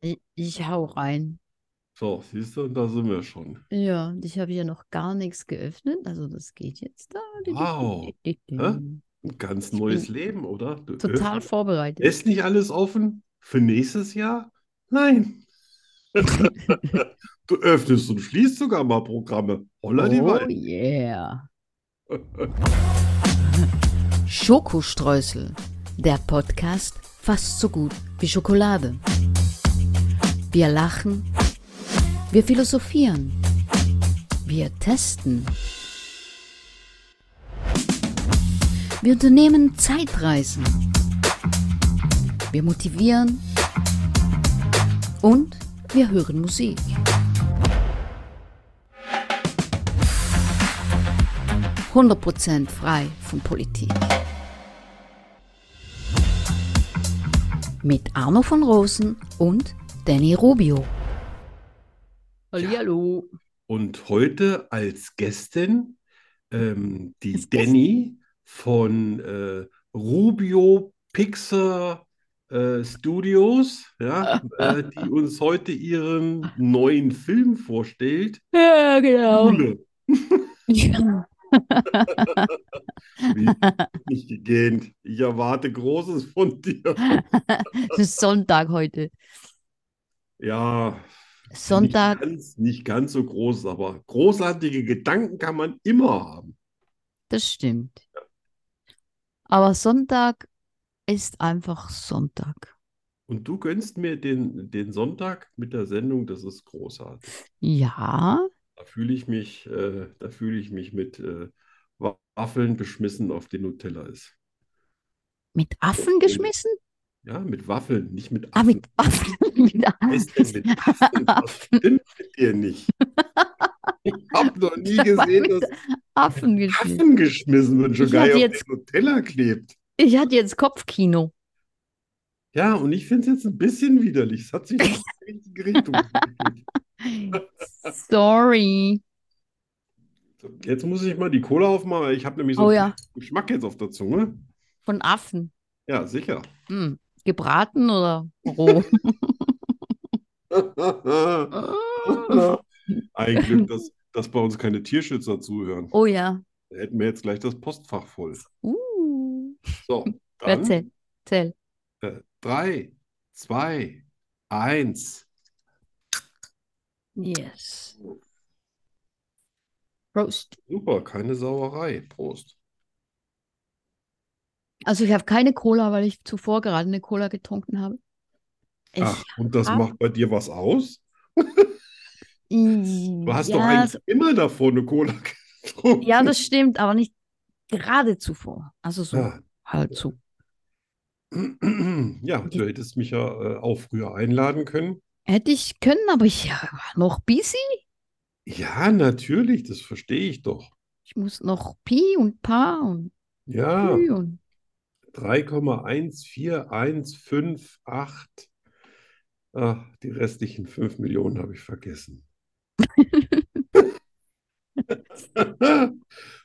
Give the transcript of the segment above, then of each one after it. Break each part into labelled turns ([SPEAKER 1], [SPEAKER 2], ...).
[SPEAKER 1] Ich, ich hau rein.
[SPEAKER 2] So, siehst du, da sind wir schon.
[SPEAKER 1] Ja, und ich habe hier noch gar nichts geöffnet. Also das geht jetzt da.
[SPEAKER 2] Wow. Hä? Ein ganz
[SPEAKER 1] Ich
[SPEAKER 2] neues
[SPEAKER 1] bin
[SPEAKER 2] Leben, oder? Du- äh,
[SPEAKER 1] total vorbereitet.
[SPEAKER 2] Ist nicht alles offen für nächstes Jahr? Nein. Du öffnest und schließt sogar mal Programme. Holla die
[SPEAKER 1] Oh
[SPEAKER 2] Wald.
[SPEAKER 1] yeah. Schokostreusel. Der Podcast fast so gut wie Schokolade. Wir lachen. Wir philosophieren. Wir testen. Wir unternehmen Zeitreisen. Wir motivieren. Und wir hören Musik. Prozent frei von Politik. Mit Arno von Rosen und Danny Rubio. Hallihallo.
[SPEAKER 2] Und heute als Gästin ähm, die
[SPEAKER 1] Als Gästin.
[SPEAKER 2] Danny von äh, Rubio Pixar äh, Studios, ja, äh, die uns heute ihren neuen Film vorstellt.
[SPEAKER 1] Ja, genau.
[SPEAKER 2] Schule.
[SPEAKER 1] Ja.
[SPEAKER 2] Wie nicht gegähnt. Ich erwarte Großes von dir.
[SPEAKER 1] Es ist Sonntag heute.
[SPEAKER 2] Ja,
[SPEAKER 1] Sonntag,
[SPEAKER 2] nicht ganz, nicht ganz so groß, aber großartige Gedanken kann man immer haben.
[SPEAKER 1] das stimmt. Aber Sonntag ist einfach Sonntag.
[SPEAKER 2] Und du gönnst mir den, den Sonntag mit der Sendung, das ist großartig.
[SPEAKER 1] Ja,
[SPEAKER 2] Da fühle ich mich, äh, da fühle ich mich mit äh, Waffeln beschmissen, auf den Nutella ist.
[SPEAKER 1] mit Affen geschmissen?
[SPEAKER 2] Ja, mit Waffeln, nicht mit
[SPEAKER 1] Ah,
[SPEAKER 2] Affen.
[SPEAKER 1] mit Affen. Mit
[SPEAKER 2] Was ist denn
[SPEAKER 1] Affen.
[SPEAKER 2] mit Affen? Was stimmt mit dir nicht? Ich habe noch nie gesehen, dass
[SPEAKER 1] Affen geschmissen.
[SPEAKER 2] Affen geschmissen wird,
[SPEAKER 1] Hm.
[SPEAKER 2] schon
[SPEAKER 1] Ich
[SPEAKER 2] geil
[SPEAKER 1] hatte
[SPEAKER 2] auf
[SPEAKER 1] jetzt-
[SPEAKER 2] den Nutella klebt.
[SPEAKER 1] Ich hatte jetzt Kopfkino.
[SPEAKER 2] Ja, und ich finde es jetzt ein bisschen widerlich. Es hat sich in die richtige Richtung entwickelt.
[SPEAKER 1] Sorry.
[SPEAKER 2] So, Jetzt muss ich mal die Cola aufmachen, weil ich habe nämlich so
[SPEAKER 1] Oh
[SPEAKER 2] einen
[SPEAKER 1] ja,
[SPEAKER 2] Geschmack jetzt auf der Zunge.
[SPEAKER 1] von Affen.
[SPEAKER 2] Ja, sicher.
[SPEAKER 1] Hm. Gebraten oder roh?
[SPEAKER 2] Ein Glück, dass, dass bei uns keine Tierschützer zuhören.
[SPEAKER 1] Oh ja.
[SPEAKER 2] Da hätten wir jetzt gleich das Postfach voll.
[SPEAKER 1] Uh.
[SPEAKER 2] So, dann
[SPEAKER 1] Erzähl. Erzähl.
[SPEAKER 2] äh, drei, zwei, eins.
[SPEAKER 1] Yes. Roast.
[SPEAKER 2] Super, keine Sauerei. Prost.
[SPEAKER 1] Also ich habe keine Cola, weil ich zuvor gerade eine Cola getrunken habe. Ich,
[SPEAKER 2] Ach, und das
[SPEAKER 1] hab-
[SPEAKER 2] macht bei dir was aus? Du hast doch
[SPEAKER 1] ja,
[SPEAKER 2] eigentlich
[SPEAKER 1] so,
[SPEAKER 2] immer davor eine Cola getrunken.
[SPEAKER 1] ja, das stimmt, aber nicht gerade zuvor. Also so
[SPEAKER 2] Ja.
[SPEAKER 1] halt so.
[SPEAKER 2] Ja, du hättest mich ja äh, auch früher einladen können.
[SPEAKER 1] Hätte ich können, aber ich war noch busy.
[SPEAKER 2] Ja, natürlich, das verstehe ich doch.
[SPEAKER 1] Ich muss noch Pi und Pa und
[SPEAKER 2] Ja,
[SPEAKER 1] Pü und
[SPEAKER 2] 3,14158. Ach, Ah, die restlichen 5 Millionen habe ich vergessen.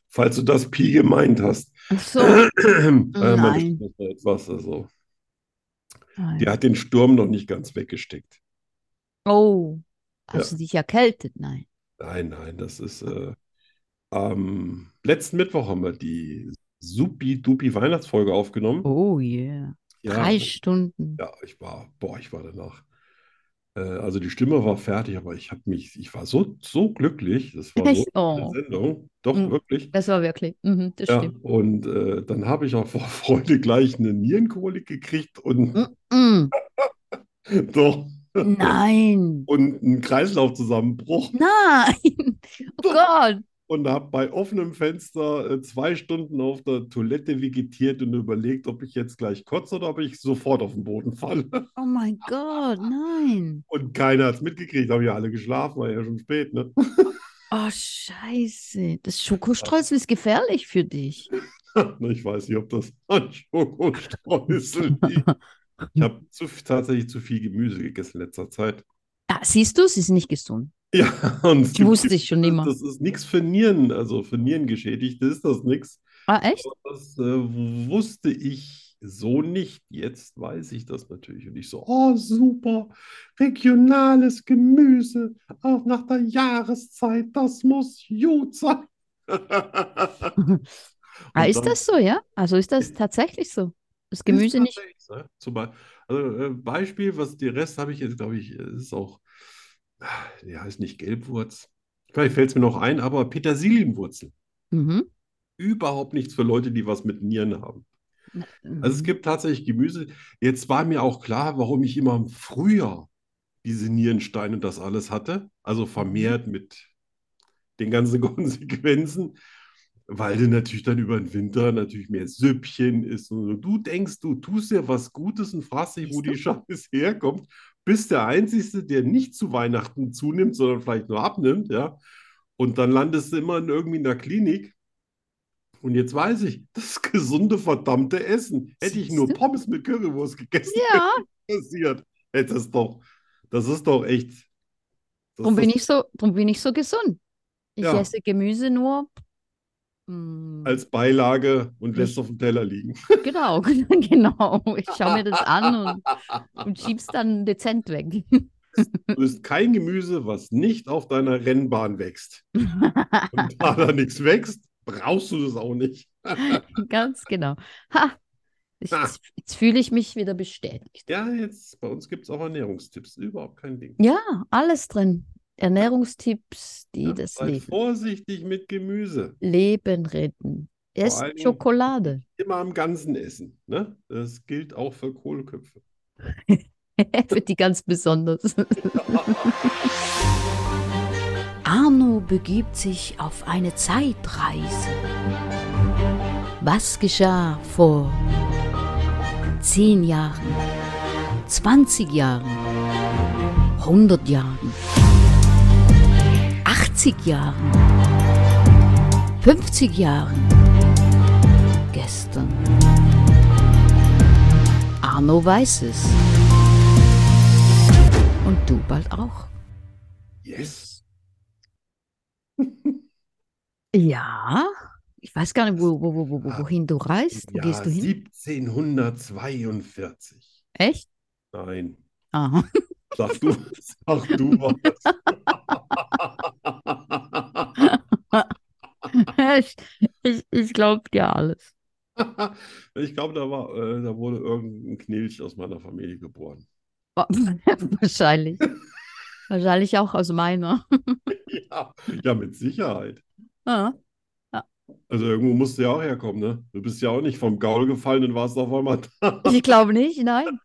[SPEAKER 2] Falls du das Pi gemeint hast.
[SPEAKER 1] Ach so.
[SPEAKER 2] Äh, man
[SPEAKER 1] Nein.
[SPEAKER 2] bestimmt noch etwas, also.
[SPEAKER 1] Nein.
[SPEAKER 2] Die hat den Sturm noch nicht ganz weggesteckt.
[SPEAKER 1] Oh, hast du dich erkältet? Nein.
[SPEAKER 2] Nein, nein, das ist äh, am letzten Mittwoch haben wir die supi-dupi Weihnachtsfolge aufgenommen.
[SPEAKER 1] Oh yeah.
[SPEAKER 2] Ja,
[SPEAKER 1] Drei Stunden.
[SPEAKER 2] ja, ich war, boah, ich war danach. Äh, also die Stimme war fertig, aber ich habe mich, ich war so, so glücklich. Das war so
[SPEAKER 1] Echt?
[SPEAKER 2] eine
[SPEAKER 1] Oh,
[SPEAKER 2] Sendung, doch
[SPEAKER 1] Mhm.
[SPEAKER 2] wirklich.
[SPEAKER 1] das war wirklich. Mhm, das
[SPEAKER 2] Ja,
[SPEAKER 1] stimmt.
[SPEAKER 2] und äh, dann habe ich auch vor Freude gleich eine Nierenkolik gekriegt und
[SPEAKER 1] Mhm.
[SPEAKER 2] doch
[SPEAKER 1] Nein.
[SPEAKER 2] und einen Kreislaufzusammenbruch
[SPEAKER 1] Nein. Oh Gott.
[SPEAKER 2] und habe bei offenem Fenster äh, zwei Stunden auf der Toilette vegetiert und überlegt, ob ich jetzt gleich kotze oder ob ich sofort auf den Boden falle.
[SPEAKER 1] Oh mein Gott. Nein.
[SPEAKER 2] Und keiner hat es mitgekriegt, haben ja alle geschlafen, war ja schon spät, ne?
[SPEAKER 1] Oh, Scheiße. Das Schokostreusel ist gefährlich für dich.
[SPEAKER 2] Na, Ich weiß nicht, ob das an Schokostreusel liegt. Ich habe zu, tatsächlich zu viel Gemüse gegessen in letzter Zeit.
[SPEAKER 1] Ah, siehst du, es ist nicht gesund.
[SPEAKER 2] Ja, und es
[SPEAKER 1] Ich
[SPEAKER 2] gibt-
[SPEAKER 1] wusste es schon immer.
[SPEAKER 2] das ist nichts für Nieren, also für Nierengeschädigte ist das nichts.
[SPEAKER 1] Ah, echt?
[SPEAKER 2] Das äh, wusste ich So nicht. Jetzt weiß ich das natürlich. Und ich so, oh, super. Regionales Gemüse, auch nach der Jahreszeit, das muss gut sein.
[SPEAKER 1] Ah,
[SPEAKER 2] Und
[SPEAKER 1] ist
[SPEAKER 2] dann
[SPEAKER 1] das so, ja? Also ist das tatsächlich so? Das
[SPEAKER 2] ist
[SPEAKER 1] Gemüse nicht?
[SPEAKER 2] tatsächlich so. Zum Beispiel, also, äh, Beispiel, was die Rest habe ich jetzt, glaube ich, äh, ist auch, ah, die heißt nicht Gelbwurz. Vielleicht fällt es mir noch ein, aber Petersilienwurzel.
[SPEAKER 1] Mhm.
[SPEAKER 2] Überhaupt nichts für Leute, die was mit Nieren haben.
[SPEAKER 1] Na,
[SPEAKER 2] Also es
[SPEAKER 1] mhm.
[SPEAKER 2] gibt tatsächlich Gemüse. Jetzt war mir auch klar, warum ich immer im Frühjahr diese Nierensteine und das alles hatte. Also
[SPEAKER 1] Mhm.
[SPEAKER 2] vermehrt mit den ganzen Konsequenzen, weil du natürlich dann über den Winter natürlich mehr Süppchen isst. Und so. du denkst, du tust dir was Gutes und fragst dich, wo
[SPEAKER 1] Siehst
[SPEAKER 2] die
[SPEAKER 1] du?
[SPEAKER 2] Scheiße herkommt. Bist der Einzige, der nicht zu Weihnachten zunimmt, sondern vielleicht nur abnimmt, ja. Und dann landest du immer in, irgendwie in der Klinik. Und jetzt weiß ich, das gesunde, verdammte Essen. Hätte ich
[SPEAKER 1] Siehst
[SPEAKER 2] nur
[SPEAKER 1] du?
[SPEAKER 2] Pommes mit Currywurst gegessen, wäre
[SPEAKER 1] Ja.
[SPEAKER 2] das nicht passiert. Ey, das ist doch, das ist doch echt, das,
[SPEAKER 1] Drum bin
[SPEAKER 2] das,
[SPEAKER 1] ich so, drum bin ich so gesund. Ich
[SPEAKER 2] ja,
[SPEAKER 1] esse Gemüse nur mm,
[SPEAKER 2] als Beilage und lässt
[SPEAKER 1] nicht.
[SPEAKER 2] auf dem Teller liegen.
[SPEAKER 1] Genau, genau. Ich schaue mir das an und, und schieb's dann dezent weg.
[SPEAKER 2] Du isst kein Gemüse, was nicht auf deiner Rennbahn wächst. Und da da nichts wächst, brauchst du das auch nicht.
[SPEAKER 1] Ganz genau. Ha, ich,
[SPEAKER 2] Ah.
[SPEAKER 1] jetzt, jetzt fühle ich mich wieder bestätigt.
[SPEAKER 2] Ja, jetzt, bei uns gibt es auch Ernährungstipps. Überhaupt kein Ding.
[SPEAKER 1] Ja, alles drin. Ernährungstipps, die
[SPEAKER 2] Ja,
[SPEAKER 1] das
[SPEAKER 2] seid
[SPEAKER 1] Leben,
[SPEAKER 2] vorsichtig mit Gemüse.
[SPEAKER 1] Leben retten.
[SPEAKER 2] Vor
[SPEAKER 1] Esst
[SPEAKER 2] allen Dingen
[SPEAKER 1] Schokolade.
[SPEAKER 2] immer am Ganzen essen. Ne? Das gilt auch für Kohlköpfe.
[SPEAKER 1] Für die ganz besonders. Arno begibt sich auf eine Zeitreise. Was geschah vor 10 Jahren, 20 Jahren, 100 Jahren, 80 Jahren, 50 Jahren, gestern? Arno weiß es. Und du bald auch.
[SPEAKER 2] Yes.
[SPEAKER 1] Ja, ich weiß gar nicht, wo, wo, wo, wo, wo-
[SPEAKER 2] Ab
[SPEAKER 1] wohin du
[SPEAKER 2] Im
[SPEAKER 1] reist. Wo
[SPEAKER 2] Jahr
[SPEAKER 1] gehst du hin?
[SPEAKER 2] 1742.
[SPEAKER 1] Echt?
[SPEAKER 2] Nein,
[SPEAKER 1] Aha.
[SPEAKER 2] sag du, sag du was.
[SPEAKER 1] Ich, ich, ich glaub dir alles.
[SPEAKER 2] Ich glaube, da war, äh, da wurde irgendein Knilch aus meiner Familie geboren.
[SPEAKER 1] Wa- Wahrscheinlich. Wahrscheinlich auch aus meiner.
[SPEAKER 2] Ja, ja, mit Sicherheit.
[SPEAKER 1] Ja. Ja.
[SPEAKER 2] Also irgendwo musst du ja auch herkommen, ne? Du bist ja auch nicht vom Gaul gefallen und warst auf einmal da.
[SPEAKER 1] Ich glaube nicht, nein.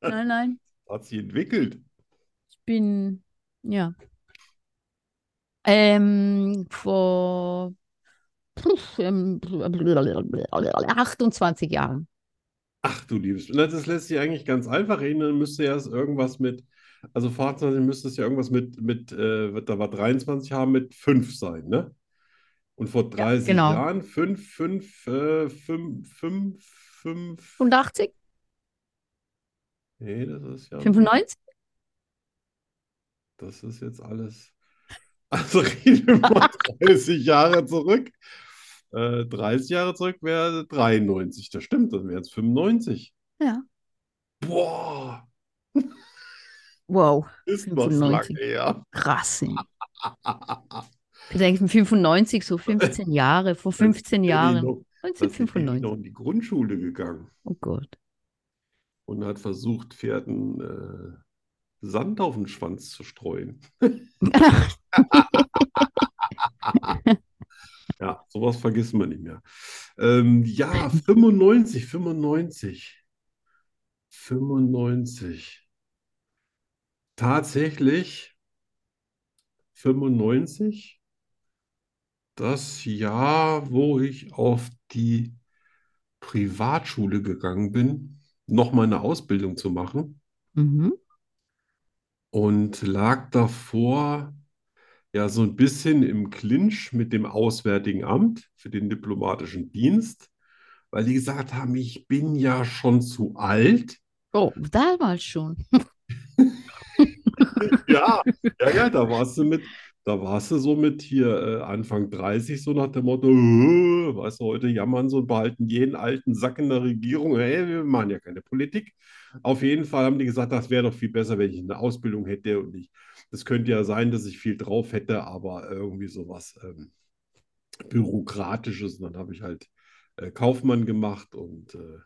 [SPEAKER 1] Nein, nein.
[SPEAKER 2] Hat sich entwickelt.
[SPEAKER 1] Ich bin, ja. Ähm, vor puh, ähm, 28 Jahren.
[SPEAKER 2] Ach du liebes, na, das lässt sich eigentlich ganz einfach reden. Dann müsste ja es irgendwas mit, also 25 müsste es ja irgendwas mit, mit äh, wird da war 23 haben, mit 5 sein, ne? Und vor
[SPEAKER 1] Ja,
[SPEAKER 2] 30
[SPEAKER 1] genau.
[SPEAKER 2] Jahren 5, 5, äh, 5, 5, 5,
[SPEAKER 1] 85?
[SPEAKER 2] nee, das ist ja,
[SPEAKER 1] 95?
[SPEAKER 2] das ist jetzt alles. Also reden wir mal 30 Jahre zurück. Äh, 30 Jahre zurück wäre 93, das stimmt, dann wären es 95.
[SPEAKER 1] Ja.
[SPEAKER 2] Boah,
[SPEAKER 1] Wow,
[SPEAKER 2] ist was lang
[SPEAKER 1] 95.
[SPEAKER 2] her.
[SPEAKER 1] Krass. ey. Ich denke, 95, so 15 Jahre, vor
[SPEAKER 2] Als
[SPEAKER 1] 15
[SPEAKER 2] wäre die
[SPEAKER 1] Jahren.
[SPEAKER 2] noch, als wäre die noch
[SPEAKER 1] 1995.
[SPEAKER 2] in die Grundschule gegangen
[SPEAKER 1] Oh Gott.
[SPEAKER 2] und hat versucht, Pferden äh, Sand auf den Schwanz zu streuen. Ja, sowas vergisst man nicht mehr. Ähm, ja, 95, 95, 95. Tatsächlich 95, das Jahr, wo ich auf die Privatschule gegangen bin, noch meine Ausbildung zu machen
[SPEAKER 1] Mhm.
[SPEAKER 2] und lag davor. ja so ein bisschen im Clinch mit dem Auswärtigen Amt für den diplomatischen Dienst, weil die gesagt haben, ich bin ja schon zu alt.
[SPEAKER 1] Oh, damals schon.
[SPEAKER 2] Ja, ja, ja, da warst du mit. Da warst du somit hier äh, Anfang 30, so nach dem Motto, "Äh, weißt du, heute jammern sie und behalten jeden alten Sack in der Regierung. Hey, wir machen ja keine Politik. Auf jeden Fall haben die gesagt, das wäre doch viel besser, wenn ich eine Ausbildung hätte und ich. Es könnte ja sein, dass ich viel drauf hätte, aber irgendwie sowas ähm, Bürokratisches. Und dann habe ich halt äh, Kaufmann gemacht und äh,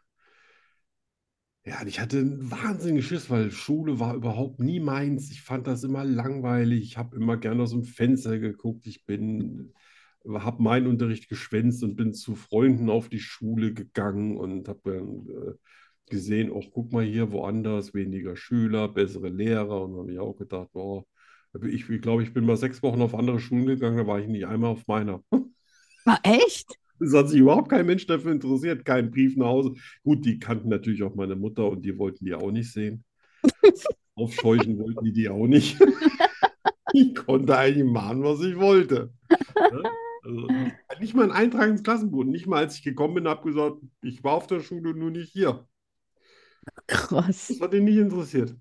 [SPEAKER 2] ja, und ich hatte einen wahnsinnigen Schiss, weil Schule war überhaupt nie meins. Ich fand das immer langweilig. Ich habe immer gerne aus dem Fenster geguckt. Ich bin, habe meinen Unterricht geschwänzt und bin zu Freunden auf die Schule gegangen und habe dann äh, gesehen, oh, guck mal hier woanders, weniger Schüler, bessere Lehrer. Und dann habe ich auch gedacht, oh, ich, ich glaube, ich bin mal sechs Wochen auf andere Schulen gegangen, da war ich nicht einmal auf meiner.
[SPEAKER 1] War echt?
[SPEAKER 2] Es hat sich überhaupt kein Mensch dafür interessiert, kein Brief nach Hause. Gut, die kannten natürlich auch meine Mutter und die wollten die auch nicht sehen. Aufscheuchen wollten die die auch nicht. ich konnte eigentlich machen, was ich wollte. Ne? Also, nicht mal ein Eintrag ins Klassenbuch. Nicht mal, als ich gekommen bin, habe gesagt, ich war auf der Schule, nur nicht hier.
[SPEAKER 1] Krass.
[SPEAKER 2] Das hat ihn nicht interessiert.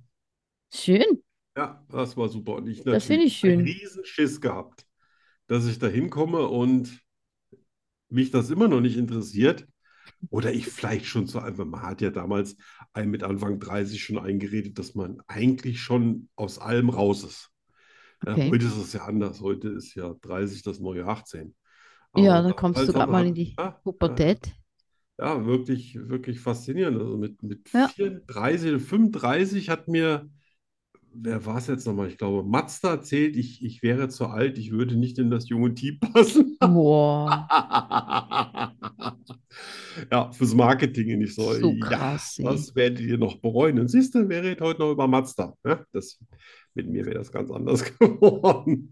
[SPEAKER 1] Schön.
[SPEAKER 2] Ja, das war super. Und ich
[SPEAKER 1] Das finde ich schön.
[SPEAKER 2] einen riesen Schiss gehabt, dass ich da hinkomme und mich das immer noch nicht interessiert. Oder ich vielleicht schon so einfach, man hat ja damals einem mit Anfang 30 schon eingeredet, dass man eigentlich schon aus allem raus ist. Ja,
[SPEAKER 1] Okay.
[SPEAKER 2] heute ist es ja anders. Heute ist ja 30 das neue 18.
[SPEAKER 1] Ja,
[SPEAKER 2] Aber
[SPEAKER 1] da kommst du
[SPEAKER 2] damals
[SPEAKER 1] gerade
[SPEAKER 2] hat,
[SPEAKER 1] mal
[SPEAKER 2] hat,
[SPEAKER 1] in die
[SPEAKER 2] ja, ja,
[SPEAKER 1] Pubertät.
[SPEAKER 2] ja, wirklich, wirklich faszinierend. Also mit, mit
[SPEAKER 1] Ja.
[SPEAKER 2] 34 oder 35 hat mir, wer war es jetzt nochmal? Ich glaube, Mazda erzählt, ich, ich wäre zu alt, ich würde nicht in das junge Team passen.
[SPEAKER 1] Boah,
[SPEAKER 2] Ja, fürs Marketing nicht so.
[SPEAKER 1] so
[SPEAKER 2] Ja,
[SPEAKER 1] krass, ey.
[SPEAKER 2] das werdet ihr noch bereuen. Und siehst du, wir reden heute noch über Mazda. Ja, das, mit mir wäre das ganz anders geworden.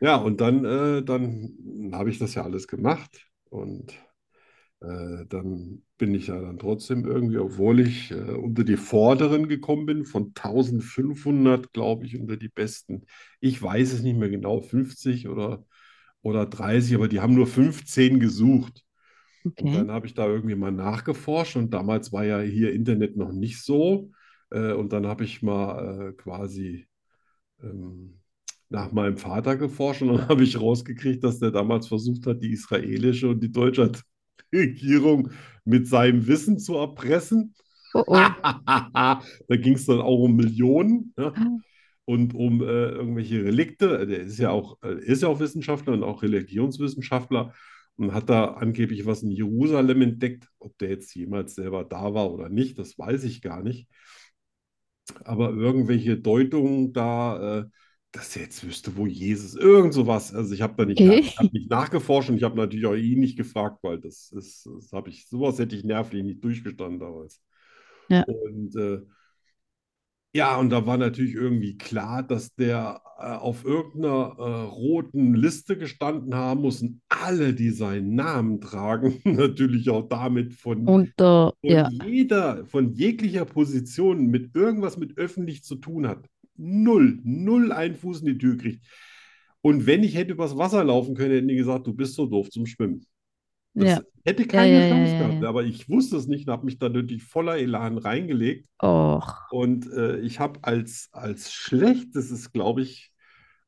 [SPEAKER 2] Ja, und dann, äh, dann habe ich das ja alles gemacht. Und äh, dann bin ich ja dann trotzdem irgendwie, obwohl ich äh, unter die Vorderen gekommen bin, von 1500, glaube ich, unter die Besten. Ich weiß es nicht mehr genau, 50 oder, oder 30, aber die haben nur 15 gesucht. Und
[SPEAKER 1] Okay.
[SPEAKER 2] dann habe ich da irgendwie mal nachgeforscht und damals war ja hier Internet noch nicht so. Äh, und dann habe ich mal äh, quasi ähm, nach meinem Vater geforscht und dann habe ich rausgekriegt, dass der damals versucht hat, die israelische und die deutsche Regierung mit seinem Wissen zu erpressen.
[SPEAKER 1] Oh oh.
[SPEAKER 2] Da ging es dann auch um Millionen, ne? und um äh, irgendwelche Relikte. Der ist ja auch, äh, ist ja auch Wissenschaftler und auch Religionswissenschaftler und hat da angeblich was in Jerusalem entdeckt. Ob der jetzt jemals selber da war oder nicht, das weiß ich gar nicht. Aber irgendwelche Deutungen da, äh, dass er jetzt wüsste, wo Jesus, irgend sowas. Also ich habe da nicht, nach,
[SPEAKER 1] Okay.
[SPEAKER 2] hab nicht nachgeforscht und ich habe natürlich auch ihn nicht gefragt, weil das ist, das habe ich, sowas hätte ich nervlich nicht durchgestanden damals.
[SPEAKER 1] Ja.
[SPEAKER 2] Und äh, ja, und da war natürlich irgendwie klar, dass der äh, auf irgendeiner äh, roten Liste gestanden haben muss und alle, die seinen Namen tragen, natürlich auch damit von,
[SPEAKER 1] Und da,
[SPEAKER 2] von
[SPEAKER 1] Oh, ja,
[SPEAKER 2] jeder, von jeglicher Position mit irgendwas mit öffentlich zu tun hat. Null, null einen Fuß in die Tür kriegt. Und wenn ich hätte übers Wasser laufen können, hätten die gesagt, du bist so doof zum Schwimmen.
[SPEAKER 1] ja,
[SPEAKER 2] Das hätte
[SPEAKER 1] ja,
[SPEAKER 2] keine
[SPEAKER 1] ja, ja,
[SPEAKER 2] Chance
[SPEAKER 1] ja,
[SPEAKER 2] gehabt,
[SPEAKER 1] ja.
[SPEAKER 2] aber ich wusste es nicht und habe mich da natürlich voller Elan reingelegt.
[SPEAKER 1] Och,
[SPEAKER 2] Und äh, ich habe als, als schlechtestes, glaube ich,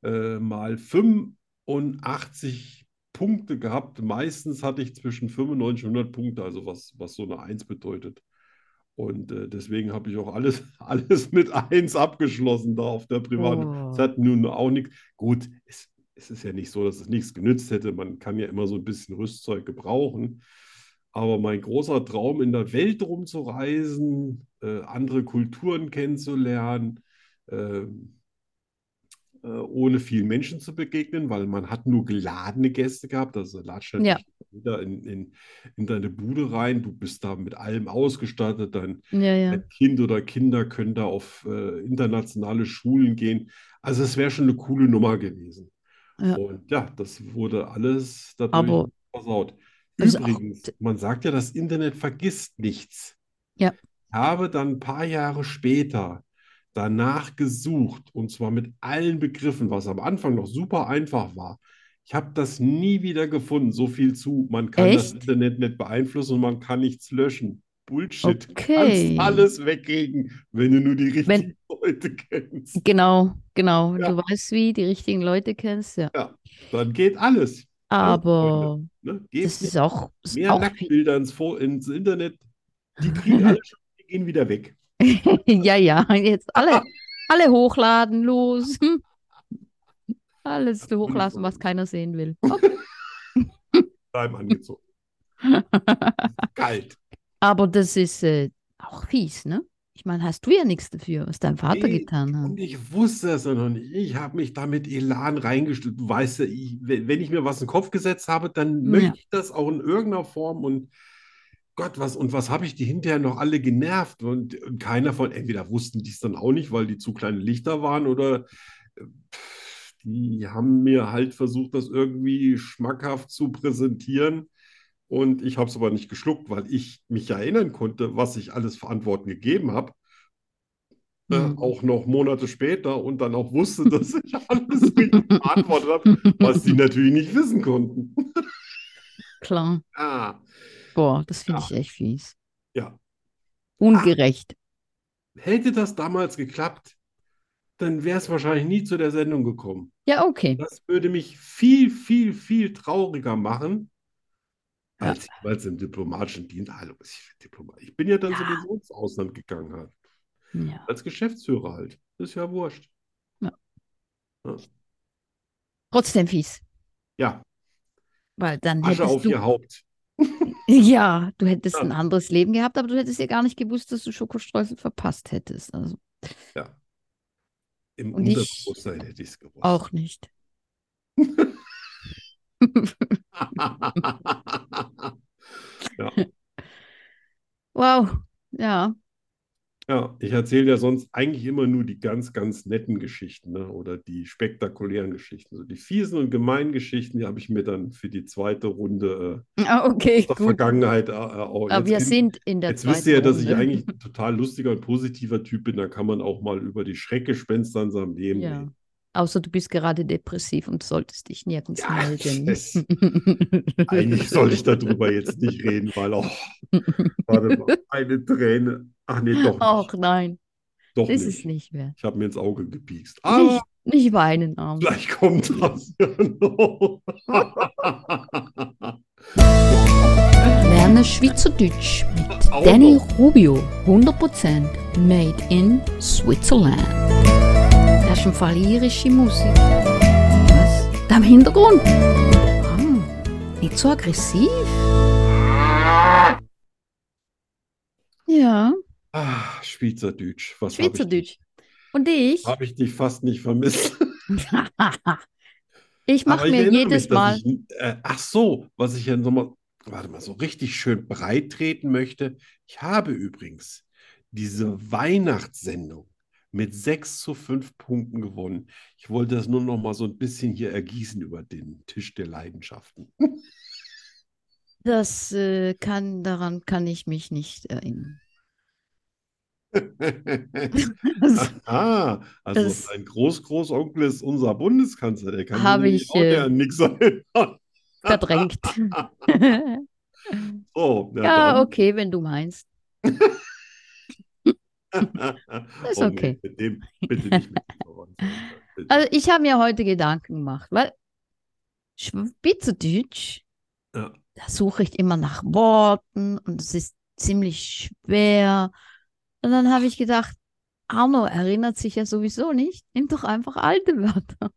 [SPEAKER 2] äh, mal 85 Punkte gehabt. Meistens hatte ich zwischen 95 und 100 Punkte, also was, was so eine 1 bedeutet. Und äh, deswegen habe ich auch alles, alles mit 1 abgeschlossen da auf der Privat. Es
[SPEAKER 1] oh.
[SPEAKER 2] hat nun auch nichts. Gut, es, es ist ja nicht so, dass es nichts genützt hätte. Man kann ja immer so ein bisschen Rüstzeug gebrauchen. Aber mein großer Traum, in der Welt rumzureisen, äh, andere Kulturen kennenzulernen, ähm, äh, ohne vielen Menschen zu begegnen, weil man hat nur geladene Gäste gehabt. Also latscht
[SPEAKER 1] Ja,
[SPEAKER 2] natürlich jeder in, in, in deine Bude rein. Du bist da mit allem ausgestattet. Dein,
[SPEAKER 1] ja, ja.
[SPEAKER 2] dein Kind oder Kinder können da auf äh, internationale Schulen gehen. Also es wäre schon eine coole Nummer gewesen.
[SPEAKER 1] Ja,
[SPEAKER 2] Und ja, das wurde alles dadurch
[SPEAKER 1] aber
[SPEAKER 2] versaut.
[SPEAKER 1] es ist Also auch,
[SPEAKER 2] Übrigens, man sagt ja, das Internet vergisst nichts.
[SPEAKER 1] ja,
[SPEAKER 2] Ich habe dann ein paar Jahre später danach gesucht, und zwar mit allen Begriffen, was am Anfang noch super einfach war. Ich habe das nie wieder gefunden. So viel zu, man kann das
[SPEAKER 1] echt?
[SPEAKER 2] Internet nicht beeinflussen und man kann nichts löschen. Bullshit. Du kannst
[SPEAKER 1] Okay.
[SPEAKER 2] alles wegkriegen, wenn du nur die
[SPEAKER 1] Wenn,
[SPEAKER 2] richtigen Leute kennst.
[SPEAKER 1] Genau, genau.
[SPEAKER 2] Ja.
[SPEAKER 1] Du weißt, wie die richtigen Leute kennst, ja.
[SPEAKER 2] Dann geht alles.
[SPEAKER 1] Aber
[SPEAKER 2] Ne? Geht
[SPEAKER 1] das ist auch, ist
[SPEAKER 2] mehr
[SPEAKER 1] auch
[SPEAKER 2] Nacktbilder ins, Fo- ins Internet. Die kriegen alle schon, die gehen wieder weg.
[SPEAKER 1] Ja, ja, jetzt alle, alle hochladen, los. Alles hochladen, was keiner sehen will. Okay.
[SPEAKER 2] Bleiben angezogen. Kalt.
[SPEAKER 1] Aber das ist äh, auch fies, ne? Ich meine, hast du ja nichts dafür, was dein Vater
[SPEAKER 2] Nee,
[SPEAKER 1] getan hat.
[SPEAKER 2] Und ich wusste es ja noch nicht. Ich habe mich da mit Elan reingestellt. Du weißt ja, ich, we- wenn ich mir was in den Kopf gesetzt habe, dann
[SPEAKER 1] Ja.
[SPEAKER 2] möchte ich das auch in irgendeiner Form. Und Gott, was, und was habe ich die hinterher noch alle genervt? Und, und keiner von, entweder wussten die es dann auch nicht, weil die zu kleine Lichter waren, oder äh, pff, die haben mir halt versucht, das irgendwie schmackhaft zu präsentieren. Und ich habe es aber nicht geschluckt, weil ich mich erinnern konnte, was ich alles verantworten gegeben habe äh,
[SPEAKER 1] Hm.
[SPEAKER 2] auch noch Monate später und dann auch wusste, dass ich alles richtig beantwortet habe, was die natürlich nicht wissen konnten.
[SPEAKER 1] Klar.
[SPEAKER 2] Ah,
[SPEAKER 1] Boah, das finde
[SPEAKER 2] Ja.
[SPEAKER 1] ich echt fies.
[SPEAKER 2] ja.
[SPEAKER 1] Ungerecht.
[SPEAKER 2] Hätte das damals geklappt, dann wäre es wahrscheinlich nie zu der Sendung gekommen.
[SPEAKER 1] Ja, okay.
[SPEAKER 2] Das würde mich viel, viel, viel trauriger machen,
[SPEAKER 1] Ja.
[SPEAKER 2] als jemals im diplomatischen Dienst. Hallo, was ich für Diplomat. Ich bin ja dann
[SPEAKER 1] Ja.
[SPEAKER 2] sowieso ins Ausland gegangen halt.
[SPEAKER 1] Ja.
[SPEAKER 2] Als Geschäftsführer halt. Ist ja wurscht.
[SPEAKER 1] Trotzdem fies.
[SPEAKER 2] Ja,
[SPEAKER 1] Weil dann
[SPEAKER 2] Asche
[SPEAKER 1] hättest
[SPEAKER 2] auf
[SPEAKER 1] du,
[SPEAKER 2] ihr Haupt.
[SPEAKER 1] ja, du hättest
[SPEAKER 2] Ja.
[SPEAKER 1] ein anderes Leben gehabt, aber du hättest ja gar nicht gewusst, dass du Schokostreusel verpasst hättest. Also
[SPEAKER 2] Im
[SPEAKER 1] Und ich-
[SPEAKER 2] Unterbewusstsein hätte ich es gewusst.
[SPEAKER 1] auch nicht.
[SPEAKER 2] Ja.
[SPEAKER 1] Wow. Ja.
[SPEAKER 2] Ja, ich erzähle ja sonst eigentlich immer nur die ganz, ganz netten Geschichten, ne? Oder die spektakulären Geschichten. So die fiesen und gemeinen Geschichten, die habe ich mir dann für die zweite Runde
[SPEAKER 1] Ah, Okay,
[SPEAKER 2] äh, aus der
[SPEAKER 1] gut.
[SPEAKER 2] Vergangenheit äh, äh, auch.
[SPEAKER 1] Aber
[SPEAKER 2] Jetzt
[SPEAKER 1] wir
[SPEAKER 2] bin-
[SPEAKER 1] sind in der
[SPEAKER 2] jetzt
[SPEAKER 1] zweiten
[SPEAKER 2] wisst ihr ja, dass ich
[SPEAKER 1] Runde.
[SPEAKER 2] eigentlich ein total lustiger und positiver Typ bin. Da kann man auch mal über die Schreckgespenster in seinem Leben
[SPEAKER 1] Ja.
[SPEAKER 2] reden.
[SPEAKER 1] Außer du bist gerade depressiv und solltest dich nirgends
[SPEAKER 2] Ja,
[SPEAKER 1] melden.
[SPEAKER 2] es- Eigentlich sollte ich darüber jetzt nicht reden, weil, oh, warte mal, eine Träne. Ach nee, doch
[SPEAKER 1] Ach
[SPEAKER 2] nicht.
[SPEAKER 1] nein,
[SPEAKER 2] Doch
[SPEAKER 1] das ist
[SPEAKER 2] nicht. Ah.
[SPEAKER 1] nicht mehr.
[SPEAKER 2] Ich habe mir ins Auge gepiekst. Aber.
[SPEAKER 1] Nicht, nicht weinen, Arm.
[SPEAKER 2] Vielleicht kommt das ja noch.
[SPEAKER 1] Lerne Schweizerdeutsch mit
[SPEAKER 2] Auch
[SPEAKER 1] Danny
[SPEAKER 2] noch.
[SPEAKER 1] Rubio. 100% made in Switzerland. Das ist im Fall irische Musik. Was? Da im Hintergrund? Ah, nicht so aggressiv. Ja,
[SPEAKER 2] Ah, Schweizerdeutsch. Was hab ich
[SPEAKER 1] Schweizerdeutsch. Und ich?
[SPEAKER 2] dich- Hab ich dich fast nicht vermisst.
[SPEAKER 1] ich
[SPEAKER 2] Ah. Aber
[SPEAKER 1] mache
[SPEAKER 2] ich
[SPEAKER 1] mir
[SPEAKER 2] erinnere
[SPEAKER 1] jedes
[SPEAKER 2] mich, dass
[SPEAKER 1] Mal.
[SPEAKER 2] ich, äh, ach so, was ich ja nochmal, warte mal, so richtig schön breit treten möchte. Ich habe übrigens diese Weihnachtssendung mit 6 zu 5 Punkten gewonnen. Ich wollte das nur noch mal so ein bisschen hier ergießen über den Tisch der Leidenschaften.
[SPEAKER 1] Das äh, kann, daran kann ich mich nicht erinnern. Das
[SPEAKER 2] Ah, also
[SPEAKER 1] Das-
[SPEAKER 2] dein Großgroßonkel ist unser Bundeskanzler, der kann
[SPEAKER 1] Habe
[SPEAKER 2] nämlich
[SPEAKER 1] ich,
[SPEAKER 2] auch der
[SPEAKER 1] äh,
[SPEAKER 2] nix sein.
[SPEAKER 1] verdrängt.
[SPEAKER 2] So, na
[SPEAKER 1] ja,
[SPEAKER 2] dann.
[SPEAKER 1] okay, wenn du meinst. ist
[SPEAKER 2] Oh nee,
[SPEAKER 1] okay.
[SPEAKER 2] mit dem bitte nicht mit dem verwandt sein. Bitte.
[SPEAKER 1] Also ich habe mir heute Gedanken gemacht, weil Schweizerdeutsch,
[SPEAKER 2] Ja.
[SPEAKER 1] da suche ich immer nach Worten und es ist ziemlich schwer. Und dann habe ich gedacht, Arno erinnert sich ja sowieso nicht. Nimm doch einfach alte Wörter.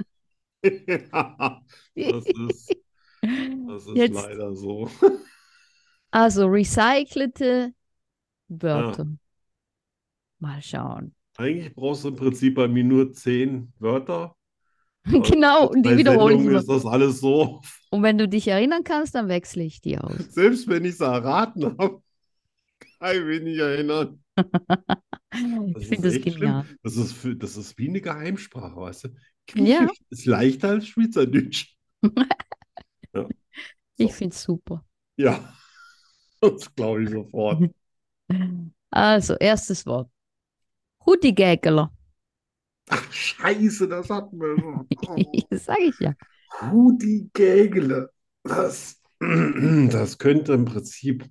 [SPEAKER 2] Das ist, das ist
[SPEAKER 1] Jetzt-
[SPEAKER 2] leider so.
[SPEAKER 1] Also recycelte Wörter. Mal schauen.
[SPEAKER 2] Eigentlich brauchst du im Prinzip bei mir nur zehn Wörter.
[SPEAKER 1] Genau, und die
[SPEAKER 2] Bei
[SPEAKER 1] wiederhole ich
[SPEAKER 2] Sendungen
[SPEAKER 1] immer.
[SPEAKER 2] ist das alles so.
[SPEAKER 1] Und wenn du dich erinnern kannst, dann wechsle ich die aus.
[SPEAKER 2] Selbst wenn ich es erraten habe, kann ich mich nicht erinnern.
[SPEAKER 1] Ich
[SPEAKER 2] ist
[SPEAKER 1] finde das
[SPEAKER 2] echt schlimm.
[SPEAKER 1] genial.
[SPEAKER 2] Das ist, für, das ist wie eine Geheimsprache, weißt du?
[SPEAKER 1] Ja.
[SPEAKER 2] Griechisch ist leichter als Schweizerdeutsch. ja.
[SPEAKER 1] Ich finde es super.
[SPEAKER 2] ja, das glaube ich sofort.
[SPEAKER 1] Also, erstes Wort. Hudigägeler.
[SPEAKER 2] Ach, scheiße, das hatten wir schon. Oh.
[SPEAKER 1] Das sage ich ja.
[SPEAKER 2] Rudi Gägele. Das, das könnte im Prinzip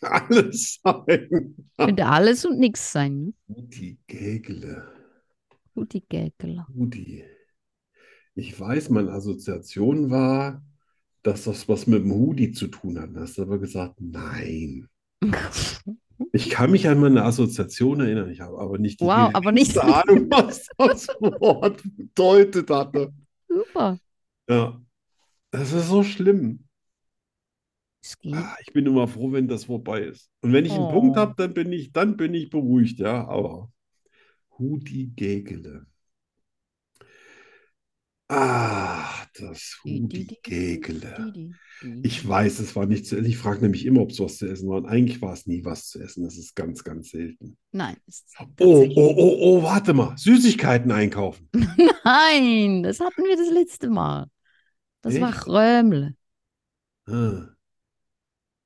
[SPEAKER 2] Alles sein.
[SPEAKER 1] Könnte alles und nichts sein. Ne?
[SPEAKER 2] Rudi Gägele.
[SPEAKER 1] Rudi Gäkeler.
[SPEAKER 2] Rudi. Ich weiß, meine Assoziation war, dass das was mit dem Hudi zu tun hat. Du hast aber gesagt, nein. Ich kann mich an meine Assoziation erinnern, ich habe aber nicht die
[SPEAKER 1] Wow, aber nicht.
[SPEAKER 2] geringste Ahnung, was das Wort bedeutet hatte.
[SPEAKER 1] Super.
[SPEAKER 2] Ja, das ist so schlimm.
[SPEAKER 1] Es geht.
[SPEAKER 2] Ah, Ich bin immer froh, wenn das vorbei ist. Und wenn ich einen
[SPEAKER 1] Mhm. Oh.
[SPEAKER 2] Punkt habe, dann bin ich, dann bin ich beruhigt, ja. Aber Hudi Gegele. Ah, das
[SPEAKER 1] Di, di,
[SPEAKER 2] Hudi
[SPEAKER 1] di,
[SPEAKER 2] Gegele.
[SPEAKER 1] di, di, di.
[SPEAKER 2] Ich weiß, es war nicht zu essen. Ich frage nämlich immer, ob es was zu essen war. Und eigentlich war es nie was zu essen. Das ist ganz, ganz selten.
[SPEAKER 1] Nein. es ist
[SPEAKER 2] Oh,
[SPEAKER 1] tatsächlich-
[SPEAKER 2] oh, oh, oh, warte mal. Süßigkeiten einkaufen.
[SPEAKER 1] Nein, das hatten wir das letzte Mal. Das war
[SPEAKER 2] Echt?
[SPEAKER 1] Krömle.
[SPEAKER 2] Ah.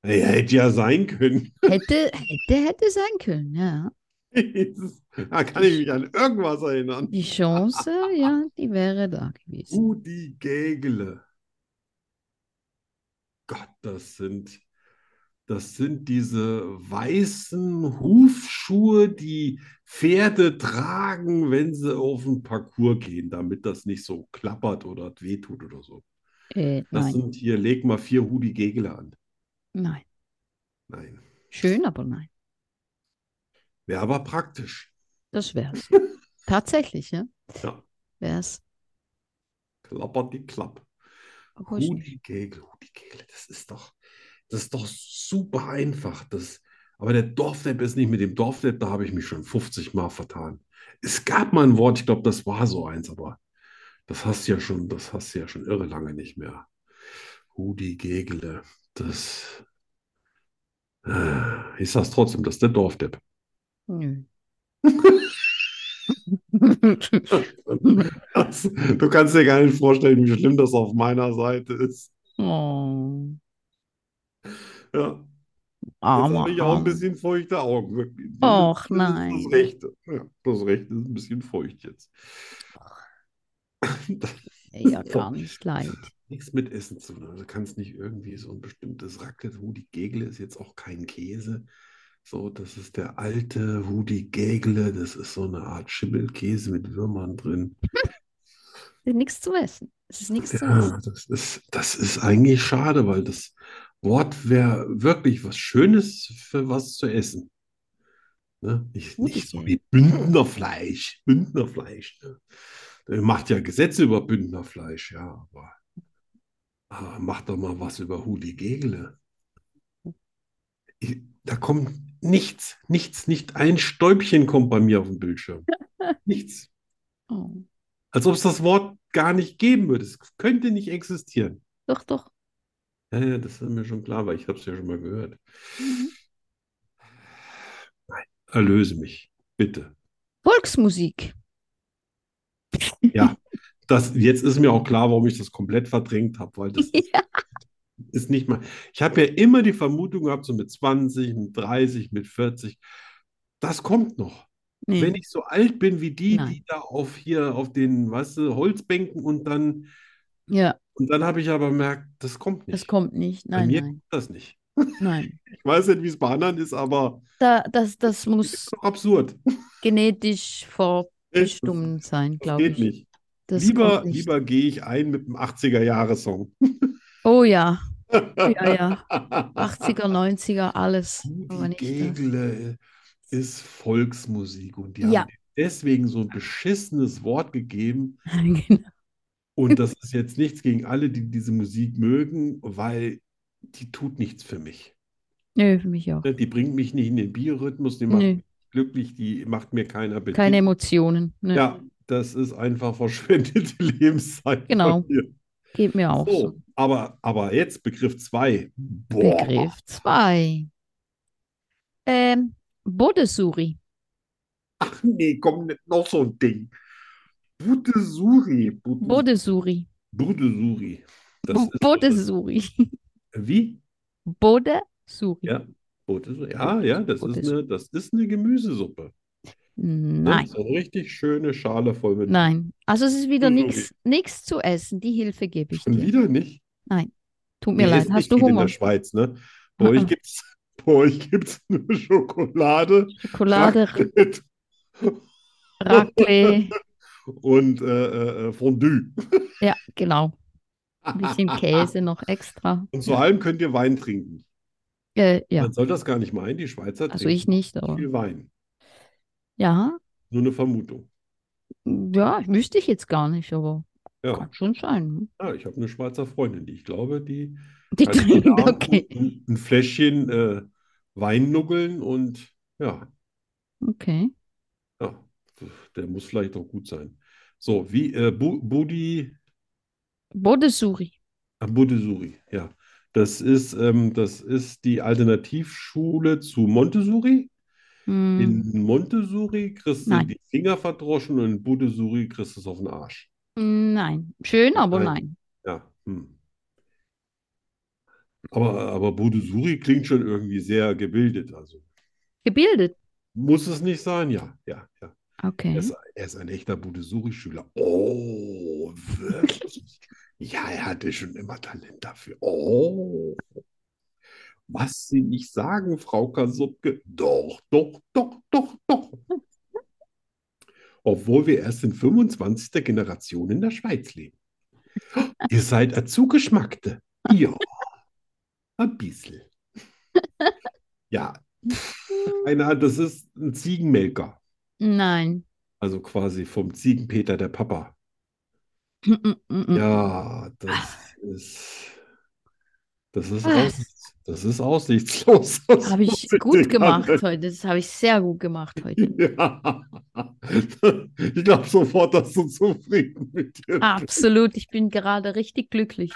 [SPEAKER 2] Ey, hätte ja sein können.
[SPEAKER 1] Hätte, hätte, hätte sein können, ja.
[SPEAKER 2] Da kann ich mich an irgendwas erinnern.
[SPEAKER 1] Die Chance, ja, die wäre da gewesen.
[SPEAKER 2] Rudi Gägele. Gott, das sind, das sind diese weißen Hufschuhe, die Pferde tragen, wenn sie auf den Parcours gehen, damit das nicht so klappert oder wehtut oder so.
[SPEAKER 1] Äh,
[SPEAKER 2] Das
[SPEAKER 1] nein,
[SPEAKER 2] sind hier, leg mal vier Rudi Gägele an.
[SPEAKER 1] nein.
[SPEAKER 2] Nein.
[SPEAKER 1] Schön, aber nein.
[SPEAKER 2] Wäre aber praktisch.
[SPEAKER 1] Das wär's. Tatsächlich, ja.
[SPEAKER 2] Ja.
[SPEAKER 1] Wär's.
[SPEAKER 2] Klappert die Klapp.
[SPEAKER 1] Aber ich nicht.
[SPEAKER 2] Rudi Kegel, Rudi Kegel, das ist doch, das ist doch super einfach. Das, aber der Dorfdepp ist nicht mit dem Dorfdepp, da habe ich mich schon 50 Mal vertan. Es gab mal ein Wort, ich glaube, das war so eins, aber das hast du ja schon, das hast du ja schon irre lange nicht mehr. Rudi Gegele, das. Äh, Ich sag's trotzdem, das ist der Dorfdepp.
[SPEAKER 1] Nö.
[SPEAKER 2] Das, du kannst dir gar nicht vorstellen, wie schlimm das auf meiner Seite ist.
[SPEAKER 1] oh,
[SPEAKER 2] Ja. Jetzt
[SPEAKER 1] armer,
[SPEAKER 2] habe ich auch ein
[SPEAKER 1] armer.
[SPEAKER 2] bisschen feuchte Augen. wirklich.
[SPEAKER 1] Och,
[SPEAKER 2] Das ist
[SPEAKER 1] nein.
[SPEAKER 2] Das Rechte. Ja, das Rechte ist ein bisschen feucht jetzt. Das hat
[SPEAKER 1] Ja, gar nicht leid.
[SPEAKER 2] nichts mit Essen zu tun. Also kannst nicht irgendwie so ein bestimmtes Raclette. Rudi Gegele ist jetzt auch kein Käse. So, das ist der alte Rudi Gegele. Das ist so eine Art Schimmelkäse mit Würmern drin.
[SPEAKER 1] Nichts zu essen. Es ist nichts zu essen.
[SPEAKER 2] Ja, das ist, das ist eigentlich schade, weil das Wort wäre wirklich was Schönes für was zu essen. Ne? Nicht,
[SPEAKER 1] Gute
[SPEAKER 2] nicht so
[SPEAKER 1] Idee.
[SPEAKER 2] wie Bündnerfleisch. Bündnerfleisch. Ne? Der macht ja Gesetze über Bündnerfleisch, ja, aber, aber macht doch mal was über Hudi Gegele. Ich, da kommt nichts, nichts, nicht ein Stäubchen kommt bei mir auf den Bildschirm. Nichts.
[SPEAKER 1] Oh.
[SPEAKER 2] Als ob es das Wort gar nicht geben würde. Es könnte nicht existieren.
[SPEAKER 1] Doch, doch.
[SPEAKER 2] Ja, ja, das ist mir schon klar, weil ich habe es ja schon mal gehört.
[SPEAKER 1] Mhm.
[SPEAKER 2] Erlöse mich, bitte.
[SPEAKER 1] Volksmusik.
[SPEAKER 2] Das, jetzt ist mir auch klar, warum ich das komplett verdrängt habe, weil das ist, ist nicht mal. Ich habe ja immer die Vermutung gehabt, so mit 20, mit 30, mit 40. Das kommt noch.
[SPEAKER 1] Nee.
[SPEAKER 2] Wenn ich so alt bin wie die,
[SPEAKER 1] Nein.
[SPEAKER 2] die da auf hier auf den, weißt du, Holzbänken und dann
[SPEAKER 1] ja,
[SPEAKER 2] und dann habe ich aber gemerkt, das kommt
[SPEAKER 1] das
[SPEAKER 2] nicht.
[SPEAKER 1] kommt nicht.
[SPEAKER 2] Bei
[SPEAKER 1] Nein,
[SPEAKER 2] mir
[SPEAKER 1] nein,
[SPEAKER 2] kommt das nicht.
[SPEAKER 1] nein.
[SPEAKER 2] Ich weiß nicht, wie es bei anderen ist, aber
[SPEAKER 1] Da, das, das muss
[SPEAKER 2] doch absurd.
[SPEAKER 1] genetisch
[SPEAKER 2] Echt,
[SPEAKER 1] vorbestimmt sein,
[SPEAKER 2] Das
[SPEAKER 1] glaube
[SPEAKER 2] geht
[SPEAKER 1] ich.
[SPEAKER 2] nicht.
[SPEAKER 1] Das
[SPEAKER 2] Lieber,
[SPEAKER 1] kommt nicht.
[SPEAKER 2] lieber gehe ich ein mit dem 80er-Jahre-Song.
[SPEAKER 1] Oh ja, ja, ja. 80er, 90er, alles. Oh, Aber
[SPEAKER 2] Die
[SPEAKER 1] nicht das.
[SPEAKER 2] Gegle ist Volksmusik und die
[SPEAKER 1] Ja.
[SPEAKER 2] haben deswegen so ein beschissenes Wort gegeben.
[SPEAKER 1] Genau.
[SPEAKER 2] Und das ist jetzt nichts gegen alle, die diese Musik mögen, weil die tut nichts für mich.
[SPEAKER 1] Nö, für mich auch.
[SPEAKER 2] Die bringt mich nicht in den Biorhythmus, die macht
[SPEAKER 1] Nö,
[SPEAKER 2] mich glücklich, die macht mir keinen Appetit.
[SPEAKER 1] keine Emotionen. Nö,
[SPEAKER 2] Ja, das ist einfach verschwendete Lebenszeit
[SPEAKER 1] Genau.
[SPEAKER 2] von mir.
[SPEAKER 1] geht mir auch so.
[SPEAKER 2] So, aber, aber jetzt Begriff 2. Boah,
[SPEAKER 1] Begriff 2. Ähm, Bodesuri.
[SPEAKER 2] ach nee, komm, nicht noch so ein Ding. Budesuri. Bud-
[SPEAKER 1] Bodesuri.
[SPEAKER 2] Budesuri. Hm. Das
[SPEAKER 1] Bo-
[SPEAKER 2] ist-
[SPEAKER 1] Bodesuri.
[SPEAKER 2] Wie?
[SPEAKER 1] Bodesuri.
[SPEAKER 2] Ja, Budesuri. Ja, ja, das ist
[SPEAKER 1] Budesuri.
[SPEAKER 2] eine, das ist eine Gemüsesuppe. Ne?
[SPEAKER 1] Nein,
[SPEAKER 2] So eine richtig schöne Schale voll mit.
[SPEAKER 1] nein. Also es ist wieder
[SPEAKER 2] Bodesuri.
[SPEAKER 1] nichts zu essen. Die Hilfe gebe ich
[SPEAKER 2] Schon
[SPEAKER 1] dir.
[SPEAKER 2] wieder nicht?
[SPEAKER 1] Tut mir
[SPEAKER 2] Nee,
[SPEAKER 1] leid.
[SPEAKER 2] ist
[SPEAKER 1] Hast
[SPEAKER 2] nicht
[SPEAKER 1] du
[SPEAKER 2] viel in der
[SPEAKER 1] Hunger?
[SPEAKER 2] Schweiz, ne? Bei
[SPEAKER 1] Ah, ah.
[SPEAKER 2] euch gibt's Bei euch gibt es nur Schokolade,
[SPEAKER 1] Schokolade,
[SPEAKER 2] Raclette
[SPEAKER 1] Raclette.
[SPEAKER 2] und äh, äh, Fondue.
[SPEAKER 1] Ja, genau. Ein bisschen Käse noch extra.
[SPEAKER 2] Und zu allem könnt ihr Wein trinken.
[SPEAKER 1] Äh, ja,
[SPEAKER 2] Man soll das gar nicht meinen, die Schweizer
[SPEAKER 1] also
[SPEAKER 2] trinken
[SPEAKER 1] ich nicht, aber
[SPEAKER 2] viel Wein.
[SPEAKER 1] ja,
[SPEAKER 2] Nur eine Vermutung.
[SPEAKER 1] ja, wüsste ich jetzt gar nicht, aber
[SPEAKER 2] Ja,
[SPEAKER 1] kann schon sein. ne?
[SPEAKER 2] ja ich habe eine Schweizer Freundin, die ich glaube, die
[SPEAKER 1] Die
[SPEAKER 2] kann
[SPEAKER 1] trinken,
[SPEAKER 2] jeden Abend
[SPEAKER 1] okay,
[SPEAKER 2] ein, ein Fläschchen äh, Wein nuggeln und ja,
[SPEAKER 1] okay.
[SPEAKER 2] ja, der muss vielleicht auch gut sein. So, wie äh, Bu Budi,
[SPEAKER 1] Bodesuri.
[SPEAKER 2] ah, Budesuri, ja. Das ist, ähm, das ist die Alternativschule zu Montessori.
[SPEAKER 1] Hm,
[SPEAKER 2] In Montessori kriegst du
[SPEAKER 1] nein,
[SPEAKER 2] die Finger verdroschen und in Budesuri kriegst du es auf den Arsch.
[SPEAKER 1] Hm, nein. Schön, aber nein.
[SPEAKER 2] Nein, ja. Hm. Aber, aber Budesuri klingt schon irgendwie sehr gebildet. Also
[SPEAKER 1] Gebildet.
[SPEAKER 2] muss es nicht sein? Ja, ja, ja. Er
[SPEAKER 1] Okay.
[SPEAKER 2] ist, er ist ein echter Budesuri-Schüler. Oh, wirklich? Ja, er hatte schon immer Talent dafür. Oh, was Sie nicht sagen, Frau Kasubke? Doch, doch, doch, doch, doch. Obwohl wir erst in 25. Generation in der Schweiz leben. Ihr seid ein Zugeschmackte. Ja, ein bisschen. Ja, einer, das ist ein Ziegenmelker.
[SPEAKER 1] Nein.
[SPEAKER 2] Also quasi vom Ziegenpeter der Papa.
[SPEAKER 1] Mm, Mhm.
[SPEAKER 2] Ja, das ist, das ist
[SPEAKER 1] Was?
[SPEAKER 2] aussichts, das ist aussichtslos, was
[SPEAKER 1] Habe Ah. ich gut
[SPEAKER 2] Politiker
[SPEAKER 1] gemacht
[SPEAKER 2] angeht.
[SPEAKER 1] heute. Das habe ich sehr gut gemacht heute.
[SPEAKER 2] Ja. Ich glaube sofort, dass du zufrieden mit dir
[SPEAKER 1] Ah.
[SPEAKER 2] bist.
[SPEAKER 1] Absolut. Ich bin gerade richtig glücklich.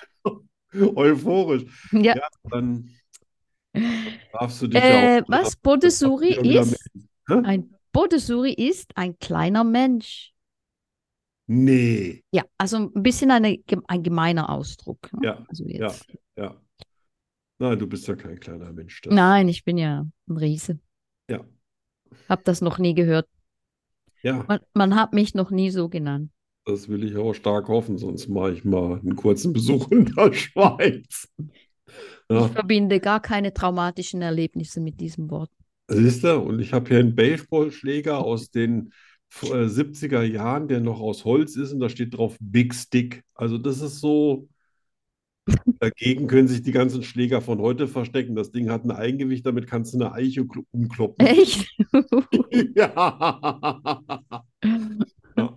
[SPEAKER 2] Euphorisch.
[SPEAKER 1] Ja.
[SPEAKER 2] Ja, dann darfst du dich ja auch
[SPEAKER 1] Äh, was? Bodesuri
[SPEAKER 2] wieder, ne? wieder
[SPEAKER 1] ist?
[SPEAKER 2] melden. Hä?
[SPEAKER 1] Ein Bodesuri ist ein kleiner Mensch.
[SPEAKER 2] Nee.
[SPEAKER 1] Ja, also ein bisschen eine, gem- ein gemeiner Ausdruck. ne?
[SPEAKER 2] Ja,
[SPEAKER 1] Also
[SPEAKER 2] ja,
[SPEAKER 1] jetzt.
[SPEAKER 2] ja. Nein, du bist ja kein kleiner Mensch. Das,
[SPEAKER 1] Nein, ich bin ja ein Riese.
[SPEAKER 2] ja,
[SPEAKER 1] Hab das noch nie gehört.
[SPEAKER 2] ja,
[SPEAKER 1] Man, man hat mich noch nie so genannt.
[SPEAKER 2] das will ich auch stark hoffen, sonst mache ich mal einen kurzen Besuch in der Schweiz.
[SPEAKER 1] Ich
[SPEAKER 2] Ja.
[SPEAKER 1] verbinde gar keine traumatischen Erlebnisse mit diesem Wort.
[SPEAKER 2] Siehst du, und ich habe hier einen Baseballschläger aus den äh, 70er Jahren, der noch aus Holz ist und da steht drauf Big Stick. Also das ist so, dagegen können sich die ganzen Schläger von heute verstecken. Das Ding hat ein Eigengewicht, damit kannst du eine Eiche kl- umkloppen.
[SPEAKER 1] Echt?
[SPEAKER 2] Ja. Ja.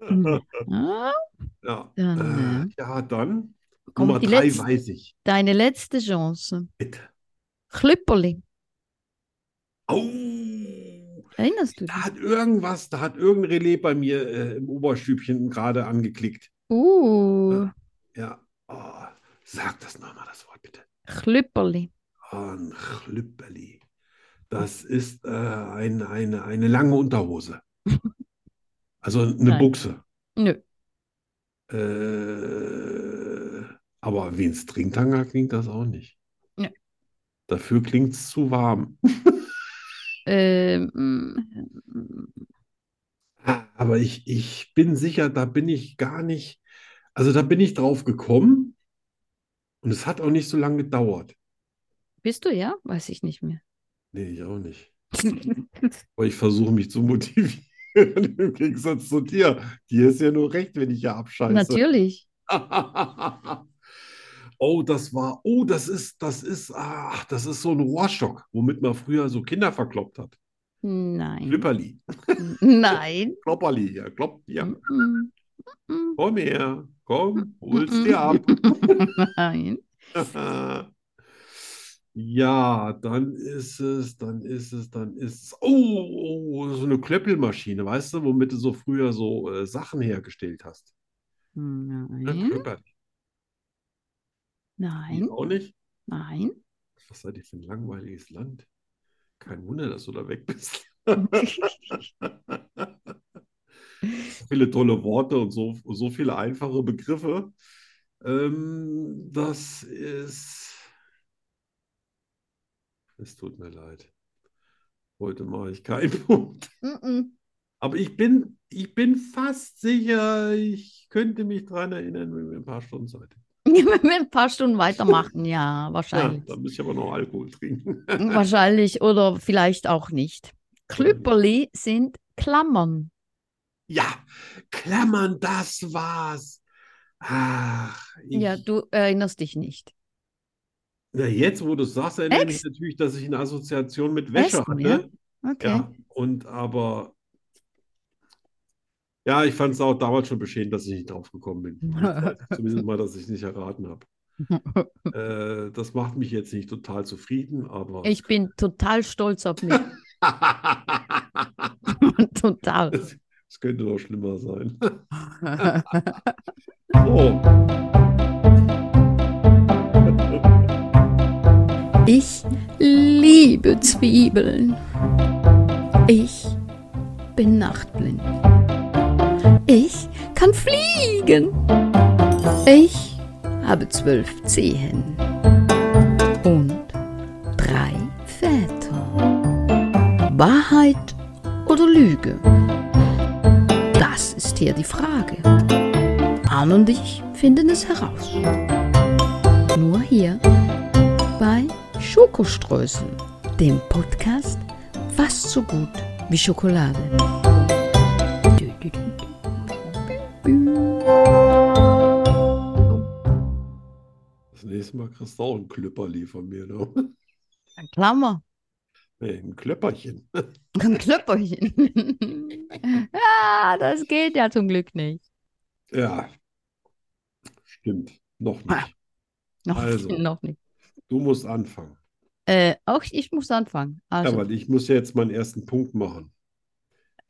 [SPEAKER 1] Ah,
[SPEAKER 2] Ja. Äh,
[SPEAKER 1] Dann
[SPEAKER 2] ja, dann
[SPEAKER 1] äh,
[SPEAKER 2] Nummer
[SPEAKER 1] kommt die
[SPEAKER 2] drei
[SPEAKER 1] letzte,
[SPEAKER 2] weiß ich.
[SPEAKER 1] deine letzte Chance.
[SPEAKER 2] Bitte.
[SPEAKER 1] Klüpperli.
[SPEAKER 2] Au!
[SPEAKER 1] Erinnerst du
[SPEAKER 2] Da
[SPEAKER 1] dich?
[SPEAKER 2] hat irgendwas, da hat irgendein Relais bei mir äh, im Oberstübchen gerade angeklickt.
[SPEAKER 1] Uh,
[SPEAKER 2] Ja. Oh, sag das nochmal, das Wort bitte. Oh,
[SPEAKER 1] Klüpperli.
[SPEAKER 2] Ein Chlüpperli. Das ist äh, ein, eine, eine lange Unterhose. Also eine
[SPEAKER 1] Nein.
[SPEAKER 2] Buchse.
[SPEAKER 1] Nö.
[SPEAKER 2] Äh, aber wie ein Stringtanger klingt das auch nicht.
[SPEAKER 1] Nö.
[SPEAKER 2] Dafür klingt es zu warm.
[SPEAKER 1] Ähm, mm,
[SPEAKER 2] Aber ich, ich bin sicher, da bin ich gar nicht, also da bin ich drauf gekommen und es hat auch nicht so lange gedauert.
[SPEAKER 1] bist du ja? Weiß ich nicht mehr.
[SPEAKER 2] Nee, ich auch nicht. Aber ich versuche mich zu motivieren im Gegensatz zu dir. Dir ist ja nur recht, wenn ich ja abscheiße.
[SPEAKER 1] Natürlich.
[SPEAKER 2] Oh, das war, oh, das ist, das ist, ach, das ist so ein Rohrstock, womit man früher so Kinder verkloppt hat.
[SPEAKER 1] Nein.
[SPEAKER 2] Flipperli,
[SPEAKER 1] Nein. Hm,
[SPEAKER 2] Klopperli, ja, klopp, ja.
[SPEAKER 1] Mhm. Mm-mm. Mm-mm.
[SPEAKER 2] Komm her, komm, hol's dir ab.
[SPEAKER 1] Mm-mm. Nein.
[SPEAKER 2] Ja, dann ist es, dann ist es, dann ist es. Oh, oh, so eine Klöppelmaschine, weißt du, womit du so früher so äh, Sachen hergestellt hast. Ne?
[SPEAKER 1] Nein.
[SPEAKER 2] Klöpperli, die
[SPEAKER 1] Nein.
[SPEAKER 2] auch nicht.
[SPEAKER 1] Nein.
[SPEAKER 2] Was seid ihr für ein langweiliges Land? Kein Wunder, dass du da weg bist. So viele tolle Worte und so, so viele einfache Begriffe. Ähm, das ist. Es tut mir leid. Heute mache ich keinen Punkt.
[SPEAKER 1] Mm-mm.
[SPEAKER 2] Aber ich bin, ich bin fast sicher, ich könnte mich daran erinnern, wenn wir ein paar Stunden Zeit hätten.
[SPEAKER 1] ein paar Stunden weitermachen, ja,
[SPEAKER 2] Ja,
[SPEAKER 1] wahrscheinlich.
[SPEAKER 2] da muss ich aber noch Alkohol trinken.
[SPEAKER 1] Wahrscheinlich oder vielleicht auch nicht. Klüpperli sind Klammern.
[SPEAKER 2] Ja, Klammern, das war's. Ach, ich,
[SPEAKER 1] Ja, du erinnerst dich nicht.
[SPEAKER 2] na jetzt, wo du es sagst, erinnere ich mich
[SPEAKER 1] Echt?
[SPEAKER 2] natürlich, dass ich eine Assoziation mit Wäsche
[SPEAKER 1] Echt, ja?
[SPEAKER 2] hatte.
[SPEAKER 1] Okay.
[SPEAKER 2] Ja, und aber, ja, ich fand es auch damals schon beschämend, dass ich nicht drauf gekommen bin. Ich weiß zumindest mal, dass ich es nicht erraten habe. Äh, das macht mich jetzt nicht total zufrieden, aber.
[SPEAKER 1] Ich bin total stolz auf mich. total.
[SPEAKER 2] Es könnte doch schlimmer sein. Oh,
[SPEAKER 1] Ich liebe Zwiebeln. Ich bin nachtblind. Ich kann fliegen. Ich habe zwölf Zehen und drei Väter. Wahrheit oder Lüge? Das ist hier die Frage. Arne und ich finden es heraus. Nur hier bei Schokoströßen, dem Podcast fast so gut wie Schokolade.
[SPEAKER 2] das nächste Mal kriegst du auch ein Klüpperli von mir. Ne?
[SPEAKER 1] Ein Klammer,
[SPEAKER 2] Nee, ein Klöpperchen.
[SPEAKER 1] ein Klöpperchen. ja, das geht ja zum Glück nicht.
[SPEAKER 2] Ja, stimmt. Noch
[SPEAKER 1] Ah.
[SPEAKER 2] nicht.
[SPEAKER 1] Noch,
[SPEAKER 2] Also.
[SPEAKER 1] noch nicht.
[SPEAKER 2] Du musst anfangen.
[SPEAKER 1] Äh, auch ich muss anfangen.
[SPEAKER 2] Ja,
[SPEAKER 1] Also,
[SPEAKER 2] weil ich muss ja jetzt meinen ersten Punkt machen.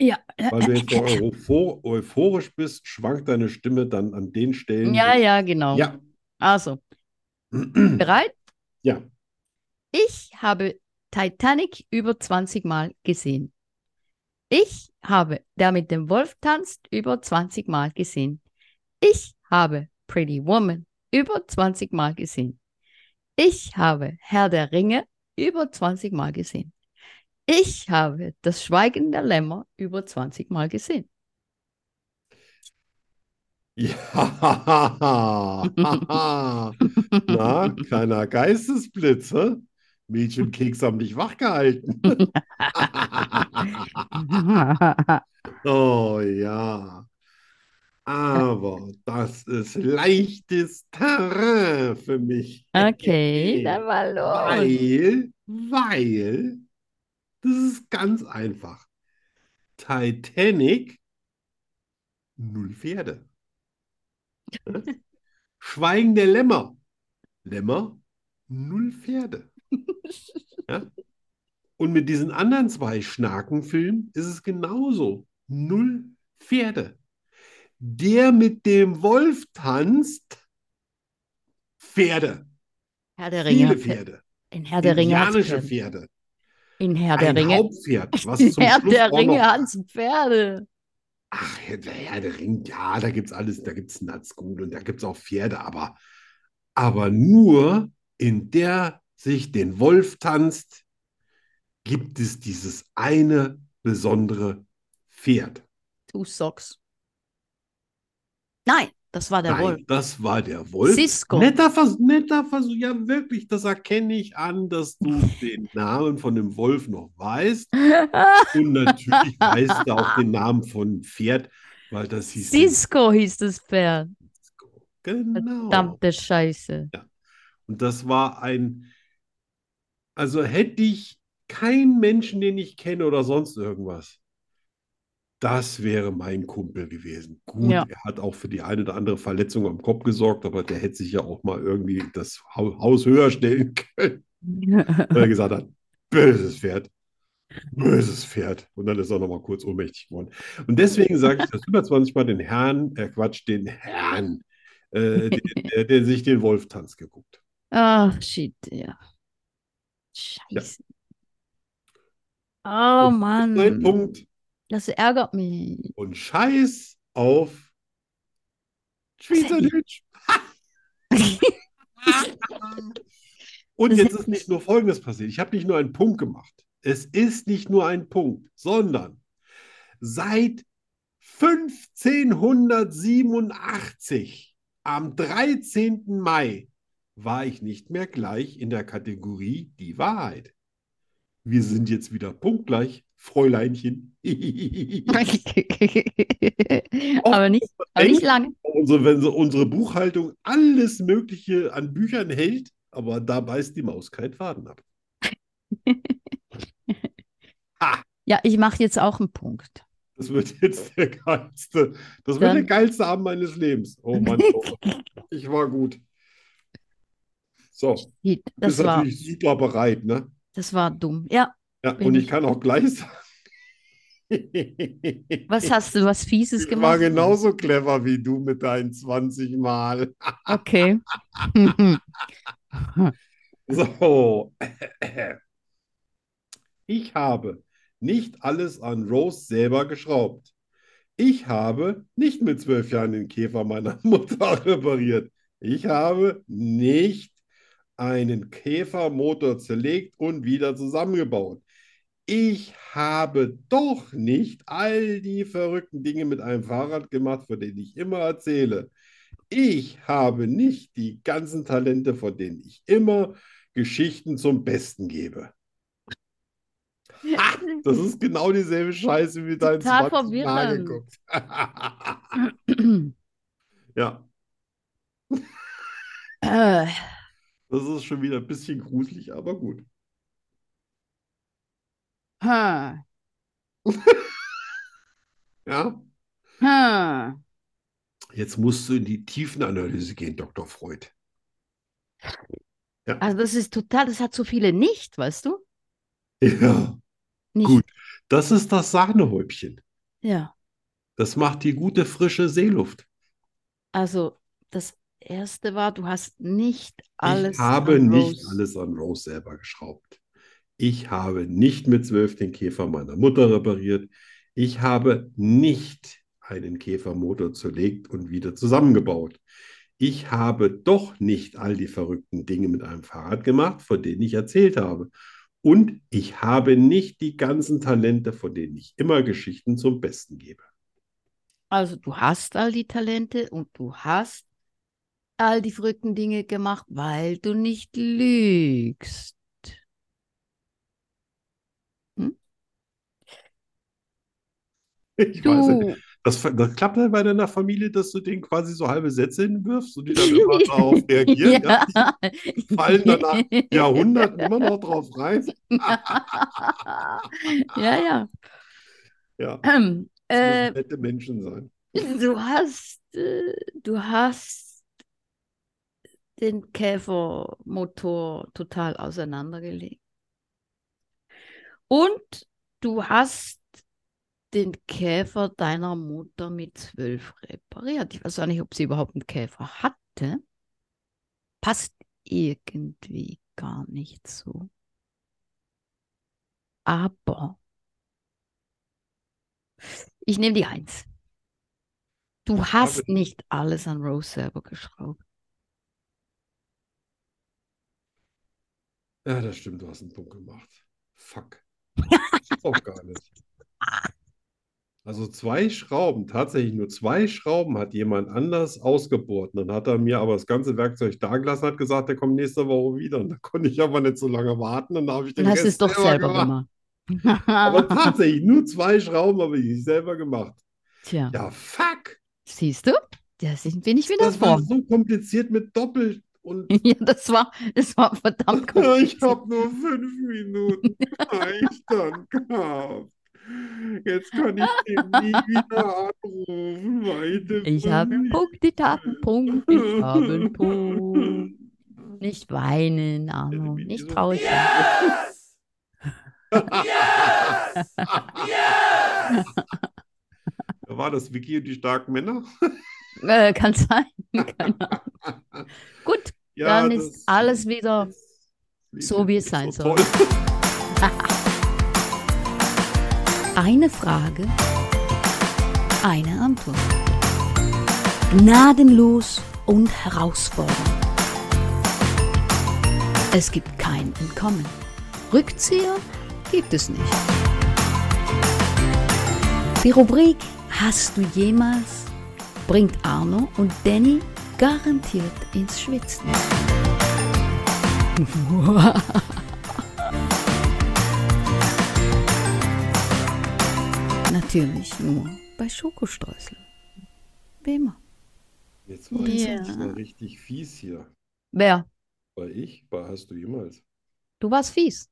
[SPEAKER 1] ja,
[SPEAKER 2] Weil du jetzt so euphor euphorisch bist, schwankt deine Stimme dann an den Stellen.
[SPEAKER 1] ja,
[SPEAKER 2] wo-
[SPEAKER 1] ja, genau.
[SPEAKER 2] Ja.
[SPEAKER 1] Also, bereit?
[SPEAKER 2] Ja.
[SPEAKER 1] Ich habe Titanic über 20 Mal gesehen. Ich habe Der mit dem Wolf tanzt über 20 Mal gesehen. Ich habe Pretty Woman über 20 Mal gesehen. Ich habe Herr der Ringe über 20 Mal gesehen. Ich habe Das Schweigen der Lämmer über 20 Mal gesehen.
[SPEAKER 2] Ja. Na, kleiner Geistesblitz, hä? Mädchen und Keks haben dich wachgehalten. Oh ja. Aber das ist leichtes Terrain für mich.
[SPEAKER 1] Okay, dann mal los.
[SPEAKER 2] Weil, weil, das ist ganz einfach. Titanic, null Pferde. Ja? Schweigen der Lämmer. Lämmer, null Pferde. Ja? Und mit diesen anderen zwei Schnakenfilmen ist es genauso. Null Pferde. Der mit dem Wolf tanzt, Pferde.
[SPEAKER 1] Herr der Ringe.
[SPEAKER 2] Viele
[SPEAKER 1] hat-
[SPEAKER 2] Pferde.
[SPEAKER 1] In Herr der Ringe. hat's
[SPEAKER 2] Indianische
[SPEAKER 1] Pferde.
[SPEAKER 2] Pferde.
[SPEAKER 1] In Herr der
[SPEAKER 2] ein
[SPEAKER 1] Ringe.
[SPEAKER 2] Hauptpferd, was zum
[SPEAKER 1] Herr
[SPEAKER 2] Schluss
[SPEAKER 1] der
[SPEAKER 2] auch
[SPEAKER 1] Ringe
[SPEAKER 2] noch.
[SPEAKER 1] ans Pferde.
[SPEAKER 2] Ach, der Herr der Ringe, ja, da gibt's alles, da gibt's Nazgul und da gibt's auch Pferde, aber, aber nur in der sich den Wolf tanzt, gibt es dieses eine besondere Pferd.
[SPEAKER 1] Two Socks. Nein, das war der
[SPEAKER 2] Nein,
[SPEAKER 1] Wolf.
[SPEAKER 2] das war der Wolf.
[SPEAKER 1] Sisko.
[SPEAKER 2] Netter Versuch, netter Versuch. Ja, wirklich, das erkenne ich an, dass du den Namen von dem Wolf noch weißt. Und natürlich weiß er auch den Namen von Pferd, weil das hieß
[SPEAKER 1] Cisco hieß das Pferd.
[SPEAKER 2] Oh. Cisco. Genau.
[SPEAKER 1] Verdammte Scheiße.
[SPEAKER 2] Und das war ein, also hätte ich keinen Menschen, den ich kenne oder sonst irgendwas, das wäre mein Kumpel gewesen. Gut,
[SPEAKER 1] Ja.
[SPEAKER 2] er hat auch für die eine oder andere Verletzung am Kopf gesorgt, aber der hätte sich ja auch mal irgendwie das Hau- Haus höher stellen können, weil er gesagt hat, böses Pferd. Böses Pferd. Und dann ist er nochmal kurz ohnmächtig geworden. Und deswegen sage ich das über 20 Mal den Herrn, äh Quatsch, den Herrn, äh, den, der, der sich den Wolftanz geguckt.
[SPEAKER 1] Ach, shit, ja. Scheiße. Oh
[SPEAKER 2] Das ist mein
[SPEAKER 1] Mann,
[SPEAKER 2] Punkt.
[SPEAKER 1] das ärgert mich.
[SPEAKER 2] Und Scheiß auf Schweizerdeutsch. Und jetzt ist nicht nur Folgendes passiert. Ich habe nicht nur einen Punkt gemacht. Es ist nicht nur ein Punkt, sondern seit 1587 Am 13. Mai war ich nicht mehr gleich in der Kategorie Die Wahrheit. Wir sind jetzt wieder punktgleich, Fräuleinchen.
[SPEAKER 1] aber nicht, aber nicht lange.
[SPEAKER 2] unsere, Also, wenn so unsere Buchhaltung alles Mögliche an Büchern hält, aber da beißt die Maus kein Faden ab.
[SPEAKER 1] Ja, ich mache jetzt auch einen Punkt.
[SPEAKER 2] Das wird jetzt der geilste, das wird
[SPEAKER 1] Dann-
[SPEAKER 2] der geilste Abend meines Lebens. Oh Mann, oh Mann. ich war gut. So,
[SPEAKER 1] Die- Das
[SPEAKER 2] bist
[SPEAKER 1] war,
[SPEAKER 2] natürlich super bereit, ne?
[SPEAKER 1] das war dumm. Ja,
[SPEAKER 2] Ja,
[SPEAKER 1] Bin
[SPEAKER 2] und ich
[SPEAKER 1] ich.
[SPEAKER 2] kann auch gleich sagen.
[SPEAKER 1] was hast du, was Fieses
[SPEAKER 2] Ich war genau
[SPEAKER 1] gemacht?
[SPEAKER 2] genauso clever wie du mit deinen 20 Mal.
[SPEAKER 1] Okay. Also
[SPEAKER 2] So. Ich habe nicht alles an Rose selber geschraubt. Ich habe nicht mit zwölf Jahren den Käfer meiner Mutter repariert. Ich habe nicht einen Käfermotor zerlegt und wieder zusammengebaut. Ich habe doch nicht all die verrückten Dinge mit einem Fahrrad gemacht, von denen ich immer erzähle. Ich habe nicht die ganzen Talente, von denen ich immer Geschichten zum Besten gebe. Das ist genau dieselbe Scheiße wie dein
[SPEAKER 1] Total
[SPEAKER 2] 20 Mal
[SPEAKER 1] verwirrend.
[SPEAKER 2] geguckt. Ja,
[SPEAKER 1] äh,
[SPEAKER 2] das ist schon wieder ein bisschen gruselig, aber gut.
[SPEAKER 1] hm,
[SPEAKER 2] Ja,
[SPEAKER 1] hm.
[SPEAKER 2] jetzt musst du in die Tiefenanalyse gehen, Dr. Freud.
[SPEAKER 1] Also das ist total, das hat so viele nicht, weißt du?
[SPEAKER 2] Ja,
[SPEAKER 1] Nicht.
[SPEAKER 2] Gut. das ist das Sahnehäubchen.
[SPEAKER 1] Ja,
[SPEAKER 2] Das macht die gute, frische Seeluft.
[SPEAKER 1] also das erste war, du hast nicht alles
[SPEAKER 2] Ich habe
[SPEAKER 1] an
[SPEAKER 2] nicht
[SPEAKER 1] Rose.
[SPEAKER 2] alles an Rose selber geschraubt. Ich habe nicht mit zwölf den Käfer meiner Mutter repariert. Ich habe nicht einen Käfermotor zerlegt und wieder zusammengebaut. Ich habe doch nicht all die verrückten Dinge mit einem Fahrrad gemacht, von denen ich erzählt habe. Und ich habe nicht die ganzen Talente, von denen ich immer Geschichten zum Besten gebe.
[SPEAKER 1] Also du hast all die Talente und du hast all die verrückten Dinge gemacht, weil du nicht lügst.
[SPEAKER 2] Ich weiß nicht.
[SPEAKER 1] Du,
[SPEAKER 2] Das, das klappt halt bei deiner Familie, dass du denen quasi so halbe Sätze hinwirfst und die dann immer darauf reagieren. Ja. fallen danach Jahrhunderten immer noch drauf rein.
[SPEAKER 1] ja, ja.
[SPEAKER 2] Ja,
[SPEAKER 1] Ähm,
[SPEAKER 2] das
[SPEAKER 1] äh,
[SPEAKER 2] müssen nette Menschen sein.
[SPEAKER 1] du hast, äh, du hast den Käfermotor total auseinandergelegt. Und du hast den Käfer deiner Mutter mit zwölf repariert. Ich weiß auch nicht, ob sie überhaupt einen Käfer hatte. Passt irgendwie gar nicht so. Aber ich nehme die Eins. Du hast
[SPEAKER 2] bitte.
[SPEAKER 1] nicht alles an Rose selber geschraubt.
[SPEAKER 2] Ja, das stimmt, du hast einen Punkt gemacht. Fuck. Ist auch gar nicht. Also zwei Schrauben, tatsächlich nur zwei Schrauben hat jemand anders ausgebohrt. Dann hat er mir aber das ganze Werkzeug da gelassen, hat gesagt, der kommt nächste Woche wieder. Und da konnte ich aber nicht so lange warten. Und dann habe ich den
[SPEAKER 1] Dann hast du
[SPEAKER 2] Rest
[SPEAKER 1] es doch selber gemacht.
[SPEAKER 2] Aber
[SPEAKER 1] Ah.
[SPEAKER 2] tatsächlich, nur zwei Schrauben habe ich selber gemacht.
[SPEAKER 1] Tja,
[SPEAKER 2] Ja, fuck.
[SPEAKER 1] siehst du? Da sind wir nicht wieder
[SPEAKER 2] Das war
[SPEAKER 1] vor.
[SPEAKER 2] so kompliziert mit Doppel und
[SPEAKER 1] Ja, das war, das war verdammt
[SPEAKER 2] ich
[SPEAKER 1] kompliziert.
[SPEAKER 2] habe nur fünf Minuten Beistand gehabt. Jetzt kann ich den nie wieder anrufen. Weite
[SPEAKER 1] Ich habe einen Punkt, die Taten, Punkt. Ich habe einen Punkt. Nicht weinen, Arno.
[SPEAKER 2] bin
[SPEAKER 1] Nicht
[SPEAKER 2] so-
[SPEAKER 1] traurig Äh, sein.
[SPEAKER 2] War das Vicky und die starken Männer?
[SPEAKER 1] Äh, kann sein. Keine Ahnung. Gut,
[SPEAKER 2] Ja,
[SPEAKER 1] dann ist
[SPEAKER 2] das
[SPEAKER 1] alles wieder.
[SPEAKER 2] ist-
[SPEAKER 1] so, wie es
[SPEAKER 2] ist
[SPEAKER 1] sein
[SPEAKER 2] so
[SPEAKER 1] soll.
[SPEAKER 2] toll.
[SPEAKER 1] Eine Frage, eine Antwort. Gnadenlos und herausfordernd. Es gibt kein Entkommen. Rückzieher gibt es nicht. Die Rubrik Hast du jemals bringt Arno und Danny garantiert ins Schwitzen. Natürlich nur bei Schokostreuseln. Wie immer.
[SPEAKER 2] Jetzt war ich
[SPEAKER 3] Ja.
[SPEAKER 2] mal richtig fies hier.
[SPEAKER 1] Wer?
[SPEAKER 2] War ich? War hast du jemals?
[SPEAKER 1] Du warst fies.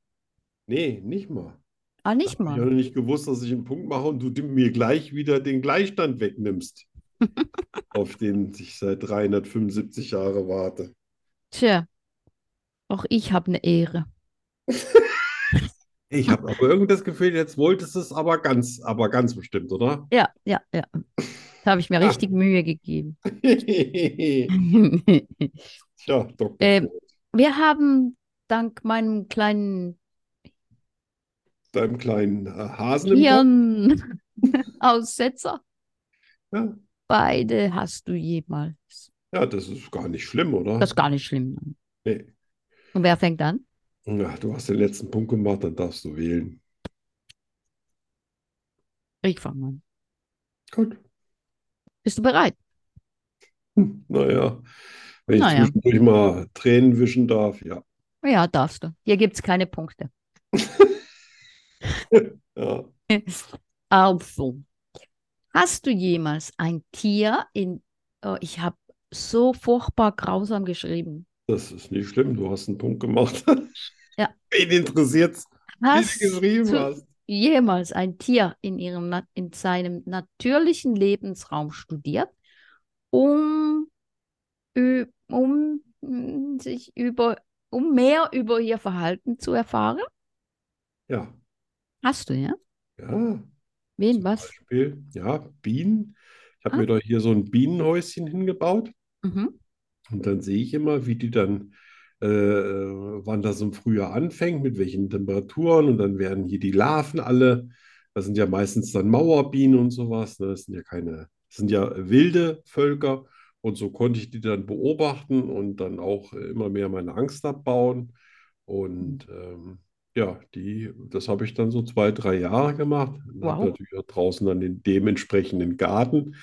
[SPEAKER 2] Nee, nicht mal.
[SPEAKER 1] Ah, nicht
[SPEAKER 2] Ich
[SPEAKER 1] mal.
[SPEAKER 2] habe nicht gewusst, dass ich einen Punkt mache und du dem- mir gleich wieder den Gleichstand wegnimmst, auf den ich seit 375 Jahren warte.
[SPEAKER 1] Tja, auch ich habe eine Ehre.
[SPEAKER 2] Ich habe aber irgendwie das Gefühl, jetzt wolltest du es aber ganz, aber ganz bestimmt, oder?
[SPEAKER 1] Ja, ja, ja. Da habe ich mir richtig Mühe gegeben.
[SPEAKER 2] Tja, Dr.
[SPEAKER 1] Ähm,
[SPEAKER 2] Ford,
[SPEAKER 1] Wir haben dank meinem kleinen
[SPEAKER 2] deinem kleinen äh, Hasen im Kopf.
[SPEAKER 1] Hirnaussetzer
[SPEAKER 2] Ja.
[SPEAKER 1] beide hast du jemals.
[SPEAKER 2] Ja, das ist gar nicht schlimm, oder?
[SPEAKER 1] Das ist gar nicht schlimm.
[SPEAKER 2] Nee.
[SPEAKER 1] Und wer fängt an?
[SPEAKER 2] Ja, du hast den letzten Punkt gemacht, dann darfst du wählen.
[SPEAKER 1] Ich fange an.
[SPEAKER 2] Gut.
[SPEAKER 1] Bist du bereit?
[SPEAKER 2] Hm, Naja, wenn ich
[SPEAKER 1] Naja.
[SPEAKER 2] zwischendurch mal Tränen wischen darf, ja.
[SPEAKER 1] Ja, darfst du. Hier gibt es keine Punkte.
[SPEAKER 2] Ja.
[SPEAKER 1] Also, hast du jemals ein Tier in. Oh, ich habe so furchtbar grausam geschrieben.
[SPEAKER 2] Das ist nicht schlimm, du hast einen Punkt gemacht.
[SPEAKER 1] Ja.
[SPEAKER 2] Wen interessiert's, wie
[SPEAKER 1] Hast
[SPEAKER 2] du geschrieben
[SPEAKER 1] du
[SPEAKER 2] hast?
[SPEAKER 1] jemals ein Tier in, ihrem, nat- in seinem natürlichen Lebensraum studiert, um, ü- um mm, sich über, um mehr über ihr Verhalten zu erfahren?
[SPEAKER 2] Ja.
[SPEAKER 1] Hast du, ja?
[SPEAKER 2] Ja,
[SPEAKER 1] Wen,
[SPEAKER 2] zum
[SPEAKER 1] was?
[SPEAKER 2] Beispiel, ja, Bienen. Ich habe
[SPEAKER 1] Ah.
[SPEAKER 2] mir doch hier so ein Bienenhäuschen hingebaut
[SPEAKER 1] Mhm.
[SPEAKER 2] und dann sehe ich immer, wie die dann, äh, wann das im Frühjahr anfängt, mit welchen Temperaturen und dann werden hier die Larven alle. Das sind ja meistens dann Mauerbienen und sowas. Ne? Das sind ja keine, das sind ja wilde Völker und so konnte ich die dann beobachten und dann auch immer mehr meine Angst abbauen. Und ähm, ja, die, das habe ich dann so zwei, drei Jahre gemacht. Und habe
[SPEAKER 1] Wow.
[SPEAKER 2] natürlich auch draußen dann den dementsprechenden Garten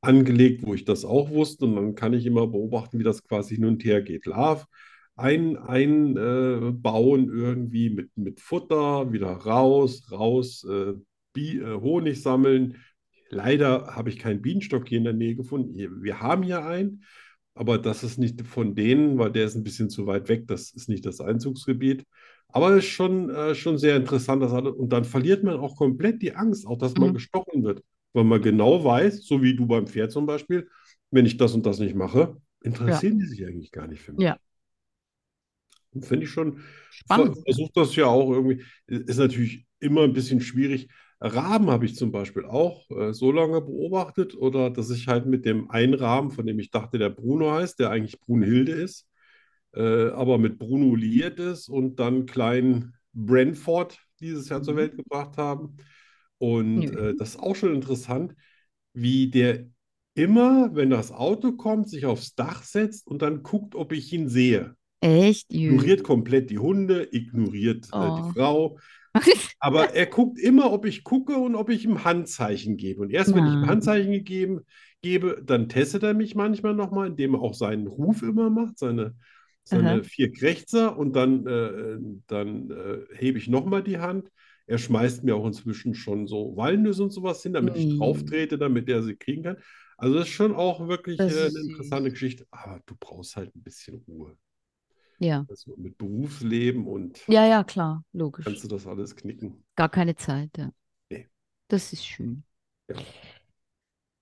[SPEAKER 2] angelegt, wo ich das auch wusste. Und dann kann ich immer beobachten, wie das quasi hin und her geht. Larv ein, ein, äh, bauen irgendwie mit, mit Futter, wieder raus, raus, äh, Bi äh, Honig sammeln. Leider habe ich keinen Bienenstock hier in der Nähe gefunden. Hier- Wir haben hier einen, aber das ist nicht von denen, weil der ist ein bisschen zu weit weg. Das ist nicht das Einzugsgebiet. Aber ist schon, äh, schon sehr interessant. Das alle, und dann verliert man auch komplett die Angst, auch dass man
[SPEAKER 1] Mhm.
[SPEAKER 2] gestochen wird weil man genau weiß, so wie du beim Pferd zum Beispiel, wenn ich das und das nicht mache, interessieren die sich eigentlich gar nicht für mich.
[SPEAKER 1] Ja.
[SPEAKER 2] Und Finde ich schon, ver
[SPEAKER 1] Spannend.
[SPEAKER 2] versucht das ja auch irgendwie, ist natürlich immer ein bisschen schwierig. Raben habe ich zum Beispiel auch äh, so lange beobachtet oder dass ich halt mit dem einen Raben, von dem ich dachte, der Bruno heißt, der eigentlich Brunhilde ist, äh, aber mit Bruno liiert ist und dann kleinen Brentford dieses Jahr zur
[SPEAKER 1] Mhm.
[SPEAKER 2] Welt gebracht haben. Und
[SPEAKER 1] Ja.
[SPEAKER 2] äh, das ist auch schon interessant, wie der immer, wenn das Auto kommt, sich aufs Dach setzt und dann guckt, ob ich ihn sehe.
[SPEAKER 1] Echt? Jü.
[SPEAKER 2] Ignoriert komplett die Hunde, ignoriert äh,
[SPEAKER 1] Oh.
[SPEAKER 2] die Frau. Aber er guckt immer, ob ich gucke und ob ich ihm Handzeichen gebe. Und erst wenn ich ihm
[SPEAKER 1] Nein.
[SPEAKER 2] Handzeichen gegeben gebe, dann testet er mich manchmal nochmal, indem er auch seinen Ruf immer macht, seine, seine vier Krächzer. Und dann, äh, dann äh, hebe ich nochmal die Hand. Er schmeißt mir auch inzwischen schon so Walnüsse und sowas hin, damit ich
[SPEAKER 1] Ui.
[SPEAKER 2] drauf trete, damit er sie kriegen kann. Also das ist schon auch wirklich
[SPEAKER 1] Das
[SPEAKER 2] äh,
[SPEAKER 1] ist
[SPEAKER 2] eine interessante
[SPEAKER 1] süß.
[SPEAKER 2] Geschichte. Aber du brauchst halt ein bisschen Ruhe.
[SPEAKER 1] Ja.
[SPEAKER 2] Also mit Berufsleben und
[SPEAKER 1] Ja, ja, klar. Logisch.
[SPEAKER 2] kannst du das alles knicken.
[SPEAKER 1] Gar keine Zeit, ja.
[SPEAKER 2] Nee.
[SPEAKER 1] Das ist schön.
[SPEAKER 2] Ja.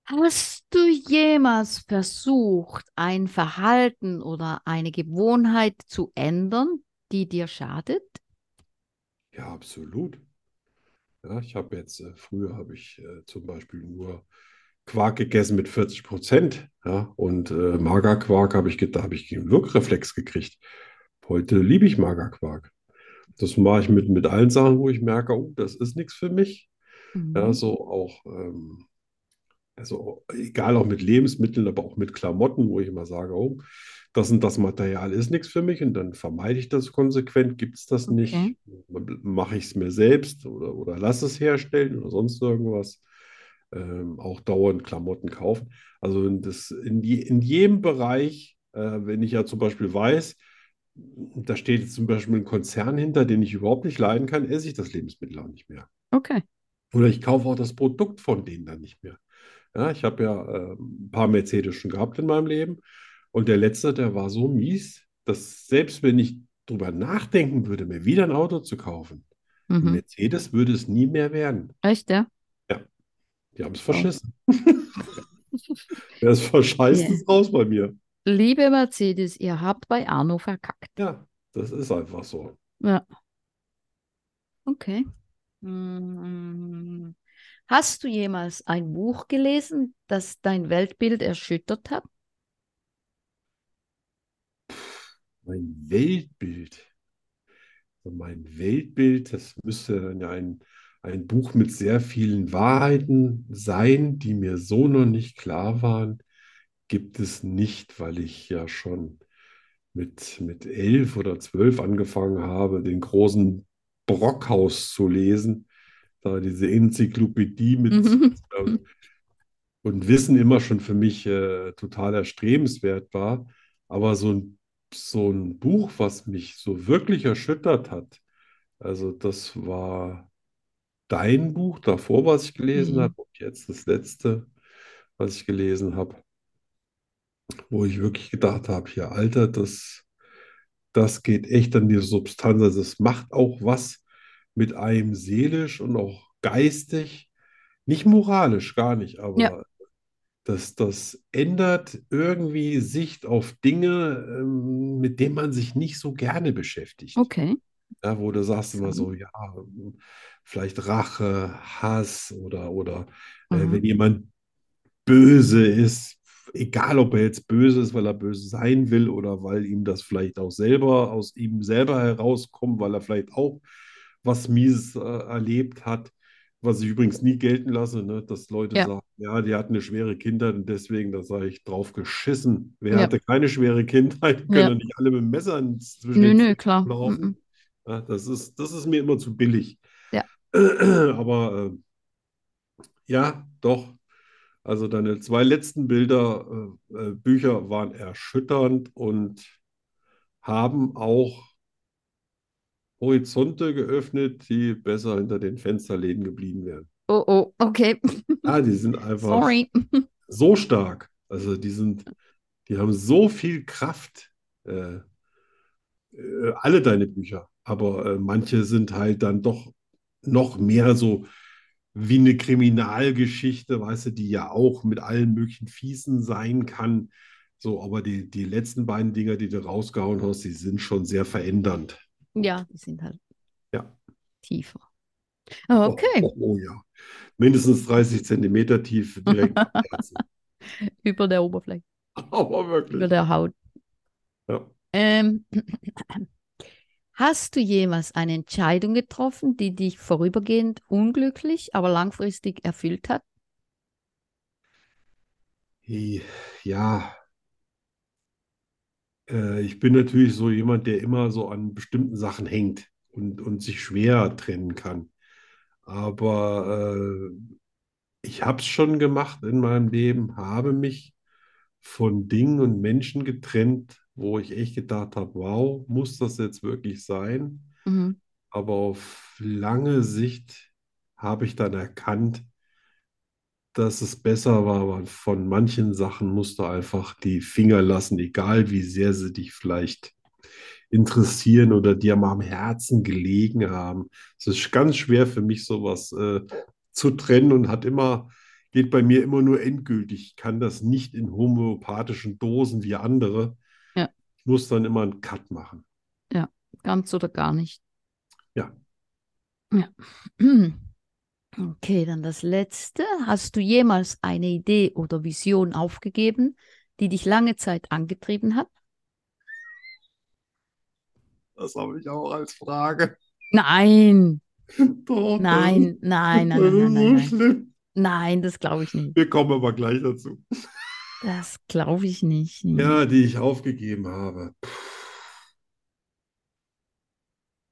[SPEAKER 1] Hast du jemals versucht, ein Verhalten oder eine Gewohnheit zu ändern, die dir schadet?
[SPEAKER 2] Ja, absolut. Ja, ich habe jetzt, äh, früher habe ich äh, zum Beispiel nur Quark gegessen mit 40 Prozent. Ja, und äh, Magerquark habe ich, ge- da habe ich einen Wirkreflex gekriegt. Heute liebe ich Magerquark. Das mache ich mit, mit allen Sachen, wo ich merke, oh, das ist nichts für mich. Ja,
[SPEAKER 1] Mhm.
[SPEAKER 2] so auch, ähm, also egal auch mit Lebensmitteln, aber auch mit Klamotten, wo ich immer sage, oh, das und das Material ist nichts für mich und dann vermeide ich das konsequent, gibt es das
[SPEAKER 1] Okay.
[SPEAKER 2] nicht, mache ich es mir selbst oder, oder lass es herstellen oder sonst irgendwas. ähm, auch dauernd Klamotten kaufen. Also in, das, in, die, in jedem Bereich, äh, wenn ich ja zum Beispiel weiß, da steht jetzt zum Beispiel ein Konzern hinter, den ich überhaupt nicht leiden kann, esse ich das Lebensmittel auch nicht mehr.
[SPEAKER 1] Okay.
[SPEAKER 2] Oder ich kaufe auch das Produkt von denen dann nicht mehr. Ja, ich habe ja äh, ein paar Mercedes schon gehabt in meinem Leben. Und der letzte, der war so mies, dass selbst wenn ich drüber nachdenken würde, mir wieder ein Auto zu kaufen, ein
[SPEAKER 1] Mhm.
[SPEAKER 2] Mercedes würde es nie mehr werden.
[SPEAKER 1] Echt, ja?
[SPEAKER 2] Die haben es
[SPEAKER 1] Oh.
[SPEAKER 2] verschissen. Wer es verscheißt,
[SPEAKER 1] Ja.
[SPEAKER 2] ist raus bei mir.
[SPEAKER 1] Liebe Mercedes, ihr habt bei Arno verkackt.
[SPEAKER 2] Ja, das ist einfach so.
[SPEAKER 1] Ja, okay. Mm. Hast du jemals ein Buch gelesen, das dein Weltbild erschüttert hat?
[SPEAKER 2] Mein Weltbild. Also Mein Weltbild, das müsste dann ja ein, ein Buch mit sehr vielen Wahrheiten sein, die mir so noch nicht klar waren. Gibt es nicht, weil ich ja schon mit, mit elf oder zwölf angefangen habe, den großen Brockhaus zu lesen. Da diese Enzyklopädie mit
[SPEAKER 1] Mhm.
[SPEAKER 2] ähm, und Wissen immer schon für mich äh, total erstrebenswert war. Aber so ein, so ein Buch, was mich so wirklich erschüttert hat, also das war dein Buch davor, was ich gelesen
[SPEAKER 1] Mhm.
[SPEAKER 2] habe, und jetzt das letzte, was ich gelesen habe, wo ich wirklich gedacht habe, hier, Alter, das, das geht echt an die Substanz. Also es macht auch was mit einem seelisch und auch geistig. Nicht moralisch, gar nicht,
[SPEAKER 1] Ja,
[SPEAKER 2] aber das, das ändert irgendwie Sicht auf Dinge, ähm, mit denen man sich nicht so gerne beschäftigt.
[SPEAKER 1] okay.
[SPEAKER 2] Ja, wo du sagst immer
[SPEAKER 1] Interessant.
[SPEAKER 2] so, ja, vielleicht Rache, Hass oder, oder äh,
[SPEAKER 1] Aha.
[SPEAKER 2] wenn jemand böse ist, egal ob er jetzt böse ist, weil er böse sein will oder weil ihm das vielleicht auch selber aus ihm selber herauskommt, weil er vielleicht auch was Mieses äh, erlebt hat, was ich übrigens nie gelten lasse, ne, dass Leute
[SPEAKER 1] Ja,
[SPEAKER 2] sagen, ja, die hatten eine schwere Kindheit und deswegen, da sage ich drauf geschissen. Wer
[SPEAKER 1] ja,
[SPEAKER 2] hatte keine schwere Kindheit, können
[SPEAKER 1] ja.
[SPEAKER 2] doch nicht alle mit dem Messer ins- zwischen
[SPEAKER 1] Nö,
[SPEAKER 2] den
[SPEAKER 1] nö,
[SPEAKER 2] Zähnen
[SPEAKER 1] klar.
[SPEAKER 2] laufen.
[SPEAKER 1] Mhm.
[SPEAKER 2] Ja, das ist, das ist mir immer zu billig.
[SPEAKER 1] Ja,
[SPEAKER 2] Aber äh, ja, doch. Also deine zwei letzten Bilder, äh, äh, Bücher waren erschütternd und haben auch Horizonte geöffnet, die besser hinter den Fensterläden geblieben wären.
[SPEAKER 1] oh, oh, okay.
[SPEAKER 2] Ja, die sind einfach
[SPEAKER 1] Sorry.
[SPEAKER 2] so stark. Also die sind, die haben so viel Kraft, äh, äh, alle deine Bücher. Aber äh, manche sind halt dann doch noch mehr so wie eine Kriminalgeschichte, weißt du, die ja auch mit allen möglichen Fiesen sein kann. So, aber die, die letzten beiden Dinger, die du rausgehauen hast, die sind schon sehr verändernd.
[SPEAKER 1] Ja, die sind halt
[SPEAKER 2] Ja.
[SPEAKER 1] tiefer.
[SPEAKER 2] Oh,
[SPEAKER 1] Okay.
[SPEAKER 2] oh, oh ja. Mindestens 30 Zentimeter tief direkt im Herzen.
[SPEAKER 1] Über der Oberfläche,
[SPEAKER 2] Aber
[SPEAKER 1] über
[SPEAKER 2] wirklich.
[SPEAKER 1] der Haut.
[SPEAKER 2] Ja.
[SPEAKER 1] Ähm, hast du jemals eine Entscheidung getroffen, die dich vorübergehend unglücklich, aber langfristig erfüllt hat?
[SPEAKER 2] I- Ja, äh, ich bin natürlich so jemand, der immer so an bestimmten Sachen hängt und, und sich schwer trennen kann. Aber äh, ich habe es schon gemacht in meinem Leben, habe mich von Dingen und Menschen getrennt, wo ich echt gedacht habe, wow, muss das jetzt wirklich sein?
[SPEAKER 1] Mhm.
[SPEAKER 2] Aber auf lange Sicht habe ich dann erkannt, dass es besser war, aber von manchen Sachen musst du einfach die Finger lassen, egal wie sehr sie dich vielleicht interessieren oder dir mal am Herzen gelegen haben. Es ist ganz schwer für mich, sowas äh, zu trennen und hat immer, geht bei mir immer nur endgültig. Ich kann das nicht in homöopathischen Dosen wie andere.
[SPEAKER 1] Ja,
[SPEAKER 2] Ich muss dann immer einen Cut machen.
[SPEAKER 1] ja, ganz oder gar nicht.
[SPEAKER 2] Ja,
[SPEAKER 1] Ja. Okay, dann das letzte. Hast du jemals eine Idee oder Vision aufgegeben, die dich lange Zeit angetrieben hat?
[SPEAKER 2] das habe ich auch als Frage.
[SPEAKER 1] Nein,
[SPEAKER 2] Doch, das ist,
[SPEAKER 1] nein, nein, nein,
[SPEAKER 2] das
[SPEAKER 1] nein, nein, nein,
[SPEAKER 2] ist so
[SPEAKER 1] nein.
[SPEAKER 2] schlimm.
[SPEAKER 1] Nein, das glaube ich nicht.
[SPEAKER 2] Wir kommen aber gleich dazu.
[SPEAKER 1] Das glaube ich nicht.
[SPEAKER 2] Ja, die ich aufgegeben habe. Puh,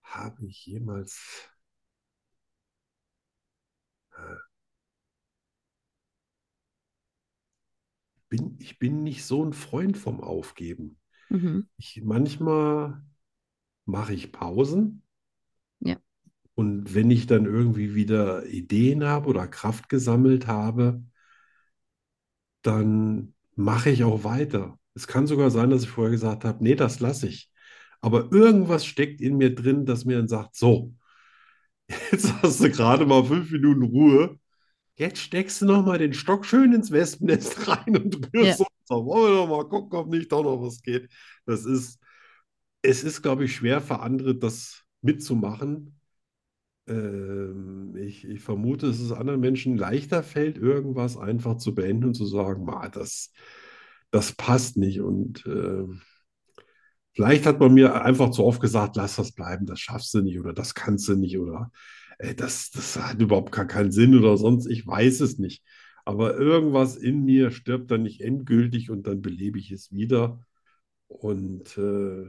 [SPEAKER 2] Habe ich jemals. bin, ich bin nicht so ein Freund vom Aufgeben.
[SPEAKER 1] Mhm.
[SPEAKER 2] Ich, manchmal mache ich Pausen
[SPEAKER 1] Ja.
[SPEAKER 2] und wenn ich dann irgendwie wieder Ideen habe oder Kraft gesammelt habe, dann mache ich auch weiter. Es kann sogar sein, dass ich vorher gesagt habe, nee, das lasse ich. Aber irgendwas steckt in mir drin, das mir dann sagt, so, jetzt hast du gerade mal fünf Minuten Ruhe. Jetzt steckst du noch mal den Stock schön ins Wespennest rein und
[SPEAKER 1] Ja.
[SPEAKER 2] rührst uns. Da wollen wir doch mal gucken, ob nicht doch noch was geht. Das ist, es ist, glaube ich, schwer für andere, das mitzumachen. Ähm, ich, ich vermute, dass es anderen Menschen leichter fällt, irgendwas einfach zu beenden und zu sagen, ma, das, das passt nicht. Und ähm, vielleicht hat man mir einfach zu oft gesagt, lass das bleiben, das schaffst du nicht oder das kannst du nicht oder äh, das, das hat überhaupt gar keinen Sinn oder sonst, ich weiß es nicht. Aber irgendwas in mir stirbt dann nicht endgültig und dann belebe ich es wieder. Und äh,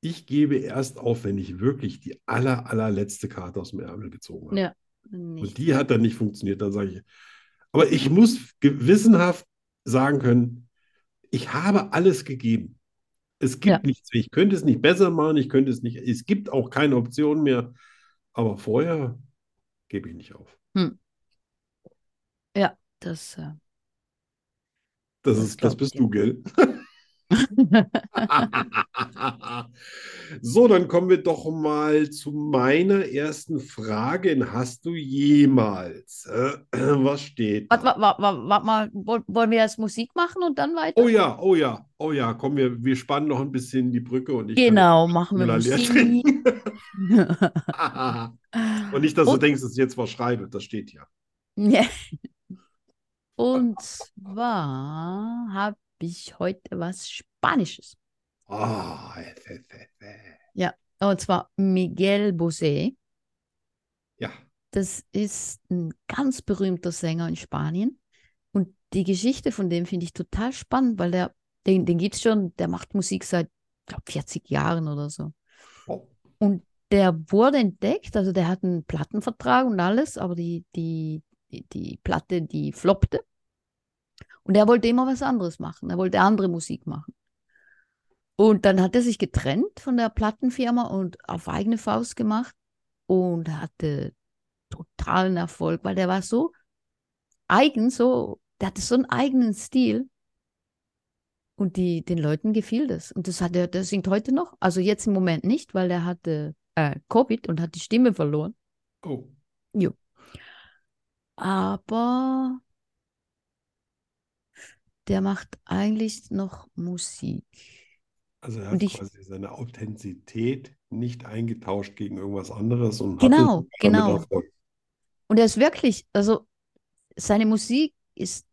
[SPEAKER 2] ich gebe erst auf, wenn ich wirklich die aller, allerletzte Karte aus dem Ärmel gezogen habe.
[SPEAKER 1] Ja,
[SPEAKER 2] Und
[SPEAKER 1] nicht.
[SPEAKER 2] die hat dann nicht funktioniert, dann sage ich. Aber ich muss gewissenhaft sagen können, ich habe alles gegeben. Es gibt
[SPEAKER 1] Ja.
[SPEAKER 2] nichts. Ich könnte es nicht besser machen, ich könnte es nicht. Es gibt auch keine Option mehr. Aber vorher gebe ich nicht auf.
[SPEAKER 1] Ja, das. Äh,
[SPEAKER 2] Das
[SPEAKER 1] Das
[SPEAKER 2] ist,
[SPEAKER 1] glaub
[SPEAKER 2] das
[SPEAKER 1] ich
[SPEAKER 2] bist
[SPEAKER 1] dir.
[SPEAKER 2] du, gell? So, dann kommen wir doch mal zu meiner ersten Frage. in Hast du jemals? Äh, was steht
[SPEAKER 1] warte,
[SPEAKER 2] da?
[SPEAKER 1] warte, warte, warte mal, woll- wollen wir jetzt Musik machen und dann weiter?
[SPEAKER 2] Oh ja, oh ja, oh ja, komm, wir, wir spannen noch ein bisschen die Brücke und ich kann noch
[SPEAKER 1] Genau, machen wir
[SPEAKER 2] Cola leer
[SPEAKER 1] Musik.
[SPEAKER 2] trinken. Und nicht, dass du
[SPEAKER 1] Und,
[SPEAKER 2] denkst, dass ich jetzt was schreibe, das steht ja.
[SPEAKER 1] Ja. und zwar habe ich heute was Spanisches.
[SPEAKER 2] Ah, äh, äh, äh, äh.
[SPEAKER 1] Und zwar Miguel Bosé.
[SPEAKER 2] ja,
[SPEAKER 1] Das ist ein ganz berühmter Sänger in Spanien. Und die Geschichte von dem finde ich total spannend, weil der, den, den gibt es schon, der macht Musik seit, glaube 40 Jahren oder so.
[SPEAKER 2] oh,
[SPEAKER 1] Und der wurde entdeckt, also der hat einen Plattenvertrag und alles, aber die, die, die, die Platte, die floppte. Und er wollte immer was anderes machen. Er wollte andere Musik machen. Und dann hat er sich getrennt von der Plattenfirma und auf eigene Faust gemacht und hatte totalen Erfolg, weil der war so eigen, so, der hatte so einen eigenen Stil und die, den Leuten gefiel das. Und das hat er, der singt heute noch, also jetzt im Moment nicht, weil er hatte äh, Covid und hat die Stimme verloren.
[SPEAKER 2] oh.
[SPEAKER 1] Jo. Aber der macht eigentlich noch Musik.
[SPEAKER 2] Also er
[SPEAKER 1] Und
[SPEAKER 2] hat
[SPEAKER 1] ich,
[SPEAKER 2] quasi seine Authentizität nicht eingetauscht gegen irgendwas anderes und hatte
[SPEAKER 1] genau,
[SPEAKER 2] damit
[SPEAKER 1] genau.
[SPEAKER 2] Erfolg.
[SPEAKER 1] Und er ist wirklich, also seine Musik ist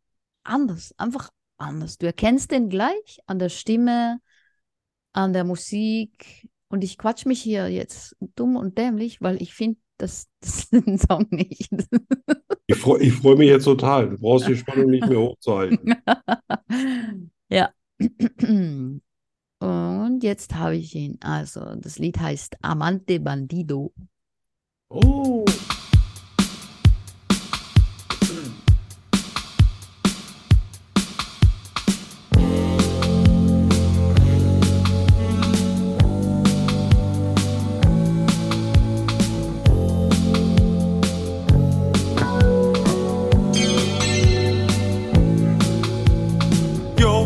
[SPEAKER 1] anders, einfach anders. Du erkennst den gleich an der Stimme, an der Musik. Und ich quatsch mich hier jetzt dumm und dämlich, weil ich finde, das, das den Song nicht.
[SPEAKER 2] Ich freue ich freu mich jetzt total. Du brauchst die Spannung nicht mehr hochzuhalten.
[SPEAKER 1] Ja. Und jetzt habe ich ihn. Also, das Lied heißt Amante Bandido.
[SPEAKER 2] Oh.
[SPEAKER 3] Yo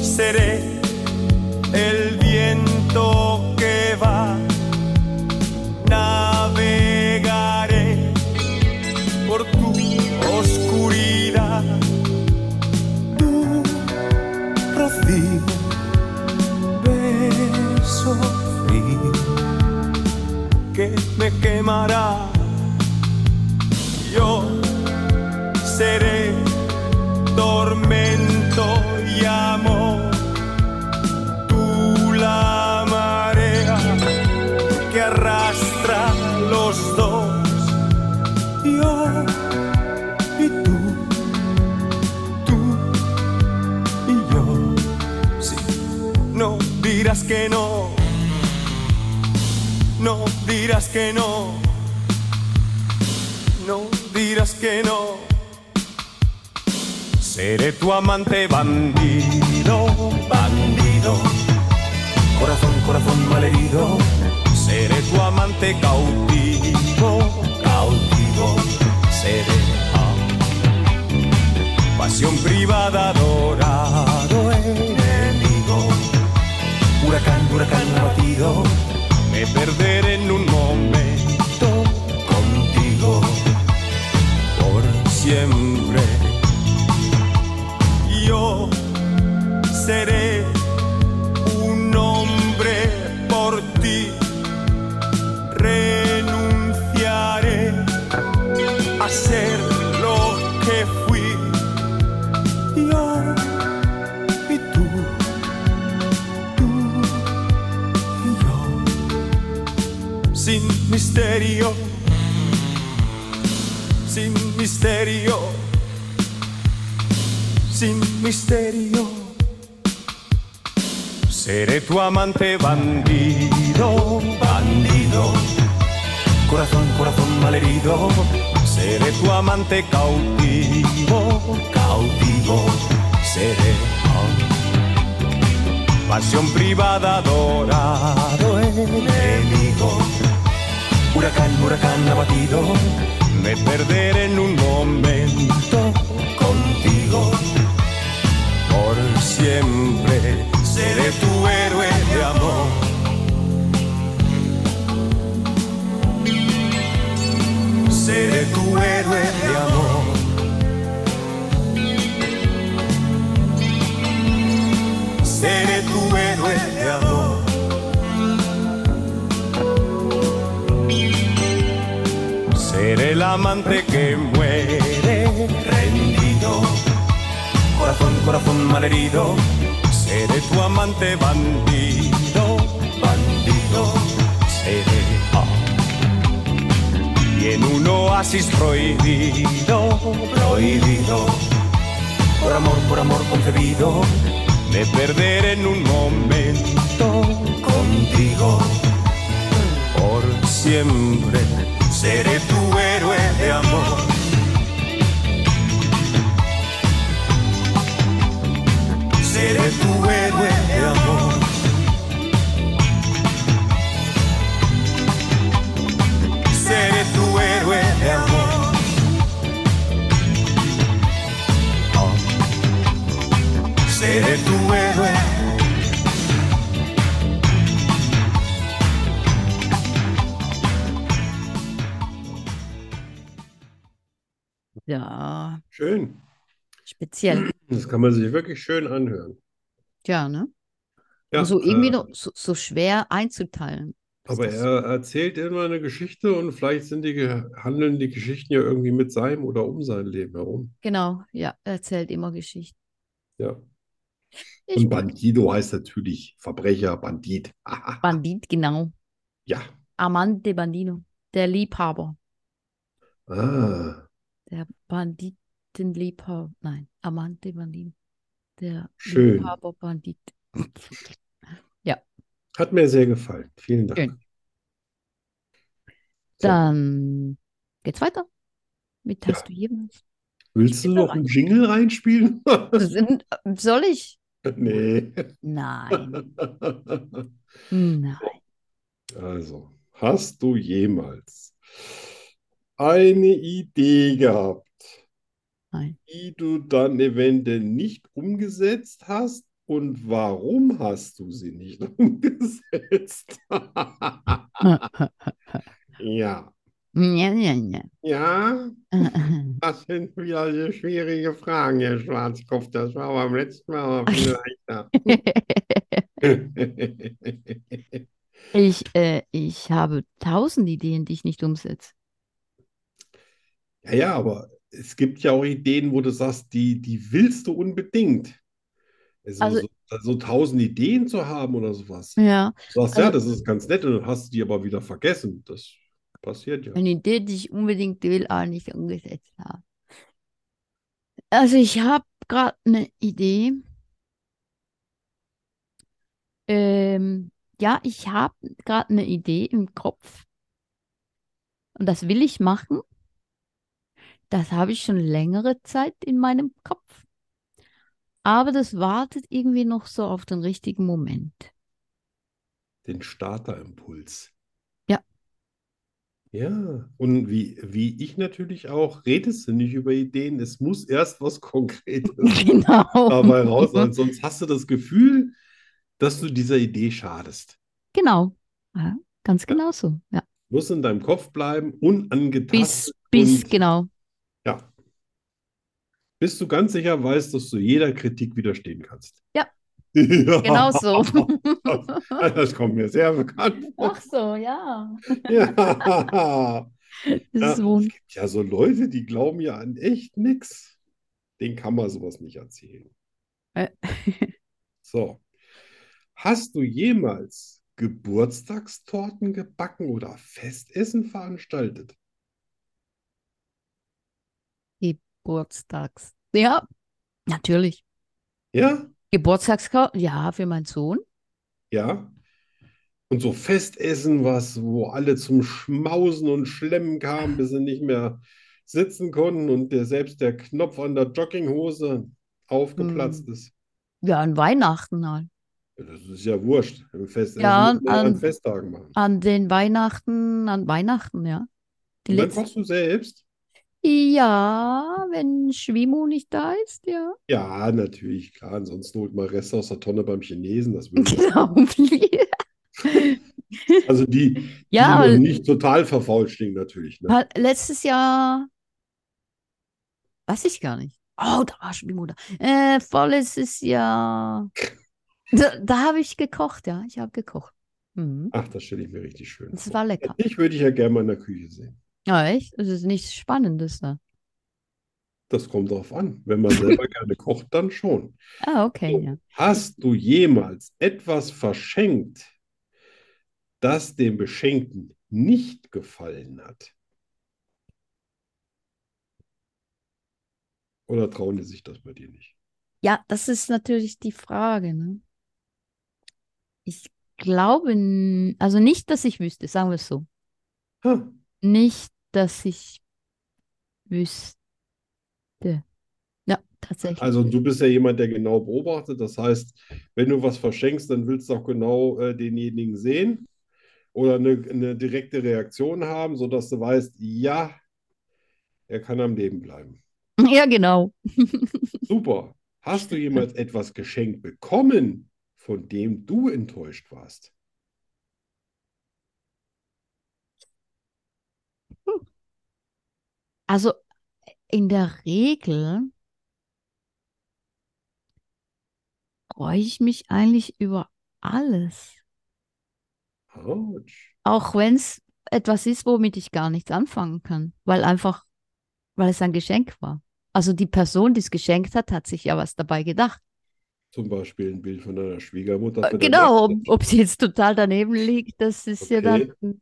[SPEAKER 3] seré el viento que va, navegaré por tu oscuridad, tu rocío, beso frío que me quemará. Yo seré tormento y amor. Tú la marea que arrastra a los dos, yo y tú, tú y yo. Si no dirás que no, no dirás que no, no dirás que no. Seré tu amante bandido, bandido. Corazón, corazón malherido. Seré tu amante cautivo, cautivo. Seré ah, pasión privada, adorado enemigo. Huracán, huracán abatido. Me perderé en un momento contigo por siempre yo seré un hombre por ti. Renunciaré a ser lo que fui. Yo y tú, tú y yo, sin misterio, sin misterio sin misterio. Seré tu amante bandido, bandido. Corazón, corazón malherido. Seré tu amante cautivo, cautivo. Seré ah, pasión privada, dorado enemigo. Huracán, huracán abatido. Me perderé en un momento contigo por siempre seré tu héroe de amor. Seré tu héroe de amor. Seré tu héroe de amor. Seré el amante que muere rendido. Corazón, corazón malherido. Seré tu amante bandido, bandido. Seré ah. Y en un oasis prohibido, prohibido. Por amor, por amor concebido. Me perderé en un momento contigo por siempre seré tu héroe de amor. Seré tu héroe de amor. Seré tu héroe de amor. Ah. Seré tu héroe.
[SPEAKER 1] Ja,
[SPEAKER 2] Schön.
[SPEAKER 1] speziell.
[SPEAKER 2] Das kann man sich wirklich schön anhören.
[SPEAKER 1] Ja, ne?
[SPEAKER 2] Ja,
[SPEAKER 1] so Also irgendwie
[SPEAKER 2] äh,
[SPEAKER 1] noch so, so schwer einzuteilen. Ist
[SPEAKER 2] aber
[SPEAKER 1] das-
[SPEAKER 2] er erzählt immer eine Geschichte und vielleicht sind die, ge- handeln die Geschichten ja irgendwie mit seinem oder um sein Leben herum.
[SPEAKER 1] Genau, ja, er erzählt immer Geschichten.
[SPEAKER 2] Ja.
[SPEAKER 1] Ich
[SPEAKER 2] Und
[SPEAKER 1] mag
[SPEAKER 2] Bandido heißt natürlich Verbrecher, Bandit. Aha.
[SPEAKER 1] Bandit, genau.
[SPEAKER 2] Ja.
[SPEAKER 1] Amante Bandino, der Liebhaber.
[SPEAKER 2] Ah,
[SPEAKER 1] Der Banditenliebhaber. Nein, Amante Bandino. Der
[SPEAKER 2] Schön.
[SPEAKER 1] Liebhaber Bandit.
[SPEAKER 2] hat mir sehr gefallen. Vielen Dank.
[SPEAKER 1] Schön.
[SPEAKER 2] So,
[SPEAKER 1] Dann geht's weiter. Mit
[SPEAKER 2] Ja.
[SPEAKER 1] hast du jemals?
[SPEAKER 2] willst du
[SPEAKER 1] Jingle
[SPEAKER 2] noch einen Jingle reinspielen?
[SPEAKER 1] Sind- Soll ich?
[SPEAKER 2] Nee.
[SPEAKER 1] Nein, nein.
[SPEAKER 2] Also, hast du jemals eine Idee gehabt,
[SPEAKER 1] Nein.
[SPEAKER 2] die du dann eventuell nicht umgesetzt hast? Und warum hast du sie nicht umgesetzt? Ja,
[SPEAKER 1] Ja, ja, ja.
[SPEAKER 2] ja, das sind wieder so schwierige Fragen, Herr Schwarzkopf. Das war beim letzten Mal aber viel leichter.
[SPEAKER 1] Ich, äh, ich habe tausend Ideen, die ich nicht umsetze.
[SPEAKER 2] Ja, ja, aber es gibt ja auch Ideen, wo du sagst, die, die willst du unbedingt. Also,
[SPEAKER 1] Also-
[SPEAKER 2] so, so tausend Ideen zu haben oder sowas. Du
[SPEAKER 1] Ja,
[SPEAKER 2] sagst, ja,
[SPEAKER 1] also-
[SPEAKER 2] das ist ganz nett und dann hast du die aber wieder vergessen. Das passiert ja.
[SPEAKER 1] eine Idee, die ich unbedingt will, aber nicht umgesetzt habe. Also ich habe gerade eine Idee. Ähm, ja, ich habe gerade eine Idee im Kopf. Und das will ich machen. Das habe ich schon längere Zeit in meinem Kopf. Aber das wartet irgendwie noch so auf den richtigen Moment.
[SPEAKER 2] Den Starterimpuls.
[SPEAKER 1] Ja.
[SPEAKER 2] Ja, und wie, wie ich natürlich auch, redest du nicht über Ideen. Es muss erst was Konkretes
[SPEAKER 1] Genau.
[SPEAKER 2] dabei raus sein, sonst hast du das Gefühl, dass du dieser Idee schadest.
[SPEAKER 1] Genau. Ja, ganz genau so. Ja.
[SPEAKER 2] Muss in deinem Kopf bleiben,
[SPEAKER 1] Bis,
[SPEAKER 2] unangetastet
[SPEAKER 1] bis,
[SPEAKER 2] und
[SPEAKER 1] genau.
[SPEAKER 2] ja. Bis du ganz sicher weißt, dass du jeder Kritik widerstehen kannst.
[SPEAKER 1] Ja.
[SPEAKER 2] Ja.
[SPEAKER 1] Genau so.
[SPEAKER 2] Das kommt mir sehr bekannt vor.
[SPEAKER 1] Ach so, ja.
[SPEAKER 2] Ja.
[SPEAKER 1] Das ist
[SPEAKER 2] Ja.
[SPEAKER 1] wund.
[SPEAKER 2] Ja, so Leute, die glauben ja an echt nix. Den kann man sowas nicht erzählen.
[SPEAKER 1] Äh.
[SPEAKER 2] So. Hast du jemals Geburtstagstorten gebacken oder Festessen veranstaltet?
[SPEAKER 1] Geburtstags. Ja, natürlich.
[SPEAKER 2] Ja?
[SPEAKER 1] Geburtstagskarte, ja, für meinen Sohn.
[SPEAKER 2] Ja. Und so Festessen, was, wo alle zum Schmausen und Schlemmen kamen, bis sie nicht mehr sitzen konnten und der selbst der Knopf an der Jogginghose aufgeplatzt
[SPEAKER 1] Hm.
[SPEAKER 2] ist.
[SPEAKER 1] Ja, an Weihnachten halt.
[SPEAKER 2] Ja, Das ist ja wurscht. Ein Festessen
[SPEAKER 1] Ja,
[SPEAKER 2] muss man ja
[SPEAKER 1] an-
[SPEAKER 2] an Festtagen machen.
[SPEAKER 1] An den Weihnachten, an Weihnachten, ja. Die
[SPEAKER 2] Und dann
[SPEAKER 1] letzten.
[SPEAKER 2] kochst du selbst?
[SPEAKER 1] Ja, wenn Schwimo nicht da ist, ja.
[SPEAKER 2] Ja, natürlich, klar. Ansonsten holt man Reste aus der Tonne beim Chinesen. Das würde ich.
[SPEAKER 1] Genau.
[SPEAKER 2] Also die, die
[SPEAKER 1] Ja,
[SPEAKER 2] noch
[SPEAKER 1] aber Halt
[SPEAKER 2] nicht total verfault stehen, natürlich. Ne?
[SPEAKER 1] hat- letztes Jahr, weiß ich gar nicht. Oh, da war Schwimo da. Äh, vorletztes Jahr. Da, da habe ich gekocht, ja. Ich habe gekocht. Mhm.
[SPEAKER 2] Ach, das stelle ich mir richtig schön
[SPEAKER 1] Das
[SPEAKER 2] vor. Äh,
[SPEAKER 1] war lecker.
[SPEAKER 2] Dich würde ich ja gerne mal in der Küche sehen.
[SPEAKER 1] Ja, echt? Das ist nichts Spannendes da.
[SPEAKER 2] Das kommt drauf an. Wenn man selber gerne kocht, dann schon.
[SPEAKER 1] Ah, okay,
[SPEAKER 2] So,
[SPEAKER 1] ja.
[SPEAKER 2] hast du jemals etwas verschenkt, das dem Beschenkten nicht gefallen hat? Oder trauen die sich das bei dir nicht?
[SPEAKER 1] Ja, das ist natürlich die Frage, ne? Ich glaube, n- also nicht, dass ich wüsste, sagen wir es so.
[SPEAKER 2] Ha,
[SPEAKER 1] Nicht, dass ich wüsste. Ja, tatsächlich.
[SPEAKER 2] Also du bist ja jemand, der genau beobachtet. Das heißt, wenn du was verschenkst, dann willst du auch genau äh, denjenigen sehen oder eine, eine direkte Reaktion haben, sodass du weißt, ja, er kann am Leben bleiben.
[SPEAKER 1] Ja, genau.
[SPEAKER 2] Super. Hast du jemals etwas geschenkt bekommen, von dem du enttäuscht warst?
[SPEAKER 1] Also in der Regel freue ich mich eigentlich über alles.
[SPEAKER 2] Autsch.
[SPEAKER 1] Auch wenn es etwas ist, womit ich gar nichts anfangen kann. Weil einfach, weil es ein Geschenk war. Also die Person, die es geschenkt hat, hat sich ja was dabei gedacht.
[SPEAKER 2] Zum Beispiel ein Bild von deiner Schwiegermutter
[SPEAKER 1] Äh,
[SPEAKER 2] für dein
[SPEAKER 1] Genau, ob,
[SPEAKER 2] Hochzeitstag.
[SPEAKER 1] ob sie jetzt total daneben liegt, das ist ja dann
[SPEAKER 2] Okay,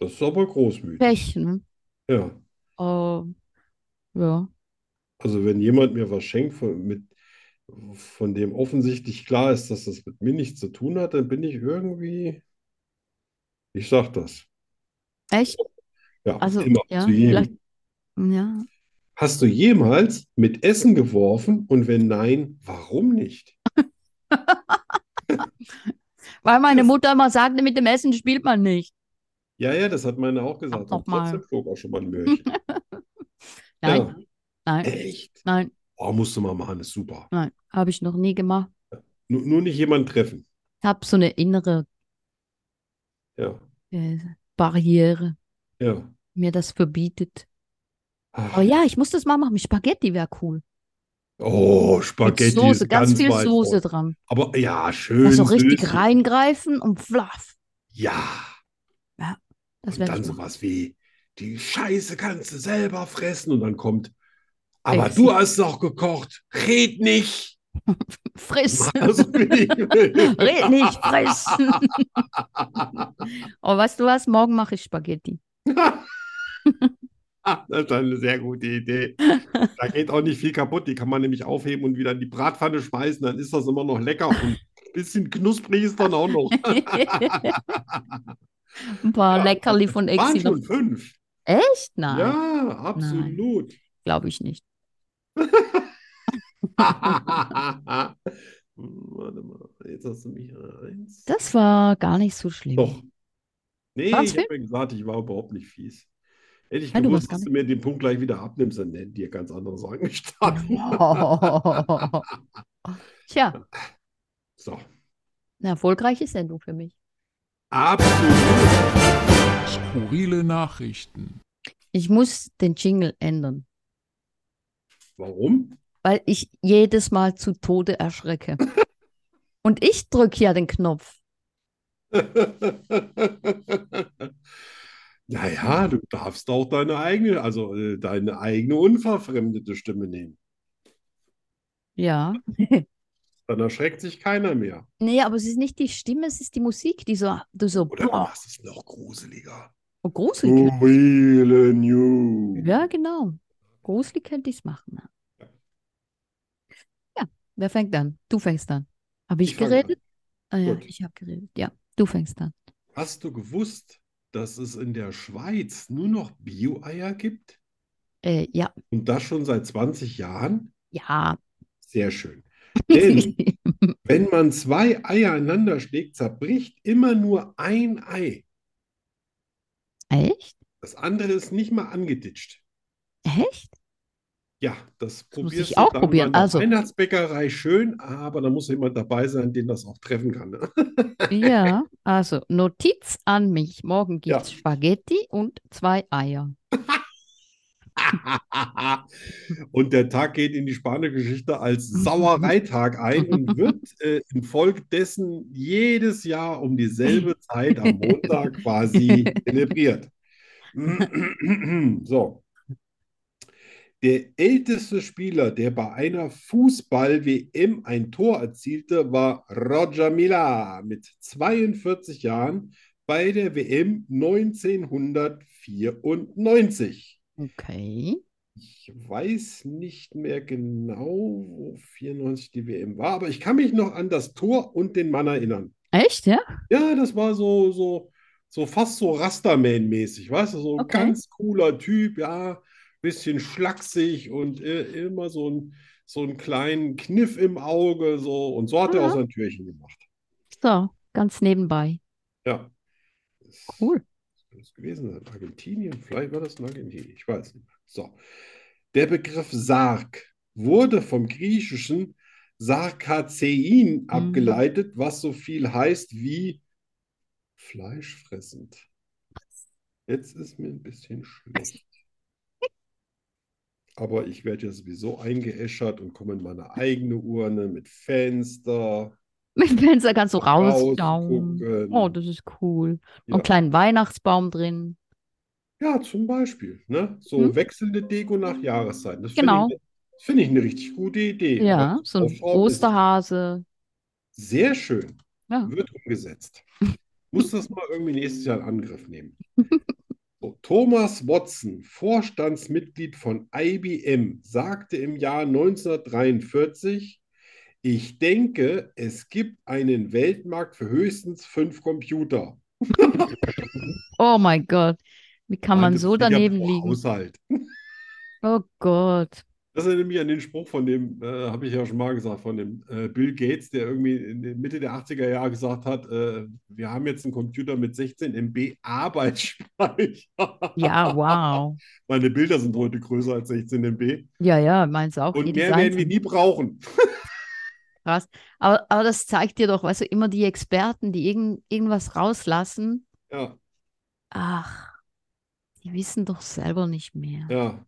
[SPEAKER 2] das ist aber großmütig.
[SPEAKER 1] Pech. Ne?
[SPEAKER 2] Ja.
[SPEAKER 1] Oh, ja.
[SPEAKER 2] Also wenn jemand mir was schenkt, von, mit, von dem offensichtlich klar ist, dass das mit mir nichts zu tun hat, dann bin ich irgendwie, ich sag das,
[SPEAKER 1] Echt?
[SPEAKER 2] ja,
[SPEAKER 1] Also,
[SPEAKER 2] immer zu
[SPEAKER 1] ja, vielleicht,
[SPEAKER 2] jedem.
[SPEAKER 1] ja.
[SPEAKER 2] Hast du jemals mit Essen geworfen und wenn nein, warum nicht?
[SPEAKER 1] Weil meine
[SPEAKER 2] Das,
[SPEAKER 1] Mutter immer sagte, mit dem Essen spielt man nicht.
[SPEAKER 2] ja, ja, das hat meine auch gesagt und
[SPEAKER 1] Nochmal.
[SPEAKER 2] trotzdem flog auch schon mal ein Möhrchen.
[SPEAKER 1] Nein,
[SPEAKER 2] Ja,
[SPEAKER 1] nein,
[SPEAKER 2] echt?
[SPEAKER 1] nein,
[SPEAKER 2] Oh, musst du mal machen, ist super.
[SPEAKER 1] nein. Habe ich noch nie gemacht.
[SPEAKER 2] Nur, nur nicht jemanden treffen.
[SPEAKER 1] Habe so eine innere
[SPEAKER 2] Ja,
[SPEAKER 1] äh, Barriere,
[SPEAKER 2] ja.
[SPEAKER 1] mir das verbietet. Aber
[SPEAKER 2] Ach,
[SPEAKER 1] ja, ich muss das mal machen. Mit Spaghetti wäre cool.
[SPEAKER 2] oh,
[SPEAKER 1] Mit
[SPEAKER 2] Spaghetti
[SPEAKER 1] Soße,
[SPEAKER 2] ist
[SPEAKER 1] ganz
[SPEAKER 2] ganz
[SPEAKER 1] viel
[SPEAKER 2] weit
[SPEAKER 1] Soße
[SPEAKER 2] vorne.
[SPEAKER 1] dran.
[SPEAKER 2] Aber ja,
[SPEAKER 1] Da so
[SPEAKER 2] schön
[SPEAKER 1] richtig
[SPEAKER 2] süß.
[SPEAKER 1] reingreifen und fluff.
[SPEAKER 2] Ja,
[SPEAKER 1] Ja, das
[SPEAKER 2] und
[SPEAKER 1] werde ich
[SPEAKER 2] dann
[SPEAKER 1] machen.
[SPEAKER 2] sowas wie, die Scheiße kannst du selber fressen. Und dann kommt, aber du
[SPEAKER 1] Exi.
[SPEAKER 2] hast doch gekocht, red nicht.
[SPEAKER 1] Friss.
[SPEAKER 2] Mach das, wie ich will.
[SPEAKER 1] Red nicht, friss. Oh, weißt du was? Morgen mache ich Spaghetti.
[SPEAKER 2] Das ist eine sehr gute Idee. Da geht auch nicht viel kaputt. Die kann man nämlich aufheben und wieder in die Bratpfanne schmeißen. Dann ist das immer noch lecker und ein bisschen knusprig ist dann auch noch.
[SPEAKER 1] Ein paar
[SPEAKER 2] Ja,
[SPEAKER 1] Leckerli von
[SPEAKER 2] waren
[SPEAKER 1] Exi noch.
[SPEAKER 2] schon fünf.
[SPEAKER 1] Echt? Nein,
[SPEAKER 2] Ja,
[SPEAKER 1] nein,
[SPEAKER 2] absolut.
[SPEAKER 1] glaube ich nicht.
[SPEAKER 2] Warte mal, jetzt hast du mich an eins.
[SPEAKER 1] Das war gar nicht so schlimm.
[SPEAKER 2] Doch. Nee,
[SPEAKER 1] War's
[SPEAKER 2] ich habe ja gesagt, ich war überhaupt nicht fies. Hätte ich
[SPEAKER 1] Ja, du warst
[SPEAKER 2] gewusst,
[SPEAKER 1] gar
[SPEAKER 2] dass du mir den Punkt gleich wieder abnimmst, dann hätten dir ganz andere Sorgen gestanden.
[SPEAKER 1] Tja,
[SPEAKER 2] So.
[SPEAKER 1] eine erfolgreiche Sendung für mich.
[SPEAKER 2] Absolut.
[SPEAKER 3] Skurrile Nachrichten.
[SPEAKER 1] Ich muss den Jingle ändern,
[SPEAKER 2] Warum?
[SPEAKER 1] weil ich jedes Mal zu Tode erschrecke. Und ich drücke ja den Knopf.
[SPEAKER 2] Naja, du darfst auch deine eigene, also äh, deine eigene unverfremdete Stimme nehmen.
[SPEAKER 1] Ja.
[SPEAKER 2] Dann erschreckt sich keiner mehr.
[SPEAKER 1] Nee, aber es ist nicht die Stimme, es ist die Musik, die so, die so
[SPEAKER 2] Oder du
[SPEAKER 1] boah,
[SPEAKER 2] machst es noch gruseliger.
[SPEAKER 1] oh, gruselig.
[SPEAKER 2] Skurrile News.
[SPEAKER 1] Ja, genau. Gruselig könnte ich es machen. Ja. Ja, wer fängt an? Du fängst an. Habe ich
[SPEAKER 2] Ich fang an.
[SPEAKER 1] geredet? Ah, ja,
[SPEAKER 2] Gut.
[SPEAKER 1] ich habe geredet. Ja, du fängst an.
[SPEAKER 2] Hast du gewusst, dass es in der Schweiz nur noch Bio-Eier gibt?
[SPEAKER 1] Äh, ja,
[SPEAKER 2] Und das schon seit 20 Jahren?
[SPEAKER 1] ja.
[SPEAKER 2] Sehr schön. Denn wenn man zwei Eier ineinander schlägt, zerbricht immer nur ein Ei.
[SPEAKER 1] Echt?
[SPEAKER 2] Das andere ist nicht mal angeditscht.
[SPEAKER 1] Echt?
[SPEAKER 2] Ja, das
[SPEAKER 1] muss
[SPEAKER 2] probierst
[SPEAKER 1] ich
[SPEAKER 2] du
[SPEAKER 1] auch
[SPEAKER 2] dann
[SPEAKER 1] probieren,
[SPEAKER 2] bei einer
[SPEAKER 1] also.
[SPEAKER 2] Weihnachtsbäckerei schön, aber da muss jemand dabei sein, den das auch treffen kann. Ne?
[SPEAKER 1] Ja, also Notiz an mich. Morgen
[SPEAKER 2] Ja.
[SPEAKER 1] gibt's Spaghetti und zwei Eier.
[SPEAKER 2] Und der Tag geht in die spanische Geschichte als Sauereitag ein und wird äh, infolgedessen jedes Jahr um dieselbe Zeit am Montag quasi zelebriert. So. Der älteste Spieler, der bei einer Fußball-WM ein Tor erzielte, war Roger Mila mit 42 Jahren bei der WM 1994.
[SPEAKER 1] Okay.
[SPEAKER 2] Ich weiß nicht mehr genau, wo 94 die WM war, aber ich kann mich noch an das Tor und den Mann erinnern.
[SPEAKER 1] Echt, ja?
[SPEAKER 2] Ja, das war so, so, so fast so Rastaman-mäßig, weißt du, so ein
[SPEAKER 1] Okay.
[SPEAKER 2] ganz cooler Typ, ja, bisschen schlaksig und äh, immer so ein, so einen kleinen Kniff im Auge, so, und so hat er
[SPEAKER 1] Aha.
[SPEAKER 2] auch sein Türchen gemacht.
[SPEAKER 1] So, ganz nebenbei.
[SPEAKER 2] Ja.
[SPEAKER 1] Cool.
[SPEAKER 2] Das muss gewesen sein. Argentinien, vielleicht war das in Argentinien, ich weiß nicht mehr. So. Der Begriff Sarg wurde vom griechischen Sarkazein
[SPEAKER 1] Mhm.
[SPEAKER 2] abgeleitet, was so viel heißt wie fleischfressend. Jetzt ist mir ein bisschen schlecht. Aber ich werde ja sowieso eingeäschert und komme in meine eigene Urne mit Fenster,
[SPEAKER 1] Mit Fenster kannst du rausschauen.
[SPEAKER 2] rausgucken.
[SPEAKER 1] Oh, das ist cool. Und
[SPEAKER 2] Ja.
[SPEAKER 1] einen kleinen Weihnachtsbaum drin.
[SPEAKER 2] Ja, zum Beispiel, ne? So
[SPEAKER 1] Hm?
[SPEAKER 2] wechselnde Deko nach Jahreszeiten. Das finde ich,
[SPEAKER 1] Genau.
[SPEAKER 2] ne- das finde ich eine richtig gute Idee.
[SPEAKER 1] Ja, so ein
[SPEAKER 2] Aufschrauben ist
[SPEAKER 1] Osterhase.
[SPEAKER 2] sehr schön.
[SPEAKER 1] Ja.
[SPEAKER 2] Wird umgesetzt. Muss das mal irgendwie nächstes Jahr in Angriff nehmen. So, Thomas Watson, Vorstandsmitglied von IBM, sagte im Jahr 1943, ich denke, es gibt einen Weltmarkt für höchstens fünf Computer.
[SPEAKER 1] Oh mein Gott. Wie kann man
[SPEAKER 2] Meinte
[SPEAKER 1] so
[SPEAKER 2] vier
[SPEAKER 1] daneben
[SPEAKER 2] pro
[SPEAKER 1] liegen?
[SPEAKER 2] Haushalt.
[SPEAKER 1] Oh Gott.
[SPEAKER 2] Das erinnert mich an den Spruch von dem, äh, habe ich ja schon mal gesagt, von dem äh, Bill Gates, der irgendwie in der Mitte der 80er Jahre gesagt hat, äh, wir haben jetzt einen Computer mit 16 MB Arbeitsspeicher.
[SPEAKER 1] Ja, wow.
[SPEAKER 2] Meine Bilder sind heute größer als 16 MB
[SPEAKER 1] Ja, ja, meinst du auch?
[SPEAKER 2] und
[SPEAKER 1] Jedes
[SPEAKER 2] mehr werden wir
[SPEAKER 1] einzelne.
[SPEAKER 2] nie brauchen.
[SPEAKER 1] Krass. Aber, aber das zeigt dir doch, weißt du, immer die Experten, die irgend, irgendwas rauslassen,
[SPEAKER 2] Ja,
[SPEAKER 1] ach, die wissen doch selber nicht mehr.
[SPEAKER 2] ja.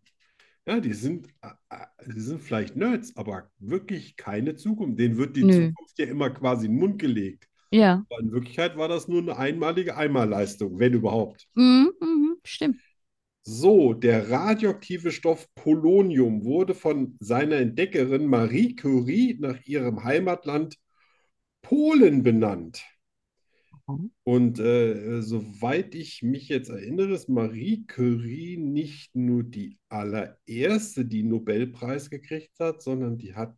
[SPEAKER 2] Ja, die sind, äh, äh, die sind vielleicht Nerds, aber wirklich keine Zukunft. Denen wird die
[SPEAKER 1] Nö.
[SPEAKER 2] Zukunft ja immer quasi in den Mund gelegt.
[SPEAKER 1] Ja,
[SPEAKER 2] Aber in Wirklichkeit war das nur eine einmalige Einmalleistung, wenn überhaupt.
[SPEAKER 1] mhm, mhm, stimmt.
[SPEAKER 2] So, der radioaktive Stoff Polonium wurde von seiner Entdeckerin Marie Curie nach ihrem Heimatland Polen benannt.
[SPEAKER 1] Mhm.
[SPEAKER 2] Und äh, soweit ich mich jetzt erinnere, ist Marie Curie nicht nur die allererste, die einen Nobelpreis gekriegt hat, sondern die hat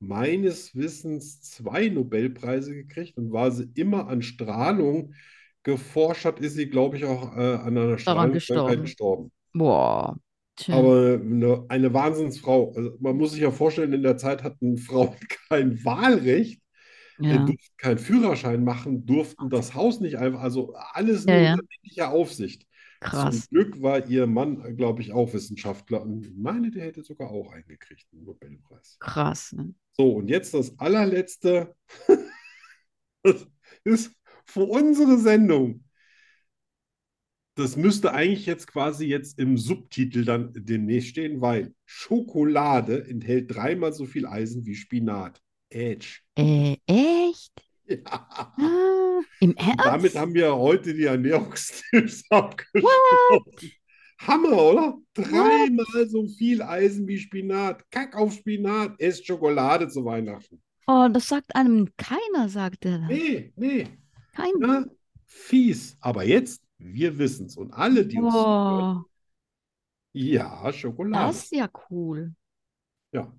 [SPEAKER 2] meines Wissens zwei Nobelpreise gekriegt und weil sie immer an Strahlung geforscht hat, ist sie, glaube ich, auch äh, an einer
[SPEAKER 1] Daran
[SPEAKER 2] Strahlungskrankheit
[SPEAKER 1] gestorben.
[SPEAKER 2] gestorben.
[SPEAKER 1] Boah, Schön.
[SPEAKER 2] Aber eine, eine Wahnsinnsfrau. Also man muss sich ja vorstellen, in der Zeit hatten Frauen kein Wahlrecht, äh,
[SPEAKER 1] ja.
[SPEAKER 2] durften keinen Führerschein machen, durften das Haus nicht einfach, also alles
[SPEAKER 1] Ja,
[SPEAKER 2] nur
[SPEAKER 1] ja.
[SPEAKER 2] unter männlicher Aufsicht. Zum
[SPEAKER 1] Krass.
[SPEAKER 2] Glück war ihr Mann, glaube ich, auch Wissenschaftler und ich meine, der hätte sogar auch einen gekriegt, einen Nobelpreis.
[SPEAKER 1] Krass. Ne?
[SPEAKER 2] So, und jetzt das allerletzte. Das ist für unsere Sendung. Das müsste eigentlich jetzt quasi jetzt im Subtitel dann demnächst stehen, weil Schokolade enthält dreimal so viel Eisen wie Spinat. Edge.
[SPEAKER 1] Äh, echt?
[SPEAKER 2] Ja.
[SPEAKER 1] Ah, Im Ernst?
[SPEAKER 2] Damit haben wir heute die Ernährungstipps abgeschlossen. Hammer, oder? Dreimal so viel Eisen wie Spinat. Kack auf Spinat. Esst Schokolade zu Weihnachten.
[SPEAKER 1] oh, das sagt einem keiner, sagt er. dann.
[SPEAKER 2] Nee, nee.
[SPEAKER 1] Keiner.
[SPEAKER 2] Ja, fies. Aber jetzt, wir wissen es. Und alle, die uns.
[SPEAKER 4] Oh.
[SPEAKER 1] Boah,
[SPEAKER 2] Ja, Schokolade.
[SPEAKER 1] das ist ja cool.
[SPEAKER 2] Ja.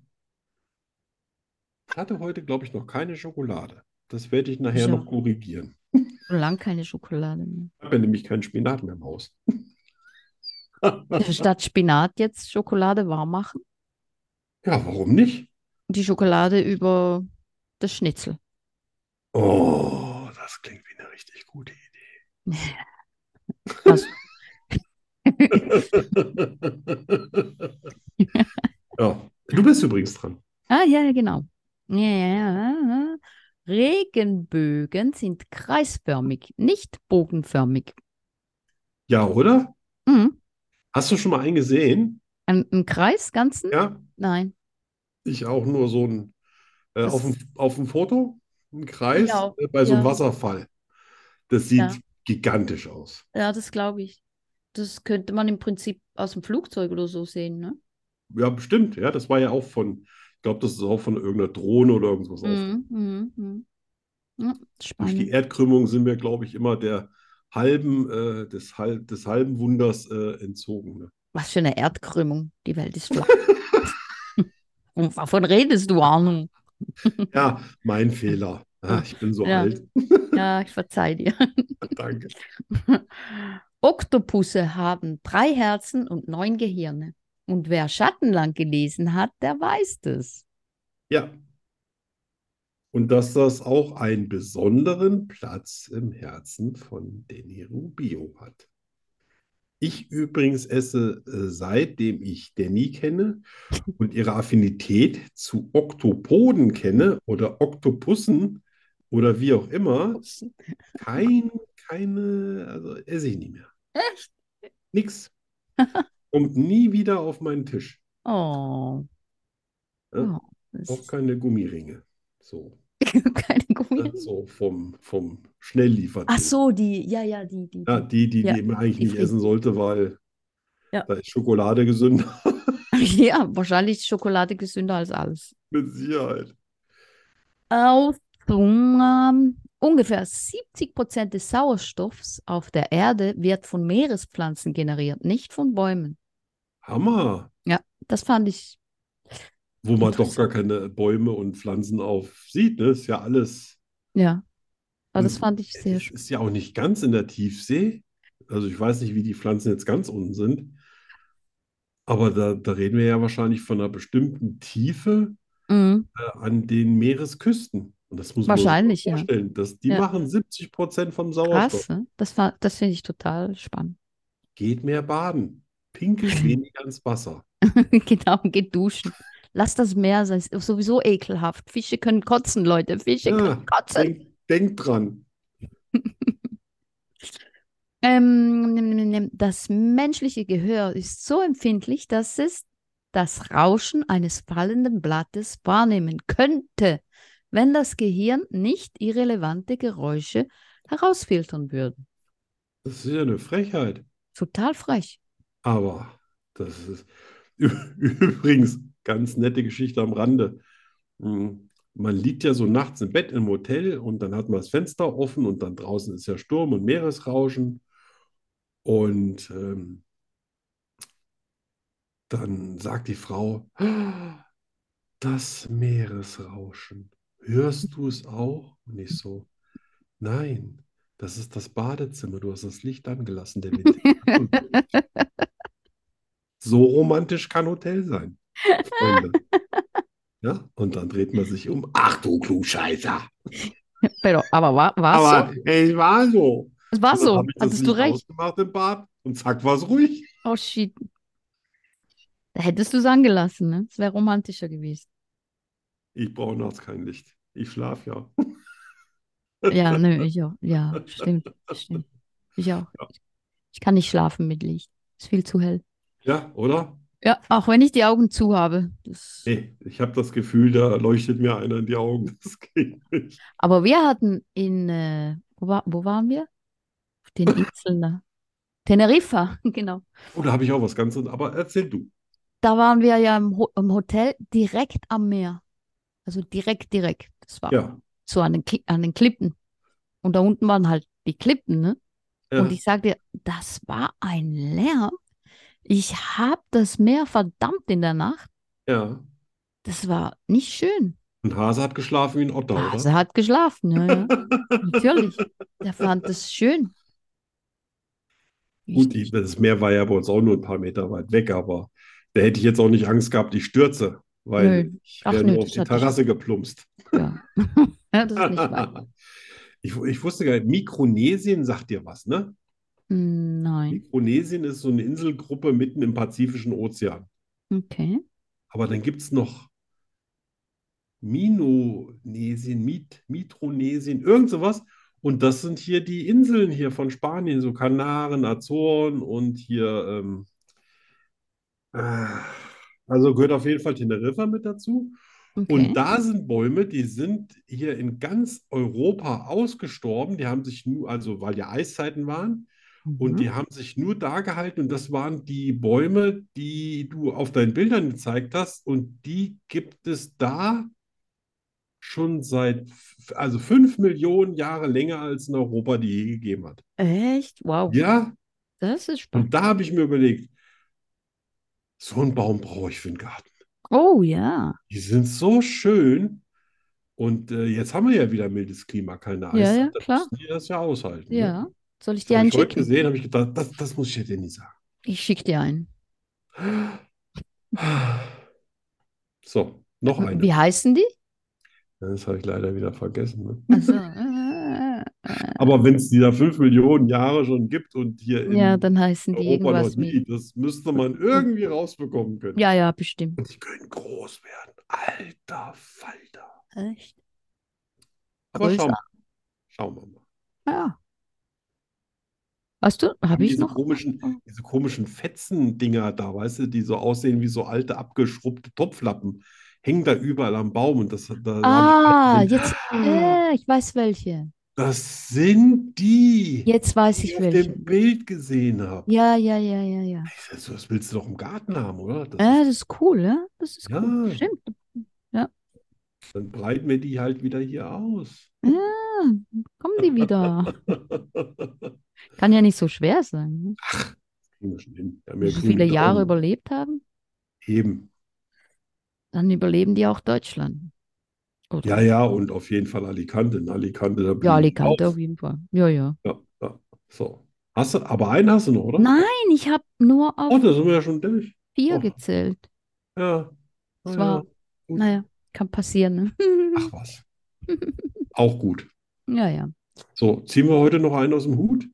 [SPEAKER 2] Ich hatte heute, glaube ich, noch keine Schokolade. Das werde ich nachher
[SPEAKER 1] Tja.
[SPEAKER 2] noch korrigieren.
[SPEAKER 1] Schon lange keine Schokolade mehr.
[SPEAKER 2] Ich habe ja nämlich keinen Spinat mehr im Haus.
[SPEAKER 1] Also Statt Spinat jetzt Schokolade warm machen.
[SPEAKER 2] Ja, warum nicht?
[SPEAKER 1] Die Schokolade über das Schnitzel.
[SPEAKER 2] Oh, das klingt wie eine richtig gute
[SPEAKER 1] Was?
[SPEAKER 2] Idee. Ja, du bist übrigens dran.
[SPEAKER 1] Ah, ja, ja, genau. Ja, ja, ja, ja. Regenbögen sind kreisförmig, nicht bogenförmig.
[SPEAKER 2] Ja, oder?
[SPEAKER 1] Mhm.
[SPEAKER 2] Hast du schon mal einen gesehen?
[SPEAKER 1] Ein, ein Kreis, ganzen?
[SPEAKER 2] Ja,
[SPEAKER 1] Nein.
[SPEAKER 2] ich auch nur so ein, äh,
[SPEAKER 1] Das-
[SPEAKER 2] auf dem, auf dem Foto, ein Kreis,
[SPEAKER 1] Genau,
[SPEAKER 2] äh, bei so einem
[SPEAKER 1] ja.
[SPEAKER 2] Wasserfall. Das sieht
[SPEAKER 1] Ja.
[SPEAKER 2] gigantisch aus.
[SPEAKER 1] Ja, das glaube ich. Das könnte man im Prinzip aus dem Flugzeug oder so sehen, ne?
[SPEAKER 2] Ja, bestimmt. Ja, das war ja auch von, ich glaube, das ist auch von irgendeiner Drohne oder irgendwas auf.
[SPEAKER 1] Mhm, mhm, mhm. Ja,
[SPEAKER 2] Durch die
[SPEAKER 1] spannend.
[SPEAKER 2] Erdkrümmung sind wir, glaube ich, immer der halben, äh, des, Hal- des halben Wunders äh, entzogen. Ne?
[SPEAKER 1] Was für eine Erdkrümmung. Die Welt ist flach. Und Wovon redest du, Arno?
[SPEAKER 2] Ja, mein Fehler. Ah, ich bin so
[SPEAKER 1] Ja.
[SPEAKER 2] alt.
[SPEAKER 1] Ja, ich verzeih dir.
[SPEAKER 2] Danke.
[SPEAKER 1] Oktopusse haben drei Herzen und neun Gehirne. Und wer Schattenland gelesen hat, der weiß das.
[SPEAKER 2] Ja. Und dass das auch einen besonderen Platz im Herzen von Danny Rubio hat. Ich übrigens esse, äh, seitdem ich Danny kenne und ihre Affinität zu Oktopoden kenne oder Oktopussen oder wie auch immer, kein, keine, also esse ich nicht mehr.
[SPEAKER 1] Echt?
[SPEAKER 2] Nix. Kommt nie wieder auf meinen Tisch.
[SPEAKER 1] Oh.
[SPEAKER 2] Ja.
[SPEAKER 1] Oh, das
[SPEAKER 2] Auch
[SPEAKER 1] ist
[SPEAKER 2] keine Gummiringe. So.
[SPEAKER 1] keine
[SPEAKER 2] Ne,
[SPEAKER 1] Gummi.
[SPEAKER 2] So vom, vom Schnellliefer.
[SPEAKER 1] Ach so, die, ja, ja, die, die.
[SPEAKER 2] Ja, die, die, die
[SPEAKER 1] Ja,
[SPEAKER 2] man eigentlich
[SPEAKER 1] die
[SPEAKER 2] nicht
[SPEAKER 1] Frieden.
[SPEAKER 2] essen sollte, weil
[SPEAKER 1] Ja.
[SPEAKER 2] da ist Schokolade gesünder.
[SPEAKER 1] Ja, wahrscheinlich ist Schokolade gesünder als alles.
[SPEAKER 2] Mit Sicherheit.
[SPEAKER 1] Auf, ähm, ungefähr 70 Prozent des Sauerstoffs auf der Erde wird von Meerespflanzen generiert, nicht von Bäumen.
[SPEAKER 2] Hammer.
[SPEAKER 1] Das fand ich.
[SPEAKER 2] Wo man doch gar keine Bäume und Pflanzen auf sieht, ne? Ist ja alles.
[SPEAKER 1] Ja. Aber das
[SPEAKER 2] Und
[SPEAKER 1] fand ich sehr
[SPEAKER 2] Es ist ja auch nicht ganz in der Tiefsee. Also ich weiß nicht, wie die Pflanzen jetzt ganz unten sind. Aber da, da reden wir ja wahrscheinlich von einer bestimmten Tiefe
[SPEAKER 1] Mhm.
[SPEAKER 2] äh, an den Meeresküsten. Und das muss man sich mal
[SPEAKER 1] Wahrscheinlich, ja.
[SPEAKER 2] vorstellen. Dass die
[SPEAKER 1] Ja.
[SPEAKER 2] machen 70 Prozent vom Sauerstoff.
[SPEAKER 1] Krass, ne? Das, fa- das finde ich total spannend.
[SPEAKER 2] Geht mehr baden. Pinkelt weniger ins Wasser.
[SPEAKER 1] Genau, geht duschen. Lass das Meer sein. Ist sowieso ekelhaft. Fische können kotzen, Leute. Fische
[SPEAKER 2] Ja,
[SPEAKER 1] können kotzen.
[SPEAKER 2] Denkt denk dran.
[SPEAKER 1] Ähm, nimm, nimm, nimm. das menschliche Gehör ist so empfindlich, dass es das Rauschen eines fallenden Blattes wahrnehmen könnte, wenn das Gehirn nicht irrelevante Geräusche herausfiltern würde.
[SPEAKER 2] Das ist ja eine Frechheit.
[SPEAKER 1] Total frech.
[SPEAKER 2] Aber das ist Ü- übrigens ganz nette Geschichte am Rande. Hm, Man liegt ja so nachts im Bett im Hotel und dann hat man das Fenster offen und dann draußen ist ja Sturm und Meeresrauschen. Und ähm, dann sagt die Frau, "Ah, das Meeresrauschen. Hörst du es auch? Und ich so, nein, das ist das Badezimmer. Du hast das Licht angelassen, der Wind. So romantisch kann Hotel sein, Freunde. Ja, und dann dreht man sich um. Ach du Klugscheißer.
[SPEAKER 1] Pero, aber war, war so?
[SPEAKER 2] Aber es war so.
[SPEAKER 1] Es war
[SPEAKER 2] Und dann
[SPEAKER 1] so.
[SPEAKER 2] hab ich das
[SPEAKER 1] Hattest du
[SPEAKER 2] Licht
[SPEAKER 1] recht?
[SPEAKER 2] ausgemacht im Bad und zack, war es ruhig.
[SPEAKER 1] Oh shit. Da hättest du es angelassen, ne? Es wäre romantischer gewesen.
[SPEAKER 2] Ich brauche nachts kein Licht. Ich schlafe ja.
[SPEAKER 1] Ja, ne, ich auch. Ja, stimmt, stimmt. Ich auch. Ich kann nicht schlafen mit Licht. Ist viel zu hell.
[SPEAKER 2] Ja, oder?
[SPEAKER 1] Ja, auch wenn ich die Augen zu habe. Das...
[SPEAKER 2] Nee, ich habe das Gefühl, da leuchtet mir einer in die Augen. Das geht nicht.
[SPEAKER 1] Aber wir hatten in, äh, wo, war, wo waren wir? Auf den Inseln da. Teneriffa, genau.
[SPEAKER 2] Oh, da habe ich auch was ganz anderes. Aber erzähl du.
[SPEAKER 1] Da waren wir ja im, Ho im Hotel direkt am Meer. Also direkt, direkt. Das war
[SPEAKER 2] Ja,
[SPEAKER 1] so an den, Kli an den Klippen. Und da unten waren halt die Klippen, ne?
[SPEAKER 2] ja.
[SPEAKER 1] Und ich sag dir, das war ein Lärm. Ich hab das Meer verdammt in der Nacht.
[SPEAKER 2] ja.
[SPEAKER 1] Das war nicht schön.
[SPEAKER 2] Und Hase hat geschlafen wie ein Otter, oder?
[SPEAKER 1] Also er hat geschlafen, ja, ja. Natürlich. Der fand das schön.
[SPEAKER 2] Gut,
[SPEAKER 1] Richtig.
[SPEAKER 2] ich, das Meer war ja bei uns auch nur ein paar Meter weit weg, aber da hätte ich jetzt auch nicht Angst gehabt, ich stürze, weil
[SPEAKER 1] Nö.
[SPEAKER 2] ich
[SPEAKER 1] Ach,
[SPEAKER 2] wäre
[SPEAKER 1] nö,
[SPEAKER 2] nur auf
[SPEAKER 1] das
[SPEAKER 2] die
[SPEAKER 1] hatte ich-
[SPEAKER 2] Terrasse geplumpst.
[SPEAKER 1] Ja. ja, das ist nicht weit.
[SPEAKER 2] Ich, ich wusste gar nicht, Mikronesien sagt dir was, ne?
[SPEAKER 1] Hm, Nein.
[SPEAKER 2] Mikronesien ist so eine Inselgruppe mitten im Pazifischen Ozean.
[SPEAKER 1] Okay.
[SPEAKER 2] Aber dann gibt es noch Minonesien, Mit, Mitronesien, irgend sowas. Und das sind hier die Inseln hier von Spanien, so Kanaren, Azoren und hier. Ähm, äh, also gehört auf jeden Fall Teneriffa mit dazu.
[SPEAKER 1] Okay.
[SPEAKER 2] Und da sind Bäume, die sind hier in ganz Europa ausgestorben. Die haben sich nur, also weil ja Eiszeiten waren, und
[SPEAKER 1] Mhm.
[SPEAKER 2] die haben sich nur da gehalten und das waren die Bäume, die du auf deinen Bildern gezeigt hast und die gibt es da schon seit, f- also fünf Millionen Jahre länger als in Europa die je gegeben hat.
[SPEAKER 1] Echt? Wow.
[SPEAKER 2] Ja,
[SPEAKER 1] Das ist spannend.
[SPEAKER 2] und da habe ich mir überlegt, so einen Baum brauche ich für den Garten.
[SPEAKER 1] Oh ja.
[SPEAKER 2] Die sind so schön und äh, jetzt haben wir ja wieder mildes Klima, keine
[SPEAKER 1] Ja, ja,
[SPEAKER 2] Eiszeit, da
[SPEAKER 1] klar.
[SPEAKER 2] müssen die das ja aushalten. ne?
[SPEAKER 1] Ja. Soll ich
[SPEAKER 2] Das
[SPEAKER 1] dir
[SPEAKER 2] habe
[SPEAKER 1] einen
[SPEAKER 2] ich heute
[SPEAKER 1] schicken?
[SPEAKER 2] gesehen, habe ich gedacht, das, das muss ich dir nicht sagen.
[SPEAKER 1] Ich schicke dir einen.
[SPEAKER 2] So, noch eine.
[SPEAKER 1] Wie heißen die?
[SPEAKER 2] Das habe ich leider wieder vergessen. Ne?
[SPEAKER 1] Also, äh,
[SPEAKER 2] Aber wenn es die da fünf Millionen Jahre schon gibt und hier in
[SPEAKER 1] ja, dann heißen die
[SPEAKER 2] Europa noch
[SPEAKER 1] irgendwas mit.
[SPEAKER 2] nie, das müsste man irgendwie rausbekommen können.
[SPEAKER 1] Ja, ja, bestimmt.
[SPEAKER 2] Die können groß werden. Alter Falter.
[SPEAKER 1] Echt?
[SPEAKER 2] Aber
[SPEAKER 1] Größer.
[SPEAKER 2] schauen, wir- schauen wir mal.
[SPEAKER 1] Ja. Hast du?
[SPEAKER 2] Haben
[SPEAKER 1] Habe ich
[SPEAKER 2] diese
[SPEAKER 1] noch?
[SPEAKER 2] komischen, diese komischen Fetzen-Dinger da, weißt du, die so aussehen wie so alte, abgeschrubbte Topflappen, hängen da überall am Baum und das, da- da
[SPEAKER 1] Ah,
[SPEAKER 2] habe ich
[SPEAKER 1] jetzt. Äh, ich weiß welche.
[SPEAKER 2] Das sind die,
[SPEAKER 1] Jetzt weiß
[SPEAKER 2] die ich
[SPEAKER 1] ich
[SPEAKER 2] auf
[SPEAKER 1] welche.
[SPEAKER 2] dem Bild gesehen habe.
[SPEAKER 1] Ja, ja, ja, ja, ja.
[SPEAKER 2] Ich sag so, das willst du doch im Garten haben, oder? Das
[SPEAKER 1] Äh, das
[SPEAKER 2] ist,
[SPEAKER 1] ist cool, ja? Das ist cool.
[SPEAKER 2] Ja.
[SPEAKER 1] Stimmt.
[SPEAKER 2] dann breiten wir die halt wieder hier aus.
[SPEAKER 1] Ah, kommen die wieder. Kann ja nicht so schwer sein. Ne?
[SPEAKER 2] Kriegen wir schon hin. Wir haben ja
[SPEAKER 1] Wenn sie
[SPEAKER 2] grüne
[SPEAKER 1] viele Jahre
[SPEAKER 2] Daumen.
[SPEAKER 1] überlebt haben,
[SPEAKER 2] Eben.
[SPEAKER 1] dann überleben die auch Deutschland. Oder?
[SPEAKER 2] Ja, ja, und auf jeden Fall Alicante. In Alicante, da blühen
[SPEAKER 1] Ja,
[SPEAKER 2] die
[SPEAKER 1] Alicante
[SPEAKER 2] auf.
[SPEAKER 1] auf jeden Fall. Ja, ja.
[SPEAKER 2] Ja, ja. So. Hast du, aber einen hast du noch, oder?
[SPEAKER 1] Nein, ich habe nur
[SPEAKER 2] Oh,
[SPEAKER 1] auf
[SPEAKER 2] da sind wir ja schon durch.
[SPEAKER 1] vier
[SPEAKER 2] oh.
[SPEAKER 1] gezählt.
[SPEAKER 2] Ja.
[SPEAKER 1] Das
[SPEAKER 2] Na
[SPEAKER 1] war-
[SPEAKER 2] ja. Gut.
[SPEAKER 1] Naja, kann passieren. Ne?
[SPEAKER 2] Ach was. Auch gut.
[SPEAKER 1] Ja, ja.
[SPEAKER 2] So, ziehen wir heute noch einen aus dem Hut?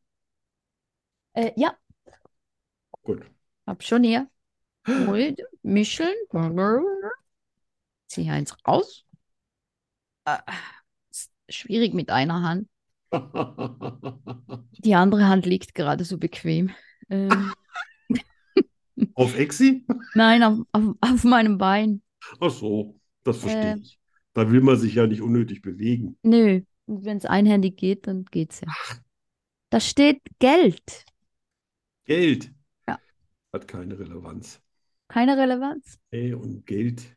[SPEAKER 1] Äh, ja,
[SPEAKER 2] Gut.
[SPEAKER 1] hab schon hier. Ruhig, Micheln. Zieh eins raus. Äh, ist schwierig mit einer Hand.
[SPEAKER 2] Auf
[SPEAKER 1] Die andere Hand liegt gerade so bequem.
[SPEAKER 2] Ah.
[SPEAKER 1] Ähm,
[SPEAKER 2] Exi?
[SPEAKER 1] nein, auf, auf, auf meinem Bein.
[SPEAKER 2] Ach so, das verstehe
[SPEAKER 1] Äh.
[SPEAKER 2] ich. Da will man sich ja nicht unnötig bewegen.
[SPEAKER 1] Nö. Und wenn es einhändig geht, dann geht's ja. Da steht Geld.
[SPEAKER 2] Geld
[SPEAKER 1] Ja.
[SPEAKER 2] hat keine Relevanz.
[SPEAKER 1] Keine Relevanz.
[SPEAKER 2] Ey, und Geld,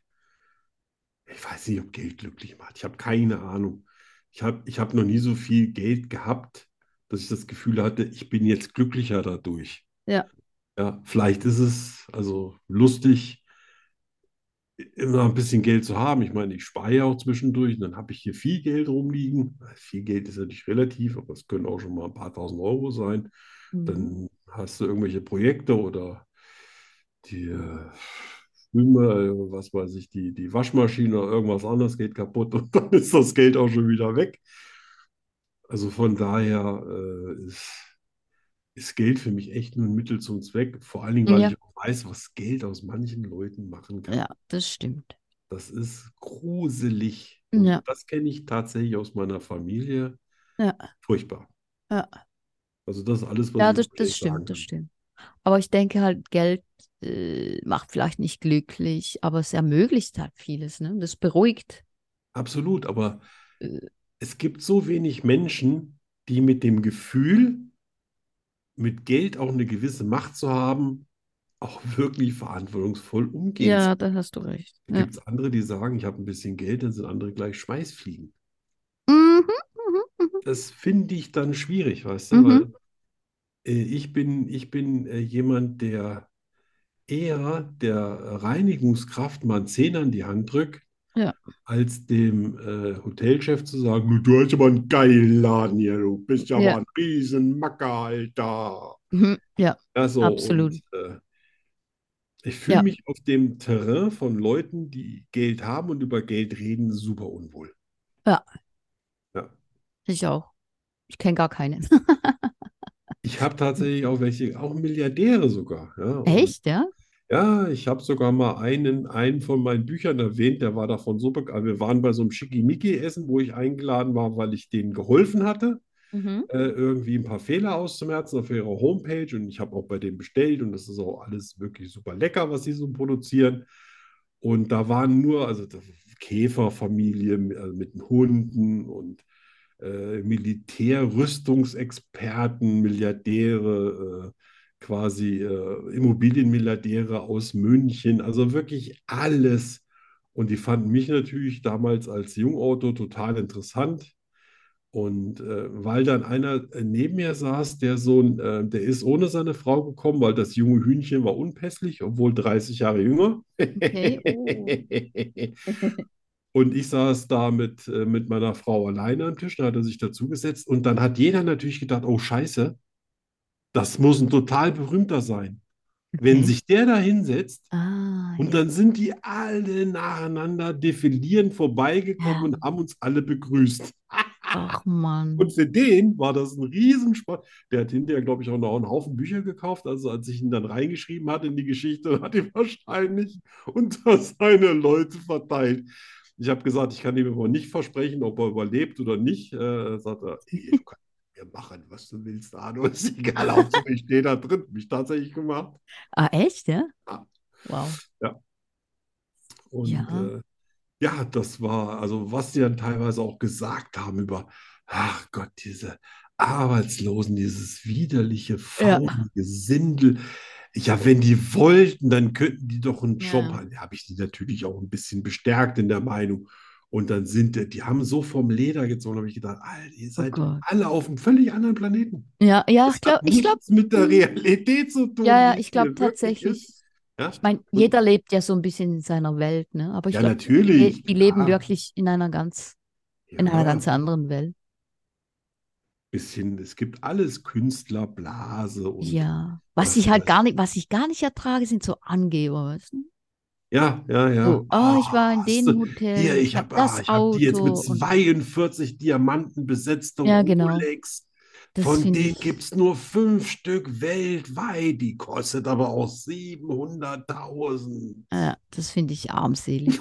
[SPEAKER 2] ich weiß nicht, ob Geld glücklich macht. Ich habe keine Ahnung. Ich habe ich hab noch nie so viel Geld gehabt, dass ich das Gefühl hatte, ich bin jetzt glücklicher dadurch.
[SPEAKER 1] Ja.
[SPEAKER 2] Ja, vielleicht ist es also lustig, immer ein bisschen Geld zu haben. Ich meine, ich spare ja auch zwischendurch und dann habe ich hier viel Geld rumliegen. Viel Geld ist natürlich relativ, aber es können auch schon
[SPEAKER 4] Hm.
[SPEAKER 2] mal ein paar tausend Euro sein.
[SPEAKER 1] Mhm.
[SPEAKER 2] Dann hast du irgendwelche Projekte oder die äh, Spülma- äh, was weiß ich, die, die Waschmaschine oder irgendwas anderes geht kaputt und dann ist das Geld auch schon wieder weg. Also von daher äh, ist, ist Geld für mich echt nur ein Mittel zum Zweck, vor allen Dingen, weil
[SPEAKER 4] Ja.
[SPEAKER 2] ich auch weiß, was Geld aus manchen Leuten machen kann.
[SPEAKER 4] Ja, das stimmt.
[SPEAKER 2] Das ist gruselig. Und
[SPEAKER 4] Ja.
[SPEAKER 2] das kenne ich tatsächlich aus meiner Familie.
[SPEAKER 4] Ja.
[SPEAKER 2] Furchtbar.
[SPEAKER 4] Ja.
[SPEAKER 2] Also das ist alles, was
[SPEAKER 4] Ja,
[SPEAKER 2] ich
[SPEAKER 4] das,
[SPEAKER 2] über Geld
[SPEAKER 4] das
[SPEAKER 2] sagen
[SPEAKER 4] stimmt,
[SPEAKER 2] kann.
[SPEAKER 4] das stimmt. Aber ich denke halt, Geld äh, macht vielleicht nicht glücklich, aber es ermöglicht halt vieles, ne? Das beruhigt.
[SPEAKER 2] Absolut, aber
[SPEAKER 4] Äh.
[SPEAKER 2] es gibt so wenig Menschen, die mit dem Gefühl, mit Geld auch eine gewisse Macht zu haben, auch wirklich verantwortungsvoll umgehen.
[SPEAKER 4] Ja, da hast du recht.
[SPEAKER 2] Da
[SPEAKER 4] Ja.
[SPEAKER 2] gibt es andere, die sagen, ich habe ein bisschen Geld, dann sind andere gleich Schweißfliegen.
[SPEAKER 4] Mhm.
[SPEAKER 2] Das finde ich dann schwierig, weißt du,
[SPEAKER 4] Mhm.
[SPEAKER 2] weil äh, ich bin, ich bin äh, jemand, der eher der Reinigungskraft mal einen Zehner in die Hand drückt,
[SPEAKER 4] Ja.
[SPEAKER 2] als dem äh, Hotelchef zu sagen, "Nu, du hast aber einen geilen Laden hier, du bist ja
[SPEAKER 4] Ja.
[SPEAKER 2] aber ein Riesenmacker, Alter.
[SPEAKER 4] Mhm. Ja,
[SPEAKER 2] Ja, so,
[SPEAKER 4] Absolut.
[SPEAKER 2] und äh, ich fühle
[SPEAKER 4] Ja.
[SPEAKER 2] mich auf dem Terrain von Leuten, die Geld haben und über Geld reden, super unwohl.
[SPEAKER 4] ich auch. Ich kenne gar keine.
[SPEAKER 2] Hm. Ich habe tatsächlich auch welche, auch Milliardäre sogar. Ja, und
[SPEAKER 4] Echt, ja?
[SPEAKER 2] Ja, ich habe sogar mal einen, einen von meinen Büchern erwähnt, der war davon so begeistert. Wir waren bei so einem Schickimicki-Essen, wo ich eingeladen war, weil ich denen geholfen hatte,
[SPEAKER 4] Mhm.
[SPEAKER 2] äh, irgendwie ein paar Fehler auszumerzen auf ihrer Homepage. Und ich habe auch bei denen bestellt und das ist auch alles wirklich super lecker, was sie so produzieren. Und da waren nur, also das- Käferfamilie mit, also mit den Hunden und äh, Militärrüstungsexperten, Milliardäre, äh, quasi äh, Immobilienmilliardäre aus München, also wirklich alles. Und die fanden mich natürlich damals als Jungauto total interessant. Und äh, weil dann einer äh, neben mir saß, der so ein, äh, der ist ohne seine Frau gekommen, weil das junge Hühnchen war unpässlich, obwohl 30 Jahre jünger.
[SPEAKER 4] Okay,
[SPEAKER 2] Und ich saß da mit, äh, mit meiner Frau alleine am Tisch, da hat er sich dazugesetzt. Und dann hat jeder natürlich gedacht, oh Scheiße, das muss ein total berühmter sein. Wenn
[SPEAKER 4] Okay.
[SPEAKER 2] sich der da hinsetzt
[SPEAKER 4] Ah,
[SPEAKER 2] und
[SPEAKER 4] ja.
[SPEAKER 2] dann sind die alle nacheinander defilierend vorbeigekommen und haben uns alle begrüßt.
[SPEAKER 4] Ach Mann.
[SPEAKER 2] Und für den war das ein Riesenspaß. Der hat hinterher, glaube ich, auch noch einen Haufen Bücher gekauft. Also als ich ihn dann reingeschrieben hatte in die Geschichte, hat er wahrscheinlich unter seine Leute verteilt. Ich habe gesagt, ich kann ihm aber nicht versprechen, ob er überlebt oder nicht. Äh, sagt er, "Ey, du kannst mir machen, was du willst, Arno. Ist egal, Hauptsache ich stehe da drin. Mich tatsächlich gemacht.
[SPEAKER 4] Ah, echt, ja?
[SPEAKER 2] Ja.
[SPEAKER 4] Wow.
[SPEAKER 2] Und
[SPEAKER 4] Ja.
[SPEAKER 2] äh, ja, das war, also was die dann teilweise auch gesagt haben über, ach Gott, diese Arbeitslosen, dieses widerliche, faule Gesindel. Ja, wenn die wollten, dann könnten die doch einen Job
[SPEAKER 4] Ja.
[SPEAKER 2] haben. Da habe ich die natürlich auch ein bisschen bestärkt in der Meinung. Und dann sind die, die haben so vom Leder gezogen, habe ich gedacht, Alter, ihr
[SPEAKER 4] Oh
[SPEAKER 2] seid
[SPEAKER 4] Gott.
[SPEAKER 2] alle auf einem völlig anderen Planeten.
[SPEAKER 4] Ja, ja,
[SPEAKER 2] Das
[SPEAKER 4] ich glaube,
[SPEAKER 2] hat
[SPEAKER 4] ich glaube,
[SPEAKER 2] nichts mit der
[SPEAKER 4] mm,
[SPEAKER 2] Realität zu tun,
[SPEAKER 4] ja, ja,
[SPEAKER 2] wie es
[SPEAKER 4] ich glaube
[SPEAKER 2] hier wirklich
[SPEAKER 4] tatsächlich.
[SPEAKER 2] ist. Ja?
[SPEAKER 4] Ich meine,
[SPEAKER 2] Und-
[SPEAKER 4] jeder lebt ja so ein bisschen in seiner Welt, ne? Aber ich
[SPEAKER 2] Ja,
[SPEAKER 4] glaube,
[SPEAKER 2] natürlich,
[SPEAKER 4] die, die leben
[SPEAKER 2] klar. Genau.
[SPEAKER 4] wirklich in einer ganz, in einer
[SPEAKER 2] Ja.
[SPEAKER 4] ganz anderen Welt.
[SPEAKER 2] bisschen, es gibt alles Künstlerblase und
[SPEAKER 4] Ja. Was
[SPEAKER 2] was
[SPEAKER 4] ich halt
[SPEAKER 2] weiß
[SPEAKER 4] gar nicht, was ich gar nicht ertrage, sind so Angeber, weißt du?
[SPEAKER 2] ja, ja, ja.
[SPEAKER 4] So, oh, ich war in
[SPEAKER 2] Ah, hast du-
[SPEAKER 4] dem Hotel,
[SPEAKER 2] hier, ich
[SPEAKER 4] hab
[SPEAKER 2] habe ah,
[SPEAKER 4] das
[SPEAKER 2] ich hab die jetzt mit
[SPEAKER 4] Auto und
[SPEAKER 2] 42 Diamanten besetzte
[SPEAKER 4] Ja, genau.
[SPEAKER 2] Rolex.
[SPEAKER 4] das
[SPEAKER 2] Von
[SPEAKER 4] finde
[SPEAKER 2] denen
[SPEAKER 4] ich.
[SPEAKER 2] gibt es nur fünf Stück weltweit. Die kostet aber auch 700.000.
[SPEAKER 4] Ja, das finde ich armselig.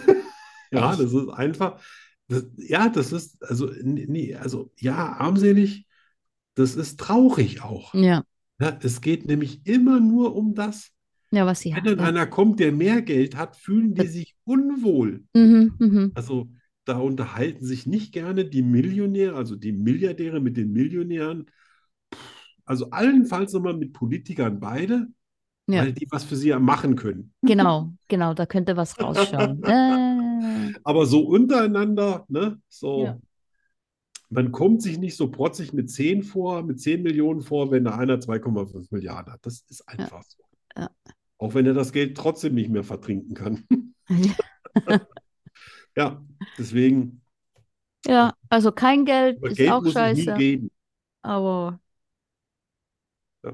[SPEAKER 2] Ja,
[SPEAKER 4] Echt.
[SPEAKER 2] das ist einfach. Das, ja, das ist, also, nee, nee, also, ja, armselig, das ist traurig auch.
[SPEAKER 4] Ja,
[SPEAKER 2] Ja, es geht nämlich immer nur um das.
[SPEAKER 4] ja, was sie
[SPEAKER 2] Wenn
[SPEAKER 4] haben.
[SPEAKER 2] dann
[SPEAKER 4] Ja.
[SPEAKER 2] einer kommt, der mehr Geld hat, fühlen die sich unwohl.
[SPEAKER 4] Mhm, mhm.
[SPEAKER 2] Also da unterhalten sich nicht gerne die Millionäre, also die Milliardäre mit den Millionären. Also allenfalls nochmal mit Politikern beide,
[SPEAKER 4] Ja.
[SPEAKER 2] weil die was für sie ja machen können.
[SPEAKER 4] Genau, genau, da könnte was rausschauen. Äh,
[SPEAKER 2] Aber so untereinander, ne, so,
[SPEAKER 4] Ja.
[SPEAKER 2] man kommt sich nicht so protzig mit 10 vor, mit 10 Millionen vor, wenn da einer 2,5 Milliarden hat. Das ist einfach so.
[SPEAKER 4] Ja.
[SPEAKER 2] Auch wenn er das Geld trotzdem nicht mehr vertrinken kann. Ja, deswegen,
[SPEAKER 4] ja, also kein Geld
[SPEAKER 2] über
[SPEAKER 4] ist
[SPEAKER 2] Geld
[SPEAKER 4] auch
[SPEAKER 2] muss ich nie
[SPEAKER 4] scheiße,
[SPEAKER 2] reden.
[SPEAKER 4] aber,
[SPEAKER 2] Ja.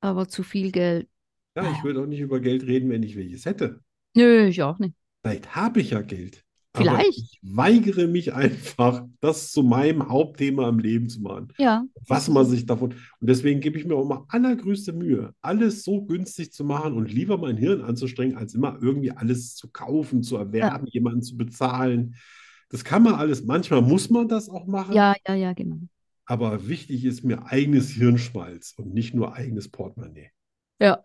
[SPEAKER 4] aber zu viel Geld
[SPEAKER 2] Ja, ich würde auch nicht über Geld reden, wenn ich welches hätte.
[SPEAKER 1] Nö, ich auch nicht.
[SPEAKER 2] Vielleicht habe ich ja Geld. Aber
[SPEAKER 1] Vielleicht.
[SPEAKER 2] ich weigere mich einfach, das zu meinem Hauptthema im Leben zu machen.
[SPEAKER 1] Ja,
[SPEAKER 2] Was man sich davon. Und deswegen gebe ich mir auch mal allergrößte Mühe, alles so günstig zu machen und lieber mein Hirn anzustrengen, als immer irgendwie alles zu kaufen, zu erwerben, jemanden zu bezahlen. Das kann man alles. Manchmal muss man das auch machen.
[SPEAKER 1] ja, ja, ja, genau.
[SPEAKER 2] Aber wichtig ist mir eigenes Hirnschmalz und nicht nur eigenes Portemonnaie.
[SPEAKER 1] Ja,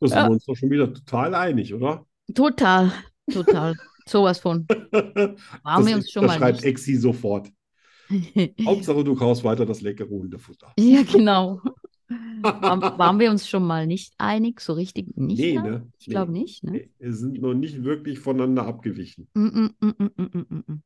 [SPEAKER 2] Da sind
[SPEAKER 1] Ja.
[SPEAKER 2] wir uns doch schon wieder total einig, oder?
[SPEAKER 1] total, total. Sowas von. Waren wir
[SPEAKER 2] Das
[SPEAKER 1] uns schon mal
[SPEAKER 2] unterschreibt
[SPEAKER 1] nicht.
[SPEAKER 2] Exi sofort. Hauptsache, du kaufst weiter das leckere Hundefutter.
[SPEAKER 1] Ja, genau. Waren, waren wir uns schon mal nicht einig? So richtig nicht?
[SPEAKER 2] Nee,
[SPEAKER 1] ne?
[SPEAKER 2] ne?
[SPEAKER 1] Ich glaube nicht, ne?
[SPEAKER 2] Nee, wir sind noch nicht wirklich voneinander abgewichen.
[SPEAKER 1] Mm, mm, mm, mm, mm, mm, mm.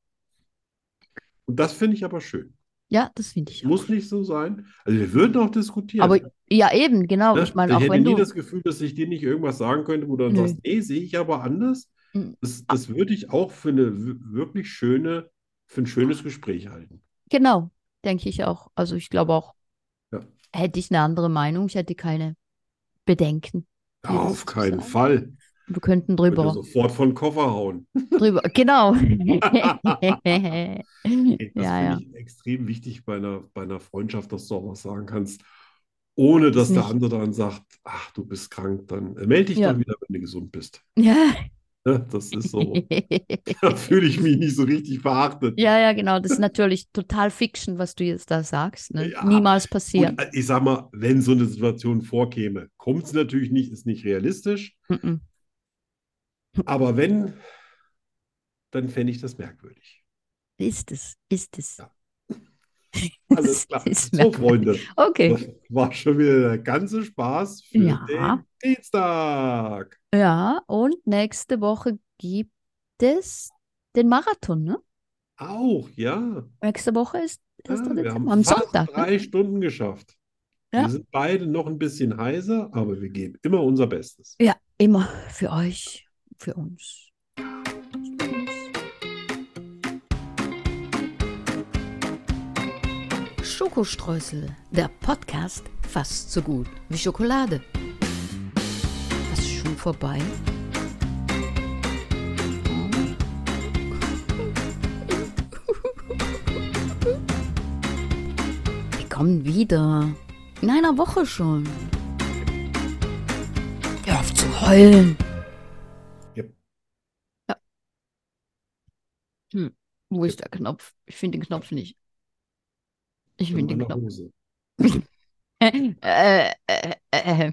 [SPEAKER 2] Und das finde ich aber schön.
[SPEAKER 1] Ja, das finde ich auch.
[SPEAKER 2] Muss nicht so sein. Also wir würden auch diskutieren.
[SPEAKER 1] Aber ja, eben, genau.
[SPEAKER 2] Ne?
[SPEAKER 1] Ich meine, auch
[SPEAKER 2] hätte
[SPEAKER 1] wenn
[SPEAKER 2] nie
[SPEAKER 1] du.
[SPEAKER 2] das Gefühl, dass ich dir nicht irgendwas sagen könnte, wo du dann
[SPEAKER 1] Nö.
[SPEAKER 2] sagst, nee, sehe ich aber anders.
[SPEAKER 1] Mhm.
[SPEAKER 2] Das, das würde ich auch für eine w- wirklich schöne, für ein schönes Gespräch halten.
[SPEAKER 1] Genau, denke ich auch. Also ich glaube auch,
[SPEAKER 2] Ja.
[SPEAKER 1] hätte ich eine andere Meinung, ich hätte keine Bedenken. Ja, das
[SPEAKER 2] Auf
[SPEAKER 1] ist
[SPEAKER 2] keinen
[SPEAKER 1] so.
[SPEAKER 2] Fall.
[SPEAKER 1] Wir könnten
[SPEAKER 2] Ich würde
[SPEAKER 1] drüber,
[SPEAKER 2] sofort von Koffer hauen.
[SPEAKER 1] drüber, genau.
[SPEAKER 2] Ey, Das
[SPEAKER 1] ja, ja.
[SPEAKER 2] finde ich extrem wichtig bei einer, bei einer Freundschaft, dass du auch was sagen kannst, ohne dass der
[SPEAKER 1] Nicht-
[SPEAKER 2] andere dann sagt, ach, du bist krank, dann äh, melde dich
[SPEAKER 1] Ja.
[SPEAKER 2] doch wieder, wenn du gesund bist.
[SPEAKER 1] Ja.
[SPEAKER 2] Ne? Das ist so, da fühle ich mich nicht so richtig verachtet.
[SPEAKER 1] ja, ja, genau. Das ist natürlich total Fiction, was du jetzt da sagst. Ne?
[SPEAKER 2] Ja.
[SPEAKER 1] Niemals passiert.
[SPEAKER 2] Und äh, ich sag mal, wenn so eine Situation vorkäme, kommt es natürlich nicht, ist nicht realistisch,
[SPEAKER 1] Mhm.
[SPEAKER 2] aber wenn, dann fände ich das merkwürdig.
[SPEAKER 1] Ist es, ist es.
[SPEAKER 2] Ja. Alles klar.
[SPEAKER 1] Ist
[SPEAKER 2] So,
[SPEAKER 1] merkwürdig.
[SPEAKER 2] Freunde,
[SPEAKER 1] Okay.
[SPEAKER 2] das war schon wieder der ganze Spaß für
[SPEAKER 1] Ja.
[SPEAKER 2] den Dienstag.
[SPEAKER 1] Ja, und nächste Woche gibt es den Marathon, ne?
[SPEAKER 2] Auch, ja.
[SPEAKER 1] Nächste Woche ist
[SPEAKER 2] Ja,
[SPEAKER 1] 1.
[SPEAKER 2] Ah, wir haben
[SPEAKER 1] Dezember, am
[SPEAKER 2] fast
[SPEAKER 1] Sonntag. ne?
[SPEAKER 2] drei Stunden geschafft.
[SPEAKER 1] Ja.
[SPEAKER 2] Wir sind beide noch ein bisschen heiser, aber wir geben immer unser Bestes.
[SPEAKER 1] Ja, immer für euch, für uns. Tschüss.
[SPEAKER 4] Schokostreusel, der Podcast fast so gut wie Schokolade. Was ist schon vorbei? Wir kommen wieder. In einer Woche schon. Hör auf zu heulen.
[SPEAKER 1] Wo ist der Knopf? Ich finde den Knopf nicht. Ich
[SPEAKER 2] In
[SPEAKER 1] finde den
[SPEAKER 2] meiner
[SPEAKER 1] Knopf.
[SPEAKER 2] Hose.
[SPEAKER 1] Äh, äh, äh, äh.